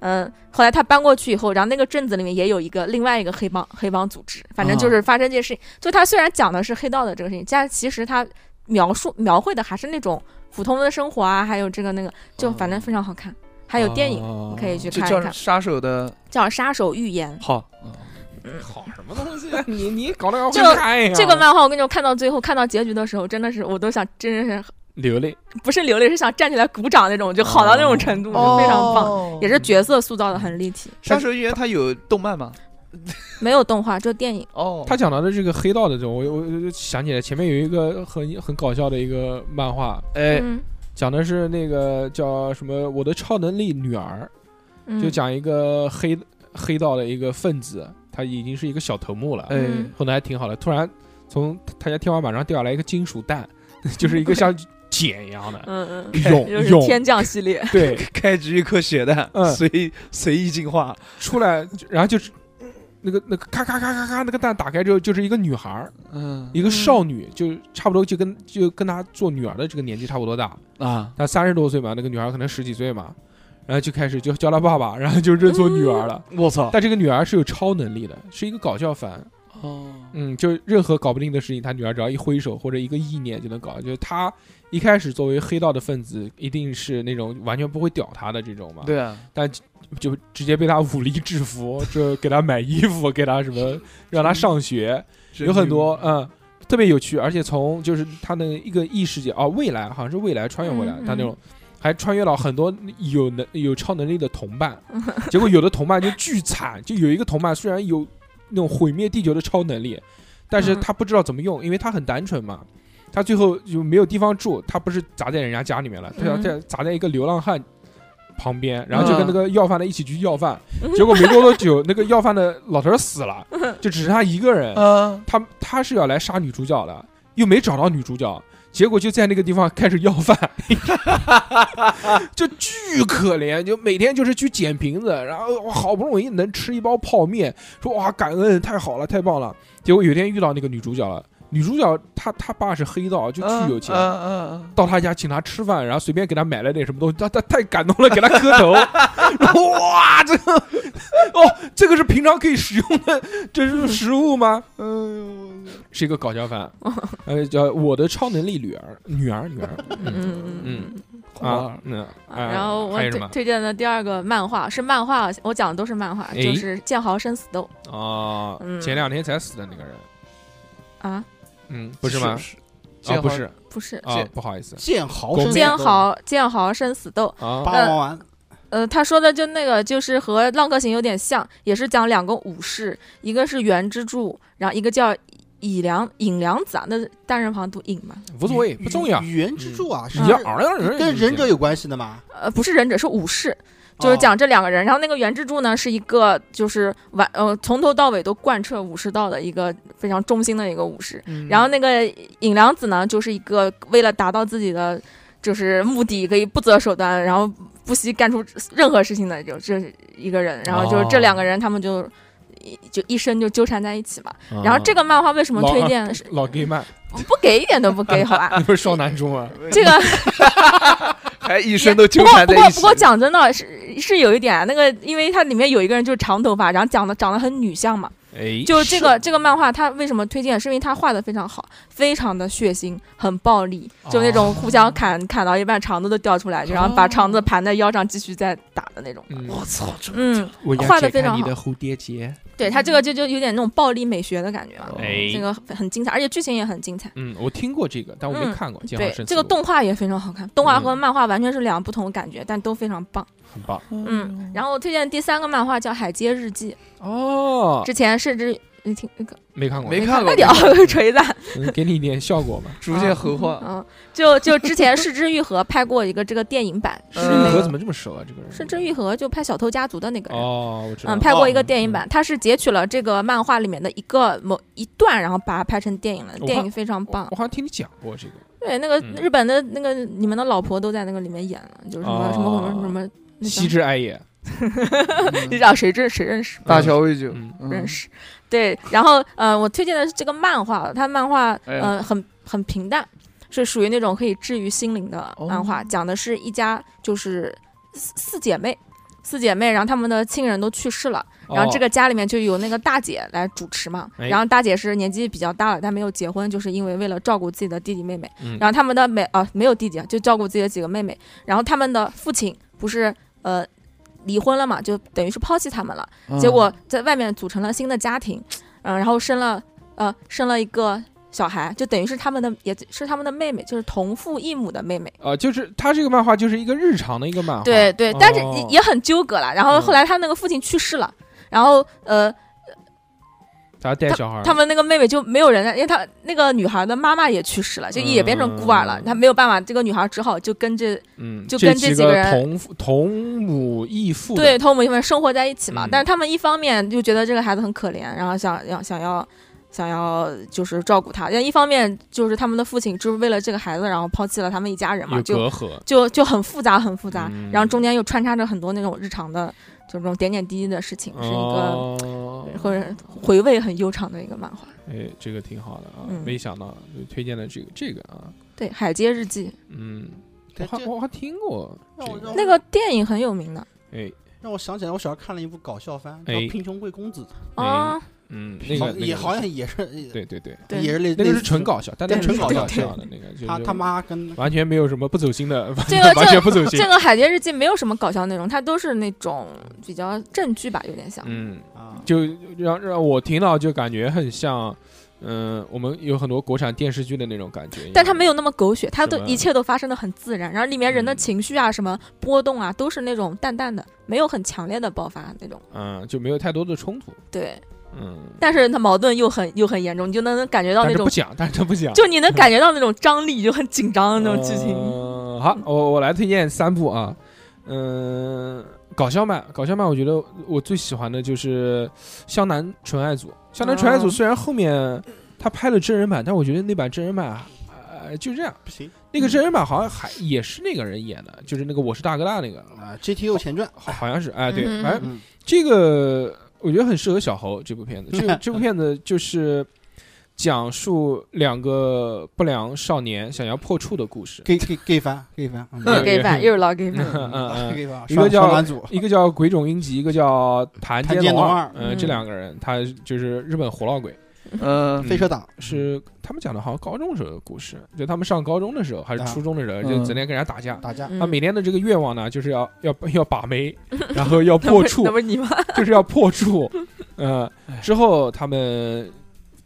C: 嗯，后来他搬过去以后，然后那个镇子里面也有一个另外一个黑帮黑帮组织，反正
A: 啊
C: 就是发生这件事情。就他虽然讲的是黑道的这个事情，但其实他描述描绘的还是那种普通的生活啊，还有这个那个，就反正非常好看。还有电影，
A: 哦
C: 你可以去
B: 这
C: 看一
B: 叫
C: 看，
B: 杀手的
C: 叫《杀手预言》。
B: 好，
C: 嗯
A: 好什么东西啊？ *laughs* 你你搞得让我
C: 这个
A: 看哎呀
C: 这个漫画，我跟你说，看到最后，看到结局的时候，真的是我都想，真的是
A: 流泪，
C: 不是流泪，是想站起来鼓掌那种，就好到那种程度，就非常棒。
D: 哦
C: 也是角色塑造的很立体，
B: 杀手预言，它有动漫吗？
C: 没有动画，就电影。
B: 哦，
A: 他讲到的这个黑道的这种，我我我就想起来前面有一个很很搞笑的一个漫画，
B: 哎，
C: 嗯，
A: 讲的是那个叫什么《我的超能力女儿》，
C: 嗯
A: 就讲一个黑黑道的一个分子，他已经是一个小头目了，
B: 哎
C: 嗯
A: 混的还挺好的。突然从他家天花板上掉下来一个金属蛋， *laughs* 就是一个像茧一样的
C: 嗯嗯，
A: 蛹
C: 就是
A: 蛹，
C: 天降系列，
A: 对，
B: 开局一颗血弹
A: 嗯，
B: 随随意进化。
A: 出来，然后就是那个那个咔咔咔咔咔，那个蛋打开之后就是一个女孩儿，
B: 嗯
A: 一个少女，就差不多就跟就跟她做女儿的这个年纪差不多大，
B: 啊，
A: 她三十多岁嘛，那个女孩可能十几岁嘛，然后就开始就叫她爸爸，然后就认作女儿
C: 嗯
A: 了。
B: 我操！
A: 但这个女儿是有超能力的，是一个搞笑番，
B: 哦，
A: 嗯，就任何搞不定的事情，她女儿只要一挥手或者一个意念就能搞。就是她一开始作为黑道的分子，一定是那种完全不会屌她的这种嘛，
B: 对啊，
A: 就直接被他武力制服，就给他买衣服，给他什么，让他上学，有很多嗯。特别有趣，而且从就是他那一个异世界啊，未来好像是未来穿越回来，
C: 嗯
A: 他那种还穿越了很多有能有超能力的同
C: *laughs*
A: 伴，结果有的同伴就巨惨，就有一个同伴虽然有那种毁灭地球的超能力，但
C: 嗯
A: 是他不知道怎么用，因为他很单纯嘛。他最后就没有地方住，他不是砸在人家家里面了，他要
C: 嗯
A: 在砸在一个流浪汉旁边，然后就跟
B: 嗯
A: 那个要饭的一起去要
C: *laughs*
A: 饭，结果没过多久，那个要饭的老头儿死了，就只剩他一个人。
B: 嗯，
A: 他他是要来杀女主角的，又没找到女主角，结果就在那个地方开始要饭， *laughs* 就巨可怜，就每天就是去捡瓶子，然后哇好不容易能吃一包泡面，说哇感恩太好了太棒了，结果有一天遇到那个女主角了，女主角她她爸是黑道，就巨有钱。
B: 嗯嗯
A: 到他家请他吃饭，然后随便给他买了点什么东西，他他太感动了，给他磕
C: *laughs*
A: 头，然后哇，这个哦，这个是平常可以使用的，这是食物吗？
B: 嗯，
A: 是一个搞笑番，
C: 哦
A: 呃，叫《我的超能力女儿》，女儿，
C: *laughs*
A: 女儿，嗯
C: 嗯
A: 嗯
B: 啊
A: 啊，，嗯，啊
C: 然后我
A: 还有什
C: 推
A: 么
C: 推荐的第二个漫画是漫画，我讲的都是漫画，
A: 诶
C: 就是《剑豪生死斗
A: 啊？
C: 嗯
A: 前两天才死的那个人，》
C: 啊，
A: 嗯，不是吗？
B: 哦是
A: 啊，不，是
C: 不是
A: 啊
B: 剑，
A: 不好意思
D: 剑豪
A: 狗
D: 身
A: 命
C: 剑豪剑豪生死斗，
A: 啊
D: 八王丸
C: 呃，他说的就那个，就是和《浪客行》有点像，也是讲两个武士，一个是原之助，然后一个叫尹良尹良子啊，那是单人旁读尹嘛，
A: 无所谓，不重要，嗯
D: 语言之柱啊，是
A: 你
C: 嗯
A: 要儿让人
D: 跟忍者有关系的嘛？
C: 呃，不是忍者，是武士，就是
D: 哦
C: 讲这两个人。然后那个原之助呢，是一个就是完呃从头到尾都贯彻武士道的一个非常忠心的一个武士。
D: 嗯
B: 嗯
C: 然后那个尹良子呢，就是一个为了达到自己的就是目的，可以不择手段，然后不惜干出任何事情的，就这一个人。然后就是这两个人，他们
B: 哦
C: 就一就一生就纠缠在一起嘛。
B: 嗯
C: 然后这个漫画为什么
A: 老
C: 推荐？是
A: 啊老 gay
C: *laughs*
A: 漫，
C: 不给一点都不
B: *laughs*
C: 给，好吧？
A: 你不是双男中啊？
C: 这个
B: 还一生都纠
C: 不过
B: 缠
C: 不
B: 在
C: 过
B: 一
C: 不
B: 起。
C: 过讲真的，是是有一点啊那个，因为它里面有一个人就是长头发，然后讲的长得很女相嘛。
A: 哎，
C: 就这个这个漫画，它为什么推荐？是因为它画的非常好，非常的血腥，很暴力，就那种互相砍、砍到一半肠子都掉出来，然后把肠子盘在腰上继续再打的那种。
A: 嗯
B: 我操，这
C: 嗯，
A: 我
C: 要画得解非开常你的
A: 蝴蝶结。
C: 对，它这个就就有点那种暴力美学的感觉啊，
A: 哎
C: 这个很很精彩，而且剧情也很精彩。
A: 嗯，我听过这个，但我没
C: 嗯
A: 看过。剑豪
C: 对
A: 生，死
C: 这个
A: 斗
C: 动画也非常好看，动画和
A: 嗯
C: 漫画完全是两个不同的感觉，但都非常棒。
A: 很棒
B: 哦
C: 嗯，然后我推荐第三个漫画叫《海街日记
A: 哦》，，
C: 之前是只你听那个
A: 没看过，
B: 没看过
C: 那，屌 *laughs* 锤子，啊
A: 嗯给你一点效果嘛。
B: 逐渐合化。
C: 嗯，就就之前是之愈合拍过一个这个电影版，是
B: 嗯
A: 愈
C: 那
A: 合
C: 个
A: 怎么这么熟啊？这个人
C: 呃是之愈合就拍《小偷家族》的那个人。
A: 哦，我知道
C: 嗯，。拍过一个电影版，他是截取了这个漫画里面的一个某一段，然后把它拍成电影了。
A: 我
C: 电影非常棒
A: 我，好像听你讲过这个。
C: 对，那个
A: 嗯
C: 日本的那个你们的老婆都在那个里面演了，就是什么
A: 哦
C: 什么什么什么那
A: 西
C: 叫，
A: 之爱也，
B: *laughs*
C: 你知道谁认谁认识？
B: 大乔未久，
A: 嗯，
C: 认
B: 嗯，
C: 识。对，然后呃，我推荐的是这个漫画，它漫画
B: 哎呀
C: 呃很很平淡，是属于那种可以治愈心灵的
A: 哦
C: 漫画，讲的是一家就是四四姐妹。四姐妹，然后她们的亲人都去世了，然后这
A: 哦
C: 个家里面就由那个大姐来主持嘛。
A: 哎
C: 然后大姐是年纪比较大了，但没有结婚，就是因为为了照顾自己的弟弟妹妹。
A: 嗯
C: 然后他们的妹啊、没有弟弟啊，就照顾自己的几个妹妹。然后他们的父亲不是呃离婚了嘛，就等于是抛弃他们了。
A: 嗯
C: 结果在外面组成了新的家庭，嗯、然后生了呃生了一个小孩，就等于是他们的也是他们的妹妹，就是同父异母的妹妹。
A: 啊，就是他这个漫画就是一个日常的一个漫画。
C: 对对，但是
A: 哦
C: 也也很纠葛了。然后后来他那个父亲去世了，然后
A: 嗯
C: 呃
A: 他带小孩儿，
C: 他们那个妹妹就没有人了，因为她那个女孩的妈妈也去世了，就也变成孤儿了。
A: 嗯
C: 她没有办法，这个女孩只好就跟着
A: 嗯，
C: 就跟这
A: 几
C: 几个人
A: 同父同母异父的
C: 对，同母异母生活在一起嘛。
A: 嗯
C: 但是他们一方面就觉得这个孩子很可怜，然后想要想要想要就是照顾他，但一方面就是他们的父亲就是为了这个孩子，然后抛弃了他们一家人嘛，
A: 有
C: 就
A: 隔阂，
C: 就就很复杂很复杂。
A: 嗯
C: 然后中间又穿插着很多那种日常的就这种点点滴滴的事情，是一个
A: 哦
C: 会回味很悠长的一个漫画。
A: 哎，这个挺好的啊，
C: 嗯
A: 没想到推荐的这个这个啊，
C: 对，《海街日记
A: 嗯，我
D: 对
A: 还
D: 这
A: 我还听过
D: 让
A: 这
D: 我
A: 个，
D: 让》
C: 那个电影很有名的
A: 哎，
D: 让我想起来，我小时候看了一部搞笑番叫
A: 哎
D: 《贫穷贵公子
C: 啊、
A: 嗯，那
D: 好
A: 个
D: 也好像
A: 像
D: 也是，
A: 对对对，
C: 对
D: 也是类
A: 那个
D: 类
A: 是
D: 似
A: 纯搞笑，但
D: 对
A: 那个
D: 纯
A: 是
D: 搞
A: 搞
C: 笑
A: 笑的那个，就
D: 他
A: 是
D: 他妈跟
A: 完全没有什么不走心的，
C: 这个
A: *laughs* 完全不走心
C: 这。个《海街日记》没有什么搞笑内容，它都是那种比较正剧吧，有点像。
A: 嗯，
D: 啊，
A: 就让让我听到就感觉很像嗯，我们有很多国产电视剧的那种感觉，
C: 但它没有那么狗血，它都
A: 什么
C: 一切都发生的很自然，然后里面人的
A: 嗯
C: 情绪啊、什么波动啊，都是那种淡淡的，没有很强烈的爆发那种。
A: 嗯，就没有太多的冲突，
C: 对，
A: 嗯，
C: 但是它矛盾又很又很严重，你就能感觉到
A: 但
C: 那
A: 是
C: 种
A: 不，讲，但是真不讲，
C: 就你能感觉到那种张力，就很紧张的那种剧情。
A: 嗯、好，我我来推荐三部啊，嗯，搞笑漫，搞笑漫，我觉得我最喜欢的就是《湘南纯爱组》。《湘南纯爱组》
C: 嗯
A: 虽然后面他拍了真人版，但我觉得那版真人版啊、呃就这样。
D: 不行
A: 那个真人版好像还也是那个人演的，就是那个我是大哥大那个，
D: 啊！GTO 前传，
A: 好好像是哎对，
C: 嗯
A: 反正
D: 嗯，
A: 这个我觉得很适合小猴这部片子。这
C: *laughs*
A: 个这部片子就是讲述两个不良少年想要破处的故事。
D: 给给给翻
A: *laughs*
D: 给翻，嗯 *laughs* 啊
A: 嗯
C: gay 版又是老 *laughs* gay
A: 嗯
C: 版，
A: *laughs* 嗯嗯
D: 给翻，
A: 一个
D: 双
A: 叫
D: 双男主，
A: 一个叫鬼冢英吉，一个叫谭
D: 谭
A: 龙
D: 龙
A: 二
D: 二，
A: 嗯，
C: 嗯
A: 这两个人他就是日本活闹鬼，
B: 嗯
D: 飞车党，
A: 是他们讲的好像高中时候的故事，就他们上高中的时候还是
D: 啊
A: 初中的时
B: 嗯
A: 候，就整天跟人家打架。
D: 打架，
C: 嗯
A: 他每天的这个愿望呢，就是要要要把妹，然后要破处
C: 那，不是你吗？
A: 就是要破处。呃，之后他们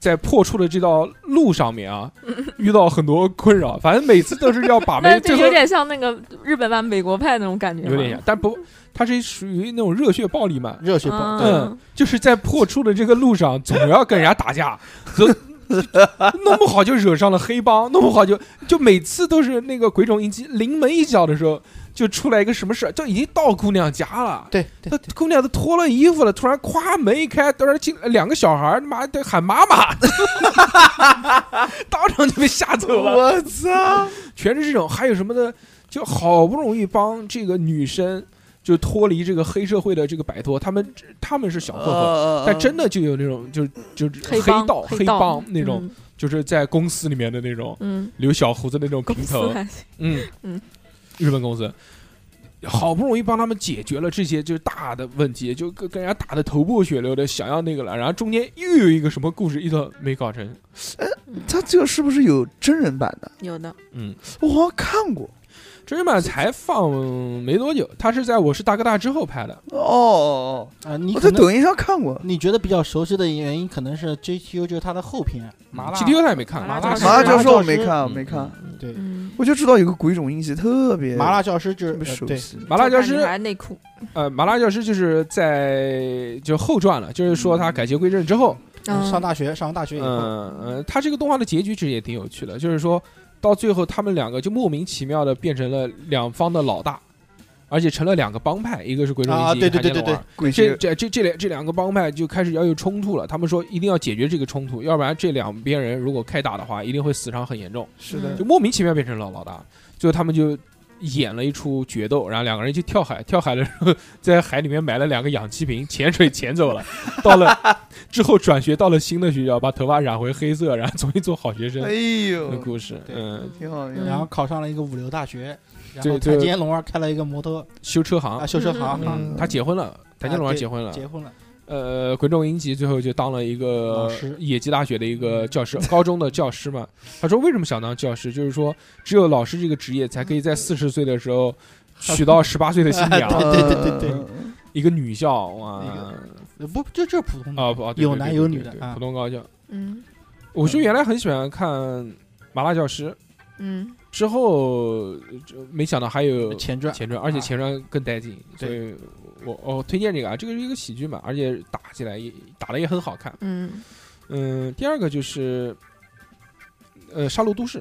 A: 在破处的这道路上面啊，遇到很多困扰，反正每次都是要
C: *laughs*
A: 把妹
C: 那，
A: 啊最
C: 就
A: 后
C: 有点像那个日本版美国派那种感觉嘛，
A: 有点像，但不，它是属于那种热血暴力漫，
D: 热血爆，对
A: 嗯，就是在破处的这个路上，总要跟人家打架， *laughs* 总弄不好就惹上了黑帮，弄不好就就每次都是那个鬼冢一击临门一脚的时候，就出来一个什么事儿，就已经到姑娘家了。
D: 对对
A: 她姑娘都脱了衣服了，突然咵门一开，突然进两个小孩儿，他妈的喊妈妈， *laughs* 当场就被吓走了。
B: 我操！
A: 全是这种，还有什么的，就好不容易帮这个女生就脱离这个黑社会的这个摆脱，他们他们是
D: 呃
A: 小混混，
B: 呃
A: 但真的就有那种就就是
C: 黑帮
A: 道黑
C: 黑道嗯
A: 那种，，就是在公司里面的那种
C: 嗯，嗯
A: 留小胡子的那种
C: 公
A: 平
C: 司
A: 头，
C: 还行
A: 嗯
C: 嗯
A: 日本公司。好不容易帮他们解决了这些就是大的问题，就跟跟人家打的头破血流的，想要那个了，然后中间又有一个什么故事，一直没搞成。
B: 他这个是不是有真人版的？
C: 有的，
A: 嗯，
B: 我好像看过
A: 真人版才放没多久，他是在我是大哥大之后拍的。
B: 哦，
D: 啊，你
B: 我在
D: 可能
B: 抖音上看过。
D: 你觉得比较熟悉的原因，可能是 GTO 就是他的后篇，麻辣
A: GTO 他也没看，
C: 麻辣
A: 辣
C: 教师
B: 麻辣教
D: 师
B: 授我没看，我
A: 嗯
B: 没看，
D: 对
C: 嗯，
B: 我就知道有个鬼冢英吉特别
D: 麻辣教师就
B: 特
D: 是
B: 别
D: 呃
B: 熟
D: 对，
B: 悉。
A: 麻辣教
C: 就看女
A: 师，
C: 孩内裤，
A: 呃，麻辣教师就是在就后传了，就是说他改邪归正之后，
D: 嗯
C: 嗯
D: 上大学上大学以
A: 嗯
D: 后，
A: 呃，他这个动画的结局其实也挺有趣的，就是说到最后他们两个就莫名其妙的变成了两方的老大，而且成了两个帮派，一个是鬼冢
D: 啊
A: 一
D: 对
A: 吉，
D: 对对
A: 韩
D: 对
A: 江龙二
B: 鬼
A: 这
B: 街
A: 这这这两这两个帮派就开始要有冲突了，他们说一定要解决这个冲突，要不然这两边人如果开打的话，一定会死伤很严重。
B: 是的
C: 嗯
A: 就，莫名其妙变成了老大。最后他们啊就演了一出决斗，然后两个人去跳海，跳海的时候在海里面买了两个氧气瓶，潜水潜走了，到了之后转学到了新的学校，把头发染回黑色，然后重新做好学生
B: 哎
A: 的
B: 呦，
A: 故事。
D: 对
A: 嗯，
B: 挺好的。
C: 嗯
D: 然后考上了一个五流大学，然
A: 对
D: 后
A: 对
D: 谭杰龙二开了一个摩托
A: 修车
D: 啊
A: 行，
D: 修车行
C: 嗯，
A: 嗯，他结婚了，谭健龙儿
D: 对
A: 结婚了，
D: 结婚了，
A: 呃，鬼冢英吉最后就当了一个
D: 老师
A: 野鸡大学的一个教师，高中的教师嘛。他说为什么想当教师，就是说只有老师这个职业才可以在四十岁的时候娶到十八岁的新
D: *laughs*
A: 娘，
D: 对对对对对
B: 嗯
A: 一个女校啊哇
D: 一个呃不就就是普通的
A: 啊不啊，对
D: 有
A: 对
D: 男
A: 对
D: 有
A: 对
D: 女
A: 对
D: 的
A: 对
D: 啊
A: 普通高校。
C: 嗯
A: 我就原来很喜欢看《麻辣教师》，
C: 嗯，
A: 之后就没想到还有
D: 前传，
A: 哦前传，而且
D: 啊
A: 前传更带劲，所
D: 对
A: 以我我推荐这个啊，这个是一个喜剧嘛，而且打起来也打的也很好看。
C: 嗯
A: 嗯，第二个就是，呃，《杀戮都市》。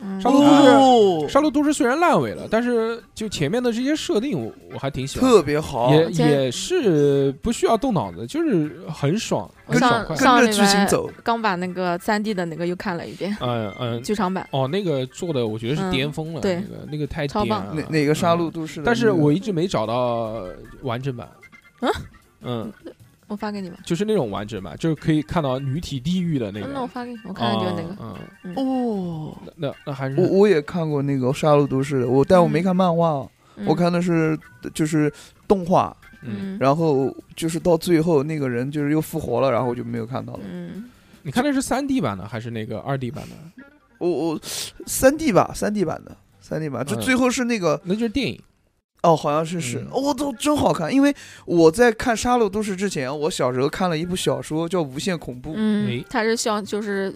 C: 嗯，
A: 杀戮都市
B: 哦
A: 《杀戮都市》虽然烂尾了，但是就前面的这些设定我，我还挺喜欢的。
B: 特别好，
A: 也
C: 这
A: 也是不需要动脑子，就是很爽，很
C: 我
A: 爽
C: 上
A: 快。
B: 跟
C: 上
B: 着
C: 礼
B: 剧情
C: 拜
B: 走。
C: 刚把那个三 D 的那个又看了一遍，
A: 嗯嗯，
C: 剧场版，
A: 哦，那个做的我觉得是
C: 嗯
A: 巅峰了，
C: 对
A: 那个那个太
C: 超
A: 点
C: 棒
A: 了
B: 哪哪个杀戮？都市的
A: 嗯
B: 那个？
A: 啊但是我一直没找到完整版。
C: 啊？
A: 嗯，
C: 我发给你吧。
A: 就是那种完整版，就是可以看到女体地狱的那个。
C: 嗯那我发给你，我看看就那个。
A: 嗯，
B: 哦，
A: 嗯那那那还是
B: 我我也看过那个杀戮都市的，我但我没看漫画哦，
C: 嗯
B: 我看的是就是动画，
A: 嗯，
C: 嗯
B: 然后就是到最后那个人就是又复活了，然后我就没有看到了。
C: 嗯，
A: 你看的是三 D 版的还是那个二 D 版的？
B: 我我三 D 吧，三 D 版的，三 D 版，就
A: 嗯
B: 最后是那个
A: 那就是电影
B: 哦，好像是是
A: 嗯，
B: 我、都真好看。因为我在看《杀戮都市》之前，我小时候看了一部小说叫《无限恐怖》，
A: 哎
C: 嗯，它是像就是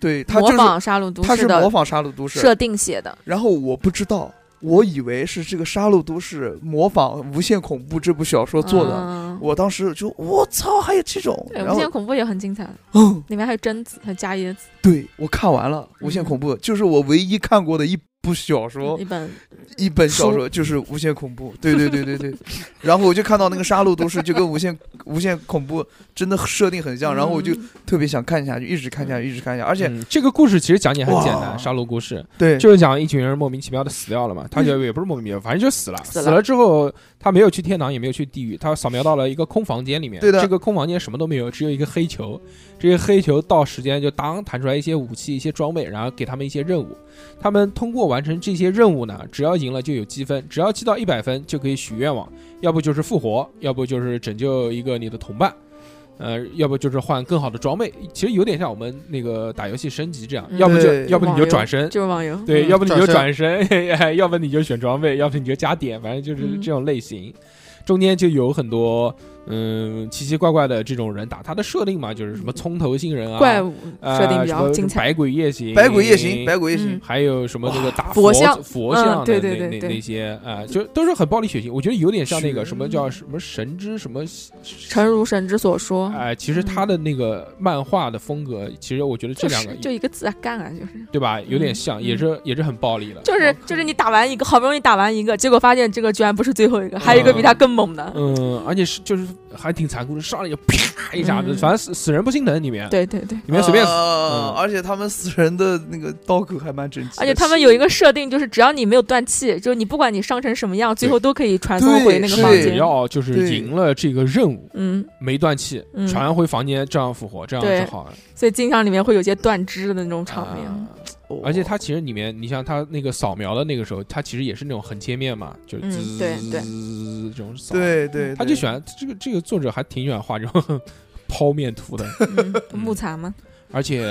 B: 对，它就
C: 模
B: 是
C: 仿《杀戮都
B: 它
C: 市
B: 是》模
C: 的
B: 仿《杀戮都市》，
C: 设定写的，
B: 然后我不知道，我以为是这个《杀戮都市》模仿《无限恐怖》这部小说做的。
C: 嗯
B: 我当时就我操，还有这种！
C: 对，
B: 然
C: 无
B: 后
C: 限，恐怖也很精彩，
B: 嗯，
C: 里面还有贞子，还有伽椰子，
B: 对我看完了《无限
C: 嗯
B: 恐怖》，就是我唯一看过的一部小说
C: 一，本
B: 一本小说就是《无限恐怖》。对对对对
C: *laughs*
B: 对。然后我就看到那个《杀戮都市》就跟《无限无限恐怖》真的设定很像，然后我就
C: 嗯
B: 特别想看下去，一直看下去，一直看下去。而且
A: 嗯这个故事其实讲解很简
B: 哇
A: 单，杀戮故事
B: 对，嗯
A: 就是讲一群人莫名其妙的死掉了嘛，他就也不是莫名其妙，反正就死了。
C: 死
A: 死
C: 了
A: 之后，他没有去天堂，也没有去地狱，他扫描到了一个空房间里面。
B: 对的
A: 这个空房间什么都没有，只有一个黑球。这些黑球到时间就当弹出来一些武器、一些装备，然后给他们一些任务。他们通过完成这些任务呢，只要赢了就有积分，只要积到一百分就可以许愿望，要不就是复活，要不就是拯救一个你的同伴。呃，要不就是换更好的装备，其实有点像我们那个打游戏升级这样，
C: 嗯
A: 要不就
B: 对
A: 要不你就
C: 网游
A: 转身，
C: 就是网游，
A: 对，
C: 嗯
A: 要不你
D: 转
A: 就
D: 身
A: 转身， *laughs* 哎要不你就选装备，要不你就加点，反正就是
C: 嗯
A: 这种类型。中间就有很多嗯奇奇怪怪的这种人打，他的设定嘛，就是什么葱头星人啊，
C: 怪物设定
A: 呃什
C: 比较
A: 么
C: 精彩，
A: 百鬼夜行，
B: 《百鬼夜行》《百鬼夜行
C: 嗯》
A: 还有什么那个打
C: *laughs* 佛
A: 佛
C: 像
A: 佛像的
C: 嗯对对
A: 那
C: 对
A: 那
C: 对
A: 那些啊、呃就都是很暴力血腥。我觉得有点像那个
B: 是
A: 什么叫什么神之什么
C: 诚如神之所说，
A: 哎、其实他的那个漫画的风格，其实我觉得这
C: 就
A: 两
C: 是
A: 个
C: 就一个字啊，干啊，就是
A: 对吧，有点像，
C: 嗯
A: 也是也是很暴力的。
C: 就是就是你打完一个，好不容易打完一个，结果发现这个居然不是最后一个，还有一个比他更猛的，
A: 嗯，而且是就是还挺残酷的，上来就啪一下子，
C: 嗯
A: 反正死死人不心疼，里面
C: 对对对。
A: 里面随便死。
B: 呃
A: 嗯
B: 而且他们死人的那个刀口还蛮整齐的，
C: 而且他们有一个设定，就是只要你没有断气，就是你不管你伤成什么样，最后都可以传送回那个
B: 对
C: 房
A: 只
C: 间。
A: 要就是
B: 对
A: 赢了这个任务，
C: 嗯，
A: 没断气，
C: 嗯
A: 传回房间，这样复活，这样
C: 对
A: 是好的。
C: 所以经常里面会有些断肢的那种场面。
A: 啊
B: 哦
A: 而且它其实里面，你像它那个扫描的那个时候，它其实也是那种横切面嘛，就是
C: 嗯
A: 滋
C: 对对
A: 这种扫。，
B: 对对，
A: 他就
B: 对
A: 喜欢这个这个作者还挺喜欢画这种 *laughs* 剖面图
C: *laughs*
A: 的，
C: 嗯，木材吗？
A: 而且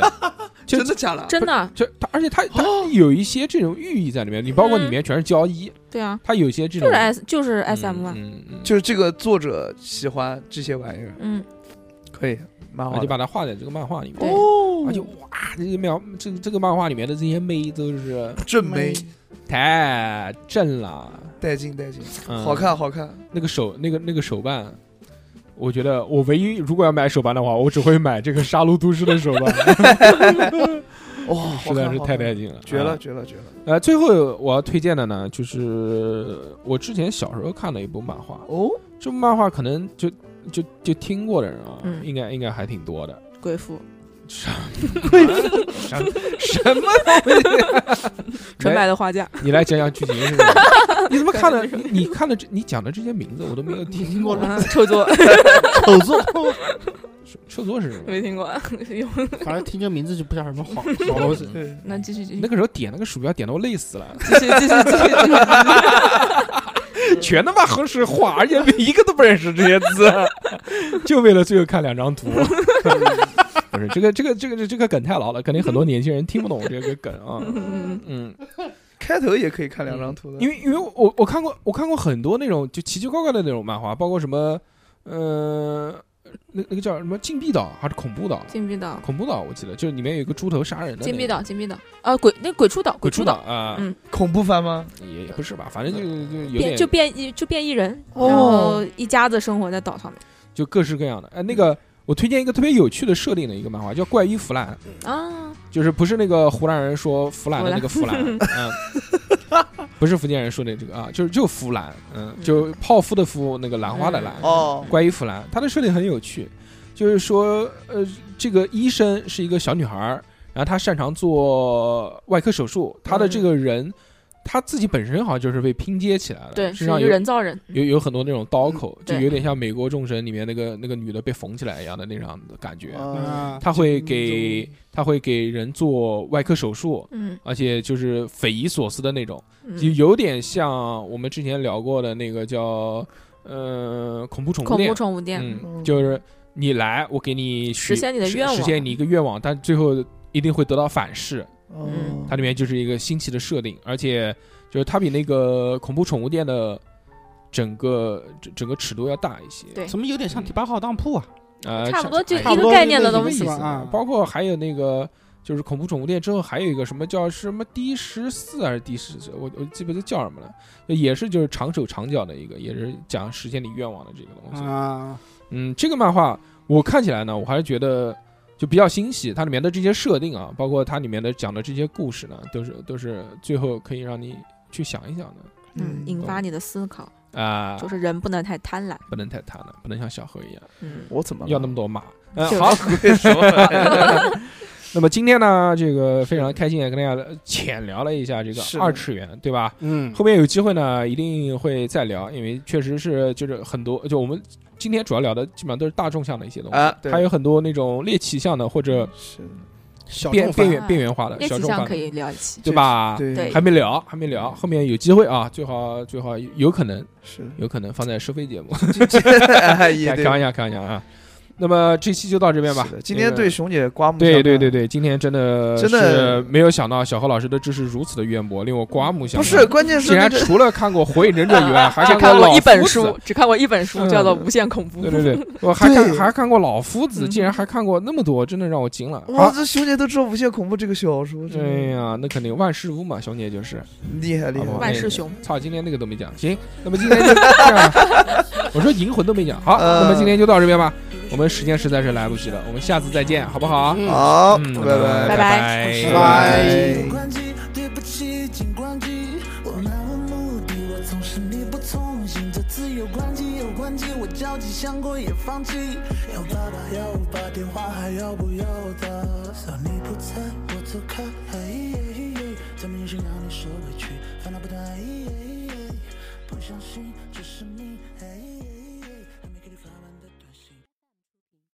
A: 就
B: 真的假
A: 啊
B: 的？
C: 真的，
A: 就它，而且它它有一些这种寓意在里面，你包括里面全是交易，
C: 对啊，
A: 它有一些这
C: 就
A: 种
C: 是 S 就是
A: 嗯
C: SM 嘛。
A: 嗯嗯，
B: 就是这个作者喜欢这些玩意儿，
C: 嗯，
B: 可以，蛮
A: 然后
B: 好
A: 啊就
B: 的。
A: 把它画在这个漫画里面
C: 对，
B: 哦
D: 啊
A: 而且哇，这个描这这个漫画里面的这些妹都是
B: 正妹
A: 太正了，
B: 带劲带劲，
A: 嗯
B: 好。看好看。
A: 那个手那个那个手办，我觉得我唯一如果要买手办的话，我只会买这个《杀戮都市》的手办，
B: *laughs* 哇，好
A: 实在
B: 看哦
A: 是
B: 好
A: 太
B: 看
A: 带劲了，
B: 绝了
A: 啊
B: 绝了绝了！
A: 呃，最后我要推荐的呢，就是我之前小时候看的一部漫画，
B: 哦，
A: 这部漫画可能就就就听过的人啊，
C: 嗯
A: 应该应该还挺多的。
C: 贵妇
A: 什么什么什么东西？
C: 纯白的花嫁，
A: 来，你来讲讲剧情是吧？你怎么看的？你你看的这你讲的这些名字我都没有听过。
C: 嗯臭作
A: *laughs*
D: 丑作，
A: 车座是什么？*laughs*
C: 没听过。有
D: 反正听这名字就不像什么好好东西。
B: 对，
C: 那继续继续
A: 那个时候点那个鼠标点的我累死了，
C: 继续
A: *laughs*
C: 继续继续继续。
A: 全他妈横是画，而且每一个都不认识这些字，就为了最后看两张图。不是这个这个这个这个梗太老了，肯定很多年轻人听不懂这个梗啊。
C: 嗯，
A: 嗯，
B: 开头也可以看两张图的，
A: 因
B: 嗯为
A: 为因为我我看过我看过很多那种就奇奇怪怪的那种漫画，包括什么，呃，那那个叫什么禁闭岛还是恐怖岛？
C: 禁闭岛，
A: 恐怖岛我记得就是里面有一个猪头杀人的那个
C: 禁闭岛，禁闭岛，啊，鬼那鬼畜岛，
A: 鬼
C: 畜
A: 畜岛，啊，
C: 嗯
B: 恐怖番吗？
A: 也也不是吧，反正就就有
C: 变
A: 点
C: 就变一就变一人，
B: 哦
C: 然后一家子生活在岛上面
A: 就各式各样的。哎，那个我推荐一个特别有趣的设定的一个漫画，叫《怪医弗兰》，
C: 啊。
A: 就是不是那个湖南人说弗兰的那个弗兰，嗯，不是福建人说的这个啊，就是就弗兰，嗯，就泡芙的芙，那个兰花的兰，
B: 哦，
A: 怪医弗兰，它的设定很有趣，就是说，呃，这个医生是一个小女孩儿，然后她擅长做外科手术，她的这个人，她自己本身好像就是被拼接起来的，
C: 对，是
A: 身
C: 一
A: 上
C: 个
A: 有
C: 人造人，
A: 有有很多那种刀口，就
C: 对
A: 有点像《美国众神》里面那个那个女的被缝起来一样的那样的感觉。
C: 哦
D: 啊，
A: 他会给他会给人做外科手术，
C: 嗯，
A: 而且就是匪夷所思的那种，就
C: 嗯
A: 有点像我们之前聊过的那个叫呃恐怖宠物
C: 恐
A: 店
C: 怖，宠物店，
A: 嗯，就是你来，我给你许
C: 实现你的
A: 实
C: 愿望
A: 实现你一个愿望，但最后一定会得到反噬。
B: 哦
C: 嗯
A: 它里面就是一个新奇的设定，而且就是它比那个恐怖宠物店的整个整整个尺度要大一些。
C: 对
D: 怎么有点像第八号当铺啊？
A: 呃，
C: 差不多就
A: 哎
D: 差
C: 一个
D: 不多
C: 概
D: 就
C: 念
D: 那
C: 的
D: 几个
C: 东
D: 意
C: 西
D: 思。吧啊
A: 包括还有那个就是恐怖宠物店之后，还有一个什么叫什么第十四还是第十，我我记不得叫什么了，也是就是长手长脚的一个，也是讲实现你愿望的这个东西。
D: 啊，
A: 嗯，这个漫画我看起来呢，我还是觉得就比较欣喜，它里面的这些设定啊，包括它里面的讲的这些故事呢，都是都是最后可以让你去想一想的
C: 嗯，引发你的思考，
A: 啊，
C: 就是人不能太贪婪。
A: 不能太贪婪，不能像小何一样
C: 嗯，
B: 我怎么
A: 要那么多马。嗯，
C: 就
A: 好，
B: *laughs* 什么？
A: 那么今天呢，这个非常开心，也跟大家呃浅聊了一下这个
B: 是的
A: 二次元，对吧？
D: 嗯，
A: 后面有机会呢，一定会再聊，因为确实是就是很多，就我们今天主要聊的基本上都是大众向的一些东
B: *laughs*
A: 西，
B: 啊对
A: 还有很多那种猎奇向的或者
B: 是
D: 小
A: 边边
D: 众范
A: 缘边缘化的
C: 猎
A: 小
C: 奇
A: 众化
C: 向
A: 的
C: 可，以聊一期。
A: 对吧？
B: 对
A: 还没聊，还没聊，后面有机会啊，最好最好有可能
B: 是， *laughs*
A: 有可能放在收费节目，
B: 哎也
A: 开
B: 对
A: 玩笑开玩笑啊。那么这期就到这边吧
B: 是的。今天
A: 那个
B: 对熊姐刮目相
A: 对
B: 看
A: 对对对，今天真的
B: 真的
A: 是没有想到小何老师的知识如此的渊博，令我刮目相
B: 不
A: 看。
B: 是，关键是
A: 竟
B: 那
A: 然
B: 个
A: 除了看过《火影忍者》以外，还
C: 只
A: 过
C: 看过
A: 老
C: 一本
A: 夫子
C: 书，。只看过一本书，
A: 嗯
C: 叫做《无限恐怖
A: 对》。对对，我还看
B: 对
A: 还看过老夫子，
C: 嗯
A: 竟然还看过那么多，真的让我惊了。
B: 哇，
A: 啊！
B: 这熊姐都知道《无限恐怖》这个小说，真的
A: 哎呀，那肯定万事屋嘛，熊姐就是
B: 厉害厉
A: 好不好
B: 害。
C: 万事雄
A: 操，今天那个都没讲。行，那么今天就 *laughs* 这样，我说银魂都没讲。好，
B: 呃
A: 那么今天就到这边吧，我们时间实在是来不及了，我们下次再见，好不好？
D: 嗯
B: 好，
A: 嗯，
B: 拜拜
A: 拜拜
C: 拜
D: 拜拜
E: 请关机，对不起，请关机。我漫无目的，我总是力不从心。这次有关机，有关机，我焦急想过也放弃。要爸爸，要把电话还要不要的？想你不在，我走开。咱们也是让你受委屈，烦恼不断。不相信这是你。哎